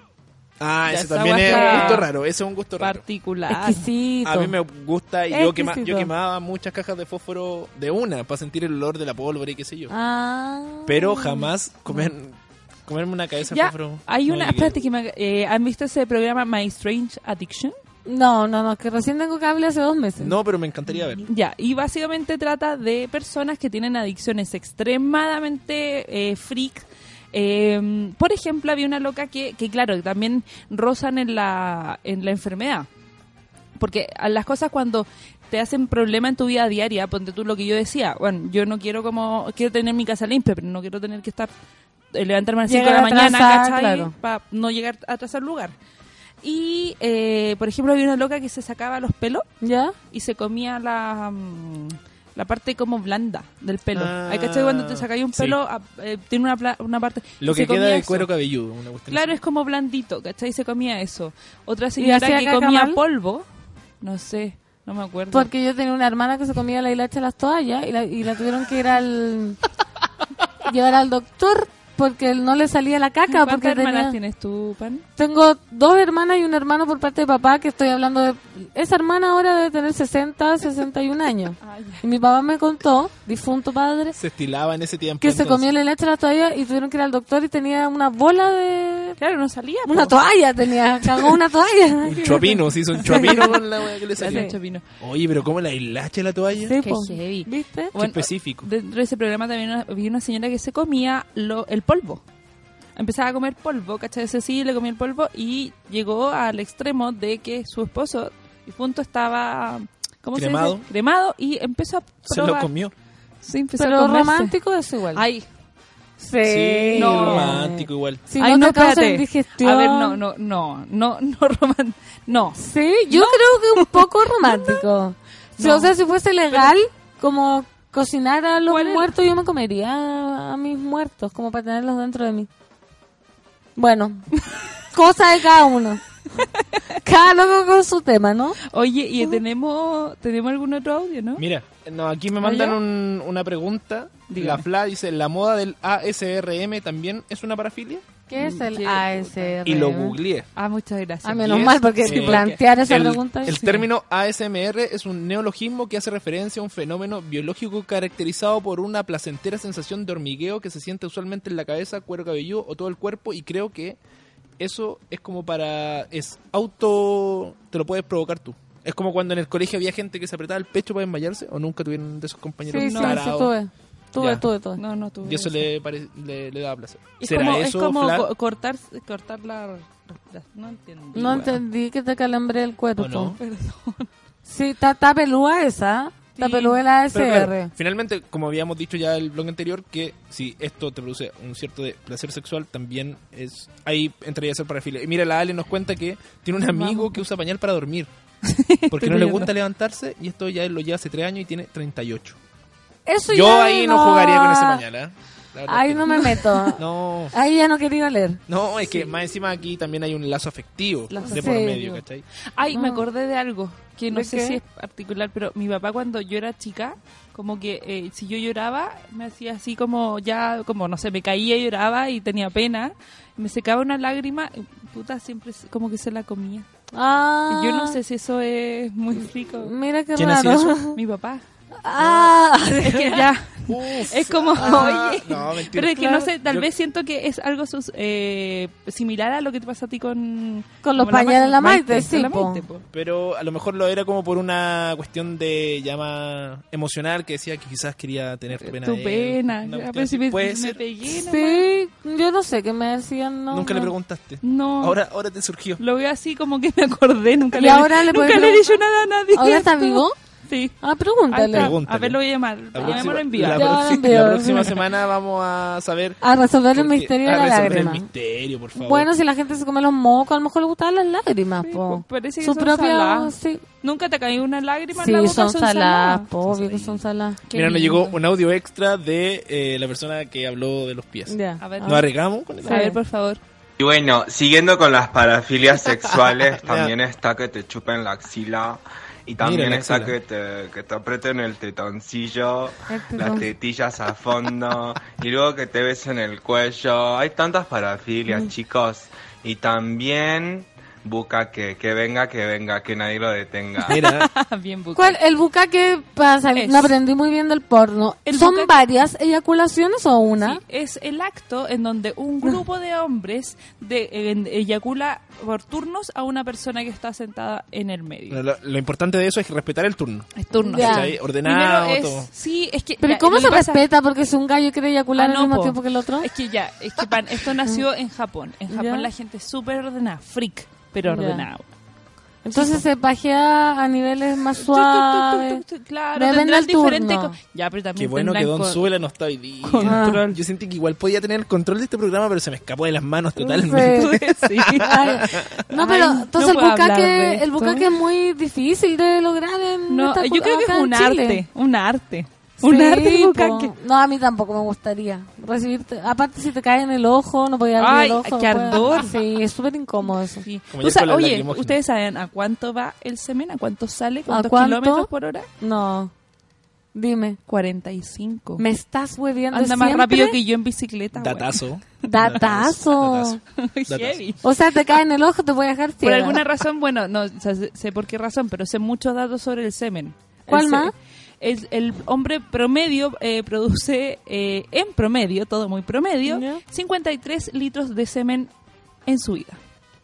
B: Ah,
I: Ya
B: ese
I: esa
B: también
I: agua
B: es
I: está-
B: un gusto raro. Ese es un gusto raro.
I: Particular.
B: A mí me gusta y yo, quema- yo
C: Exquisito.
B: quemaba muchas cajas de fósforo de una para sentir el olor de la pólvora y qué sé yo.
C: Ah.
B: Pero jamás comer, comerme una cabeza de
I: Ya,
B: fósforo.
I: hay
B: no
I: una.
B: llegué.
I: espérate, que me, eh, ¿han visto ese programa My Strange Addiction?
C: No, no, no, que recién tengo cable hace dos meses.
B: No, pero me encantaría ver.
I: Ya, y básicamente trata de personas que tienen adicciones extremadamente eh, freak. Eh, por ejemplo, había una loca que, que, claro, también rozan en la, en la enfermedad. Porque a las cosas cuando te hacen problema en tu vida diaria, ponte tú lo que yo decía, bueno, yo no quiero como, quiero tener mi casa limpia, pero no quiero tener que estar, eh, levantarme a las 5 de
C: Llegar
I: la mañana,
C: atrasada,
I: ¿cachai?
C: claro.
I: Para no llegar a atrasar lugar. Y, eh, por ejemplo, había una loca que se sacaba los pelos
C: ¿Ya?
I: y se comía la, mm, la parte como blanda del pelo.
B: Ah,
I: Hay cachai cuando te sacáis un
B: sí.
I: pelo, ah, eh, tiene una, pla- una parte...
B: Lo
I: y se
B: que queda
I: comía
B: de
I: eso.
B: cuero cabelludo. Una cuestión
I: Claro, es como blandito, ¿cachai? Se comía eso. Otra
C: ¿Y
I: señora
C: hacía
I: que
C: caca
I: comía
C: mal?
I: polvo, no sé, no me acuerdo.
C: Porque yo tenía una hermana que se comía la hilacha de las toallas y la, y la tuvieron que ir al. llevar al doctor porque no le salía la caca.
I: ¿Cuántas
C: Porque
I: hermanas
C: tenía-
I: tienes tú, Pan?
C: Tengo dos hermanas y un hermano por parte de papá que estoy hablando de... Esa hermana ahora debe tener 60, 61 años.
I: Ah,
C: Y mi papá me contó, difunto padre,
B: Se estilaba en ese tiempo.
C: que se
B: entonces.
C: comió la leche de la toalla y tuvieron que ir al doctor y tenía una bola de...
I: Claro, no salía.
C: Una toalla tenía, cagó una toalla.
B: Un chuapino, se hizo un chuapino con la wea que le
I: Hace
B: salió.
I: un chapino.
B: Oye, pero ¿cómo la hilacha de la toalla?
C: Sí,
I: Qué
C: po.
I: heavy.
C: ¿Viste?
B: Qué
I: Bueno,
B: específico.
I: Dentro de ese programa también una- vi una señora que se comía lo- el polvo. Empezaba a comer polvo, ¿cachai? Ese sí, le comía el polvo y llegó al extremo de que su esposo difunto estaba... ¿Cómo se
B: Cremado.
I: dice? Cremado y empezó a
B: Se
I: probar.
B: lo comió.
I: Sí, empezó a
C: Pero
I: comerse.
C: romántico es igual.
I: Ay.
C: Sí.
B: Sí,
I: No.
B: romántico igual.
C: Sí. Si no te causa
I: espérate.
C: indigestión.
I: A ver, no, no, no, no, no, roman- no.
C: Sí, yo creo que un poco romántico. Si,
I: No.
C: o sea, si fuese legal, como cocinar a los muertos, yo me comería a, a mis muertos, como para tenerlos dentro de mí. Bueno, cosa de cada uno. Cada loco con su tema, ¿no?
I: Oye, y tenemos, tenemos algún otro audio, ¿no?
B: Mira, no, aquí me mandan
I: ¿Allá?
B: un- una pregunta. La
I: Dígame.
B: Fla dice, ¿la moda del ASRM también es una parafilia?
C: ¿Qué es
I: Mm,
C: el ASR?
B: Y lo googleé.
I: Ah, muchas gracias.
C: Ah, menos
B: Y es,
C: mal, porque
B: eh,
C: plantear esa
B: el-
C: pregunta...
B: El término ASMR es un neologismo que hace referencia a un fenómeno biológico caracterizado por una placentera sensación de hormigueo que se siente usualmente en la cabeza, cuero cabelludo o todo el cuerpo y creo que eso es como para es auto te lo puedes provocar tú. Es como cuando en el colegio había gente que se apretaba el pecho para desmayarse o nunca tuvieron de esos compañeros
C: Sí, sí, sí,
B: tarados.
C: tuve. Tuve,
B: Ya.
C: tuve, tuve.
I: No, no tuve.
B: Y eso le, pare- le, le daba placer.
I: Es
B: ¿Será
I: como,
B: eso,
I: es como
B: Fla?
I: co- cortar, cortar la respiración. No entendí.
C: No
I: weón.
C: entendí que te calambré el cuerpo.
B: ¿O no?
I: Perdón.
C: Sí, está, está pelúa esa. Está pelúa la ASR.
B: Pero claro, finalmente, como habíamos dicho ya en el blog anterior, que si esto te produce un cierto de placer sexual, también es ahí entraría a ser parafilia. Y mira, la Ale nos cuenta que tiene un amigo que usa pañal para dormir. Porque no le
C: leyendo.
B: gusta levantarse y esto ya lo lleva hace 3 años y tiene 38.
C: Eso
B: Yo
C: ya
B: ahí no... jugaría con ese pañal, ¿eh? La verdad
C: Ahí
B: es que
C: no me meto.
B: No.
C: Ahí ya no quería leer.
B: No, es que más encima aquí también hay un lazo afectivo
I: Lazo
B: de por
I: afectivo.
B: medio, ¿cachai?
I: Ay, me
C: No.
I: acordé de algo que no
C: Ah. ¿De
I: sé
C: qué?
I: si es particular, pero mi papá cuando yo era chica, como que eh, si yo lloraba, me hacía así como ya, como no sé, me caía y lloraba y tenía pena, me secaba una lágrima, y, puta, siempre se- como que se la comía.
C: Ah.
I: Y yo no sé si eso es muy rico.
C: Mira qué ¿Quién hacía raro. eso?
I: Mi papá.
C: Ah.
I: es que ya. es como,
C: Ah,
I: oye.
C: no, mentira.
I: pero es que
C: Claro.
I: no sé, tal
C: Yo-
I: vez siento que es algo sus- eh, similar a lo que te pasa a ti con.
C: Con los
I: como la
C: pañales en la Maite,
I: con
C: sí,
I: la
C: po.
I: Maite, po.
B: Pero a lo mejor lo era como por una cuestión de llama emocional que decía que quizás quería tener pena.
I: Tu
B: de él,
I: pena.
B: una
I: Ya,
B: cuestión
I: pero si
B: así.
I: me,
B: Puede
I: me
B: ser.
I: pegué, no
C: Sí, yo no sé qué me decían. No,
B: Nunca le
C: no.
B: preguntaste.
I: No.
B: Ahora, ahora te surgió.
I: Lo veo así como que me acordé, nunca
C: ¿Y
I: le,
C: ahora le
I: nunca
C: podés
I: le he dicho
C: preguntar?
I: nada a nadie.
C: ¿Ahora está
I: esto.
C: vivo?
I: Sí.
C: Ah, pregúntale.
I: Ahí está.
C: Pregúntale.
I: A ver, lo voy a llamar.
B: La
I: Llamémoslo
B: próxima,
I: en vivo.
B: la
C: Ya,
B: próxima-
C: en vivo.
B: la próxima semana vamos a saber.
C: A resolver el
B: por qué-
C: misterio de
B: a
C: la
B: resolver
C: lágrima.
B: el misterio, por favor.
C: Bueno, si la gente se come los mocos, a lo mejor le gustaban las lágrimas. po.
I: pues, Parece que
C: Su
I: son
C: propia.
I: saladas.
C: Sí,
I: Nunca te ha caído una lágrima
C: Sí,
I: en la boca,
C: son saladas.
I: saladas.
C: po, Obvio que son saladas.
B: Mira, nos llegó un audio extra de eh, la persona que habló de los pies.
C: Ya.
I: A ver.
B: ¿Nos arreglamos con el
I: A ver, por favor.
K: Y bueno, siguiendo con las parafilias sexuales, también está que te chupen la axila. Y también
B: Mira la
K: está
B: axila.
K: que te, que te aprieten el tetoncillo,
C: El tetón.
K: las tetillas a fondo, y luego que te besen el cuello. Hay tantas
B: Mm.
K: parafilias, chicos. Y también busca que, que venga, que venga, que nadie lo detenga.
B: Mira.
I: Bien buque.
C: ¿Cuál? El bucaque pasa.
I: Es.
C: No aprendí muy bien del porno. ¿Son
I: bucaque-
C: varias eyaculaciones o una?
I: Es el acto en donde un grupo de hombres de, en- eyacula por turnos a una persona que está sentada en el medio.
B: Lo, lo importante de eso es respetar el turno.
I: Es turno.
C: Ya.
B: ¿Cachai? Ordenado,
I: Primero es-
B: todo.
I: Sí, es que.
C: ¿Pero
I: ya,
C: cómo
I: lo
C: se
I: que pasa-
C: respeta? Porque si un gallo quiere eyacular
I: Ah,
C: al
I: no,
C: mismo
I: po.
C: tiempo que el otro.
I: Es que ya, es que pan, esto nació en Japón. En Japón
C: Ya.
I: la gente es súper ordenada, freak, pero
C: Ya.
I: ordenada.
C: Entonces se pajea a niveles más suaves.
I: Claro,
C: Depende
I: tendrán
C: del turno.
I: diferente co- Ya, pero también
B: Qué bueno que
I: tendrán
B: Don
I: co-
B: Zuela no está hoy día.
I: Control.
B: Yo sentí que igual podía tener control de este programa, pero se me escapó de las manos
C: Sí.
B: totalmente.
C: Ay, No, pero
I: Ay,
C: entonces
I: no
C: el
I: puedo hablar de
C: bucaque, el
I: esto.
C: bucaque es muy difícil de lograr en
I: No,
C: esta-
I: yo creo que
C: acá
I: es
C: en
I: un
C: Chile.
I: arte, un arte.
C: Sí,
I: Un arte el
C: po.
I: bucaque.
C: No, a mí tampoco me gustaría recibirte. Aparte, si te cae en el ojo, no podía abrir
I: Ay,
C: el ojo.
I: qué
C: no puede-
I: ardor.
C: Sí, es súper incómodo eso.
B: Como
I: Tú
B: ayer
I: sa-
B: con la
I: oye,
B: lacrimógena.
I: ¿ustedes saben a cuánto va el semen? ¿A cuánto sale?
C: ¿A
I: ¿Cuántos
C: cuánto?
I: kilómetros por hora?
C: No. Dime.
I: 45.
C: Me estás hueviando
I: Anda más
C: siempre?
I: rápido que yo en bicicleta. güey.
B: Datazo.
C: Datazo.
I: Heavy.
C: O sea, te cae en el ojo, te voy a dejar
I: Por
C: ciega.
I: alguna razón, bueno, no o sea, sé, sé por qué razón, pero sé muchos datos sobre el semen.
C: ¿Cuál
I: El se-
C: más?
I: El, el hombre promedio eh, produce, eh, en promedio, todo muy promedio, 53 litros de semen en su vida.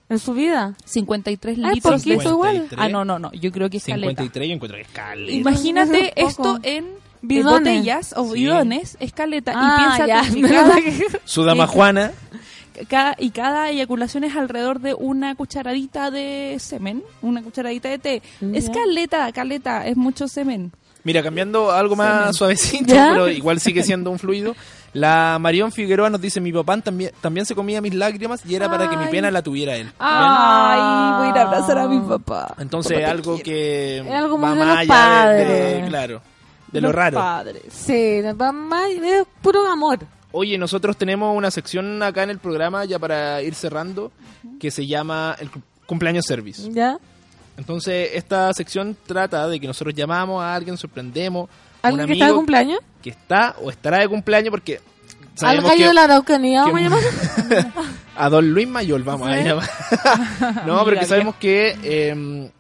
C: ¿En su vida?
I: 53
B: Ah,
C: Ay,
I: litros de
C: poquito igual.
I: Ah, no, no, no, yo creo que es caleta.
B: 53 yo encuentro que es caleta.
I: Imagínate
C: Poco.
I: esto en eh,
C: Bidones.
I: botellas o
B: Sí.
I: bidones, escaleta,
C: Ah,
I: y piensa
C: ya,
I: tú si
C: me
I: cada-
C: la que-
B: Su dama Juana.
I: cada, y cada eyaculación es alrededor de una cucharadita de semen, una cucharadita de té. Es caleta, caleta, es mucho semen.
B: Mira, cambiando a algo más suavecito,
I: ¿Ya?
B: pero igual sigue siendo un fluido. La Marión Figueroa nos dice, mi papá también, también se comía mis lágrimas y era para que mi
I: Ay.
B: pena la tuviera él.
I: Ay, voy a ir a abrazar a mi papá.
B: Entonces, algo que
C: Es algo muy
B: va
C: de los
B: más allá de- de,
C: padres.
B: claro, de lo
C: Los
B: raro.
C: Sí, va más- es puro amor.
B: Oye, nosotros tenemos una sección acá en el programa, ya para ir cerrando, que se llama el cu- cumpleaños service.
C: ¿Ya?
B: Entonces, esta sección trata de que nosotros llamamos a alguien, sorprendemos a
C: ¿Alguien
B: un
C: que
B: amigo
C: está de cumpleaños?
B: que está o estará de cumpleaños porque
C: ¿Al
B: sabemos
C: gallo
B: que
C: de la Araucanía? vamos a llamar?
B: a Don Luis Mayol vamos a llamar. no,
I: Mira,
B: porque
I: bien.
B: sabemos que eh,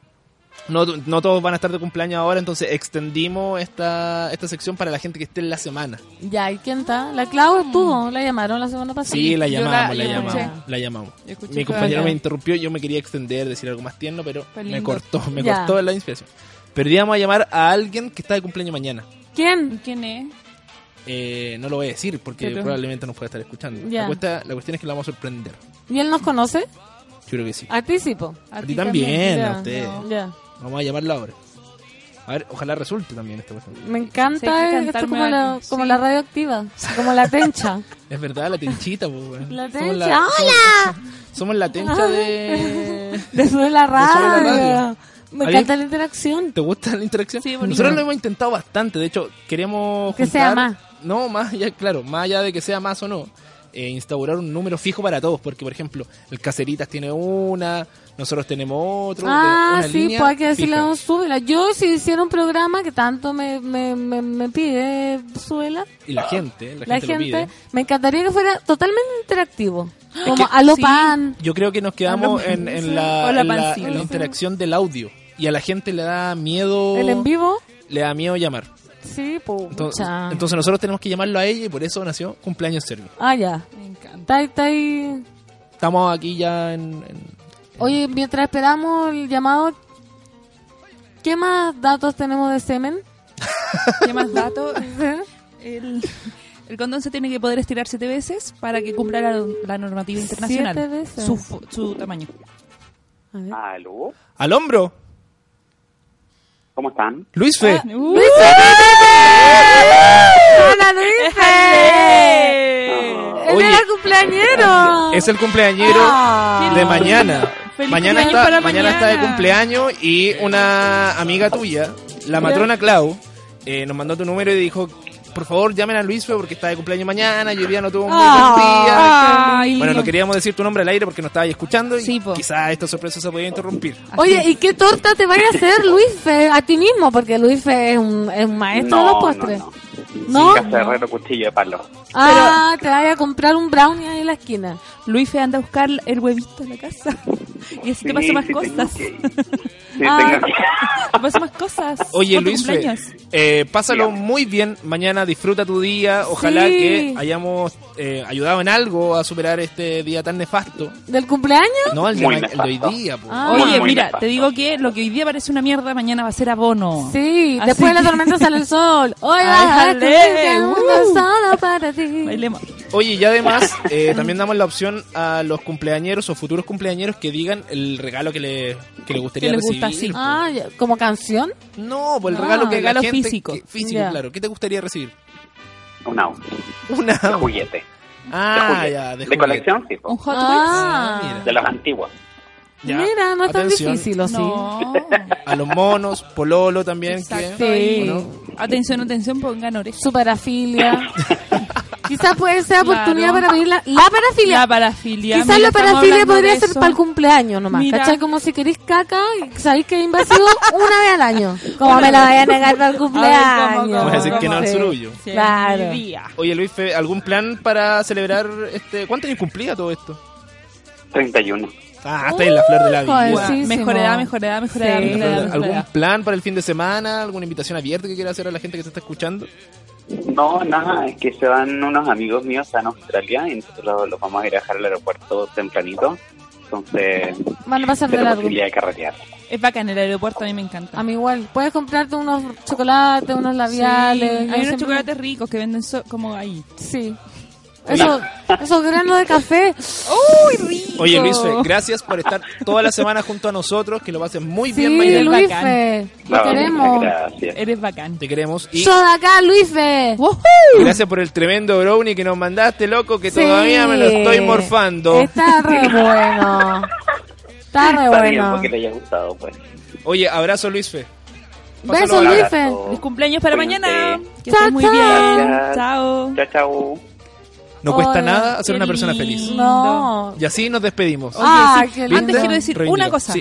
B: No, no todos van a estar de cumpleaños ahora, entonces extendimos esta, esta sección para la gente que esté en la semana.
C: Ya, ¿y quién está? La Clau estuvo, la llamaron la semana pasada.
B: Sí, la
C: Yo
B: llamamos, la,
C: yo
B: llamamos,
C: escuché.
B: la llamamos.
C: Yo escuché
B: Mi
C: que
B: compañero me
C: había-
B: interrumpió, yo me quería extender, decir algo más tierno, pero
C: Fue
B: me
C: lindo.
B: cortó, me
C: Ya.
B: cortó la inspiración. Pero íbamos a llamar a alguien que está de cumpleaños mañana.
C: ¿Quién?
I: ¿Quién es?
B: Eh, no lo voy a decir porque
C: Pero-
B: probablemente nos pueda estar escuchando.
C: Ya.
B: La, cuesta- la cuestión es que la vamos a sorprender.
C: ¿Y él nos conoce?
B: Yo creo que sí.
C: A ti sí, po.
B: A ti ti también, también, a
C: Ya,
B: usted.
C: ya.
B: Vamos a llamarla ahora. A ver, ojalá resulte también esta cuestión.
C: Me
I: Sí, hay que
C: encanta esto
I: cantarme
C: como, la,
I: algo,
C: como la radio activa, como la tencha.
B: Es verdad, la tenchita, pues, weón.
C: La
B: Somos
C: tencha.
B: la-
C: ¡Hola!
B: Somos la tencha
C: de...
B: de...
C: De Sube la
B: Sube la
C: radio.
B: Radio.
C: Me
B: ¿Alguien-
C: encanta la interacción.
B: ¿Te gusta la interacción? Sí,
C: bonito.
B: Nosotros lo hemos intentado bastante. De hecho, queremos
C: Que sea más.
B: No, más, ya claro. Más allá de que sea más o no. eh, instaurar un número fijo para todos. Porque, por ejemplo, el Caceritas tiene una. Nosotros tenemos otro. de-
C: Ah,
B: una
C: sí,
B: línea
C: pues hay que decirle
B: fija.
C: a un súbela. Yo si hiciera un programa que tanto me, me, me, me pide súbela,
B: Y la gente, la,
C: la
B: gente, lo
C: gente,
B: pide.
C: me encantaría que fuera totalmente interactivo.
B: Es
C: Como
B: que-
C: a lo
B: sí,
C: pan.
B: Yo creo que nos quedamos
C: A lo
B: en, en
C: pan, sí.
B: la,
C: Hola,
B: en la-
C: pancito.
B: en la interacción del audio. Y a la gente le da miedo.
C: El en vivo,
B: Le da miedo llamar.
C: sí,
B: Entonces,
C: pucha.
B: entonces nosotros tenemos que llamarlo a ella y por eso nació Cumpleaños Servio.
C: Ah, ya. Me encanta.
B: Estamos aquí ya en- en,
C: Oye, mientras esperamos el llamado, ¿qué más datos tenemos de semen?
I: ¿Qué más dato? El, el condón se tiene que poder estirar siete veces para que cumpla la, la normativa internacional.
C: Siete veces.
I: Su, fo- su tamaño.
M: ¿Aló?
B: Al hombro.
M: ¿Cómo están?
B: Luis Fe.
C: ¡Hola, ¡Eh! Luis! ¡Él
B: Oye.
C: era cumpleañero!
B: Es el cumpleañero
C: Ah.
B: de
C: Qué
B: mañana.
C: Feliz
B: Mañana
C: cumpleaños
B: está,
C: para mañana.
B: mañana. está de cumpleaños y una amiga tuya, la matrona Clau, eh, nos mandó tu número y dijo, por favor llamen a Luis Fe porque está de cumpleaños mañana y hoy día no tuvo un muy buen
C: Ah,
B: día.
C: qué lindo.
B: Bueno, no queríamos decir tu nombre al aire porque no estabas escuchando y quizás esta sorpresa se podía interrumpir.
C: Oye, ¿y qué torta te vaya a hacer Luis Fe a ti mismo? Porque Luis Fe es un, es un maestro de los
M: No,
C: postres.
M: no,
C: ¿No?
M: Chica Herrero, cuchillo de palo.
C: Ah, te vaya a comprar un brownie ahí en la esquina.
I: Luis Fe anda a buscar el huevito en la casa. Y así te
M: Sí,
I: pasan más
M: sí, tengo
I: cosas.
M: Sí,
I: Ah,
M: tengo-
I: te pasan más cosas.
B: Oye
I: por tu
B: Luis, Fe,
I: cumpleaños.
B: eh, pásalo muy bien mañana, disfruta tu día, ojalá
C: Sí.
B: que hayamos eh, ayudado en algo a superar este día tan nefasto.
C: ¿Del cumpleaños?
B: No, el, de,
C: Muy
B: ma- el de hoy
C: nefasto.
B: día. po.
C: Ah.
I: Oye,
C: Muy
I: mira,
C: nefasto.
I: te digo que lo que hoy día parece una mierda, mañana va a ser abono.
C: Sí,
I: Así
C: después de la
I: que-
C: tormenta sale el sol. Hoy va a
I: Ájale,
C: tener un
I: uh.
C: solo para ti.
B: Oye, y además eh, también damos la opción a los cumpleañeros o futuros cumpleañeros que digan el regalo que le, que le gustaría
C: les
B: recibir.
I: pues.
C: Ah, ya, ¿como canción? Ah,
B: No, pues el regalo que la
C: regalo
B: gente-
C: físico.
B: que- físico,
C: Ya.
B: claro. ¿Qué te gustaría recibir?
M: Un auto.
B: Un auto.
M: De juguete.
B: Ah,
M: de juguete.
B: ya, de
M: de,
B: juguete.
M: colección, sí. po.
C: Hot Wheels. Ah,
M: De los antiguos.
B: Ya.
C: Mira, no es tan
B: Atención.
C: difícil, ¿o sí?
B: A los monos, Pololo también.
I: Exacto.
B: que-
I: Sí.
B: ¿o no?
I: Atención, atención, pongan orejas.
C: Su parafilia. Quizás puede ser
I: Claro.
C: oportunidad para pedir la, la parafilia.
I: La parafilia.
C: Quizás
I: mira,
C: la
I: estamos
C: parafilia
I: hablando
C: podría
I: de
C: ser
I: eso.
C: para el cumpleaños nomás.
I: Mira.
C: ¿Cachai? Como si queréis caca y sabéis que es invasivo una vez al año. Como
I: Una
C: me la
I: vez.
C: vaya a negar para el cumpleaños.
B: Vamos a decir que no al surullo.
C: Sí, Ah, Claro.
B: Oye, Luis, Fe, ¿algún plan para celebrar este. ¿Cuántos años cumplía todo esto?
M: 31.
B: Ah, está en
C: Uh,
B: la flor de la vida.
I: jovencísimo. Mejor edad, mejor edad, mejor edad, mejor edad, mejor
B: ¿Algún
I: edad.
B: plan para el fin de semana? ¿Alguna invitación abierta que quiera hacer a la gente que se está escuchando?
M: No, nada, es que se van unos amigos míos a Australia y nosotros los, los vamos a ir a dejar al aeropuerto tempranito. Entonces,
C: Van a pasar de
M: tengo
C: largo.
M: posibilidad de carretear.
I: Es bacán el aeropuerto, a mí me encanta.
C: A mí igual. Puedes comprarte unos chocolates, unos labiales.
I: Sí,
C: Yo
I: Hay unos
C: siempre-
I: chocolates ricos que venden so- como ahí.
C: Sí. Eso- Esos granos de café.
I: ¡Uy, rico!
B: Oye, Luis, Fe, gracias por estar toda la semana junto a nosotros. Que lo pasen muy bien,
C: Sí,
B: Mayra.
C: Luis, Fe, te No, queremos. muchas
M: gracias.
I: Eres bacán.
B: Te queremos. Y
C: Yo de acá, Luisfe.
B: gracias por el tremendo brownie que nos mandaste, loco, que todavía me lo estoy morfando.
C: Está re bueno. Está re
B: Está bien,
C: bueno.
B: porque-
M: Que le haya gustado, pues.
B: Oye, abrazo, Luis Fe.
C: Besos,
B: Pásalo bien.
C: Luisfe.
I: Feliz cumpleaños para
B: Cuídense.
I: mañana. Que
C: Chao,
I: estés muy
C: chao.
I: bien.
B: Gracias.
I: Chao.
M: Chao, chao.
B: No cuesta
I: Hola,
B: nada hacer
I: qué
B: una persona feliz.
I: lindo. No.
B: Y así nos despedimos.
I: Oye, Ah,
B: Oye,
I: sí, qué antes lindo. quiero decir una cosa.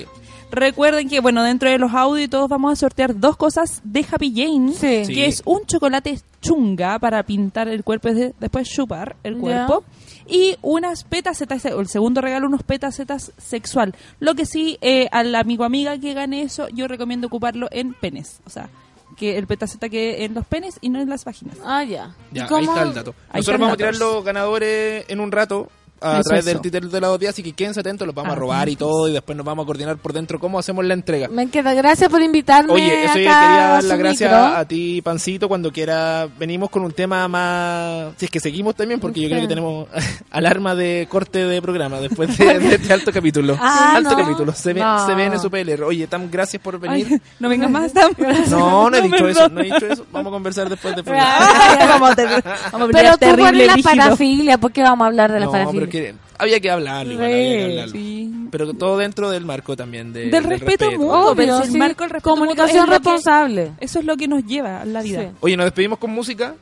I: Recuerden que, bueno, dentro de los audios y todos vamos a sortear dos cosas de Happy Jane, que
C: Sí.
I: es un chocolate chunga para pintar el cuerpo, y de- después chupar el
C: Ya.
I: cuerpo, y unas petacetas, o el segundo regalo, unos petacetas sexual. Lo que sí, eh, al amigo o amiga que gane eso, yo recomiendo ocuparlo en penes, o sea, que el petaceta quede en los penes y no en las vaginas.
C: Ah, ya.
B: Ya, ahí está el dato.
I: Ahí está el
B: Nosotros vamos
I: dato.
B: a tirar los ganadores en un rato a
I: Eso,
B: través del
I: eso. Ah,
B: Twitter de la dos días, así que quédense atentos, los vamos a robar y todo, y después nos vamos a coordinar por dentro cómo hacemos la entrega.
C: Me queda. Gracias por invitarme.
B: Oye, eso yo
C: acá
B: quería dar
C: a
B: las
C: su
B: gracias
C: micro.
B: a ti, Pancito, cuando quiera. Venimos con un tema más. Si es que seguimos también, porque yo creo que
C: Sí.
B: tenemos alarma de corte de programa después de, de este alto capítulo.
I: Ah,
B: alto
I: no.
B: capítulo. Se ve,
I: No.
B: se ve en su PLR. Oye, Tam, gracias por venir.
I: Ay, no vengas más, Tam.
B: No, no he dicho
I: perdón.
B: eso, no he dicho eso. Vamos a conversar después del programa.
I: vamos, a
C: Pero tú pones la parafilia, ¿por qué vamos a hablar de la
B: No,
C: parafilia?
B: pero que había que hablarlo, igual, había que
C: Re,
B: hablarlo. Pero todo dentro del marco también de,
I: Del respeto mutuo,
C: Obvio,
I: pero si el
C: sí.
I: marco el respeto
C: Comunicación
I: mutuo es lo que-
C: responsable.
I: eso es lo que nos lleva a la vida.
B: Oye, nos despedimos con música.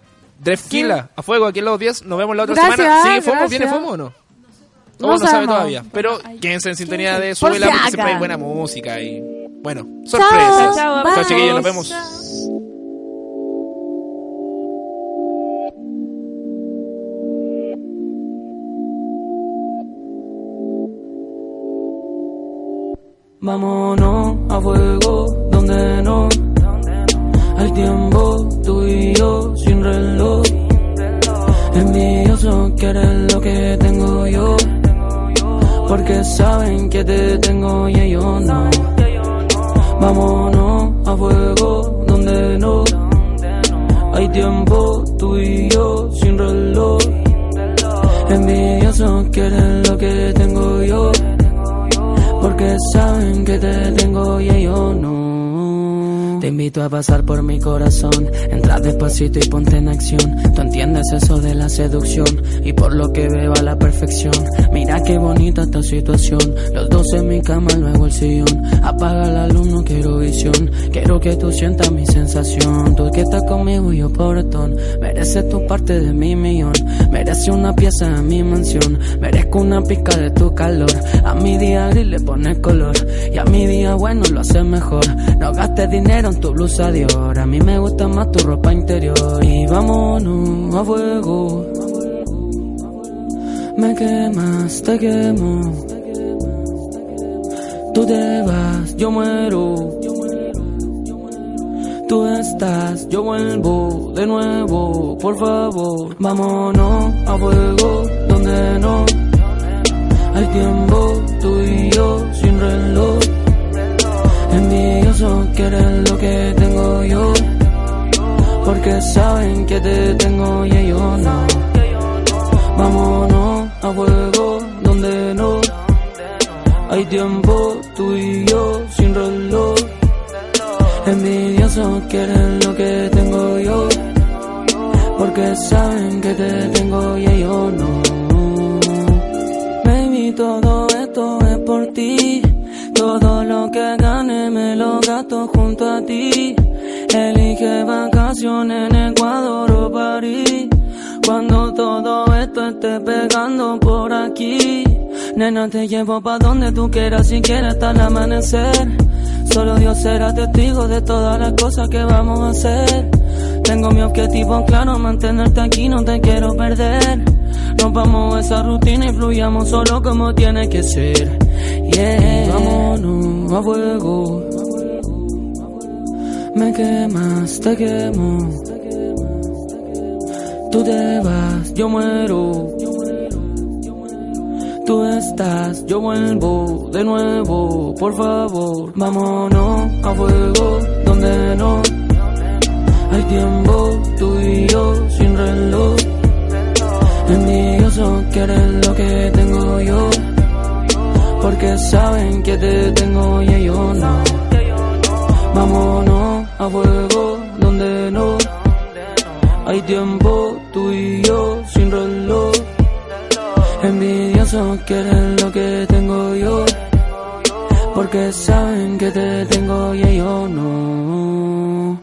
B: Drefkila, a fuego, aquí en los 10. Nos vemos la otra
C: Gracias,
B: semana. ¿Sigue FOMO?
C: gracias.
B: ¿Viene FOMO o no?
C: No
B: No, no sabe
C: sabemos.
B: todavía. Pero quédense en sintonía de
C: Por
B: Súbela
C: si
B: porque siempre
C: acá.
B: hay buena música y... Bueno,
C: Chao,
B: sorpresas. Chao
C: bye.
B: chiquillos, nos vemos.
N: Vámonos a fuego donde no hay tiempo tú y yo sin reloj. Envidioso quieren lo que tengo yo, porque saben que te tengo y ellos no. Vámonos a fuego donde no hay tiempo tú y yo sin reloj. Envidiosos quieren lo que tengo yo. Porque saben que te tengo y ellos no. Te invito a pasar por mi corazón. Entra despacito y ponte en acción. Tú entiendes eso de la seducción. Y por lo que veo a la perfección. Mira qué bonita esta situación. Los dos en mi cama, luego el sillón. Apaga la luz, no quiero visión. Quiero que tú sientas mi sensación. Tú que estás conmigo y yo pobretón. Mereces tu parte de mi millón. Merece una pieza de mi mansión. Merezco una pizca de tu calor. A mi día gris le pones color. Y a mi día bueno lo haces mejor. No gastes dinero en tu blusa de oro. A mí me gusta más tu ropa interior. Y vámonos a fuego. Me quemas, te quemo. Tú te vas, yo muero. Tú estás, yo vuelvo de nuevo, por favor. Vámonos a fuego donde no hay tiempo, tú y yo sin reloj. Envidiosos quieren lo que tengo yo, porque saben que te tengo y ellos no. Vámonos a fuego donde no hay tiempo, tú y yo sin reloj. Envidiosos quieren lo que tengo yo, porque saben que te tengo y ellos no. Baby, todo esto es por ti. Todo lo que gane me lo gasto junto a ti. Elige vacaciones en Ecuador o París. Cuando todo esto esté pegando por aquí. Nena, te llevo pa' donde tú quieras si quieres hasta el amanecer. Solo Dios será testigo de todas las cosas que vamos a hacer. Tengo mi objetivo claro, mantenerte aquí, no te quiero perder. Rompamos esa rutina y fluyamos solo como tiene que ser. Yeah. Vámonos a fuego. Me quemas, te quemo. Tú te vas, yo muero. Tú estás, yo vuelvo de nuevo, por favor. Vámonos a fuego donde no hay tiempo, tú y yo sin reloj. Envidiosos quieren lo que tengo yo, porque saben que te tengo y ellos no. Vámonos a fuego donde no hay tiempo, tú y yo sin reloj. Envidiosos quieren lo que tengo yo, porque saben que te tengo y ellos no.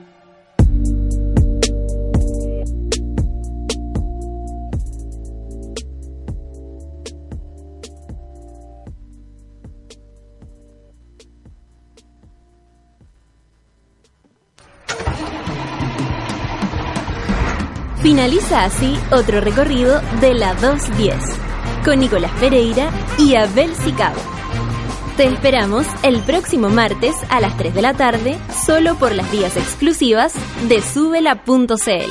A: Finaliza así otro recorrido de la 210 con Nicolás Pereira y Abel Sicabo. Te esperamos el próximo martes a las 3 de la tarde solo por las vías exclusivas de subela.cl.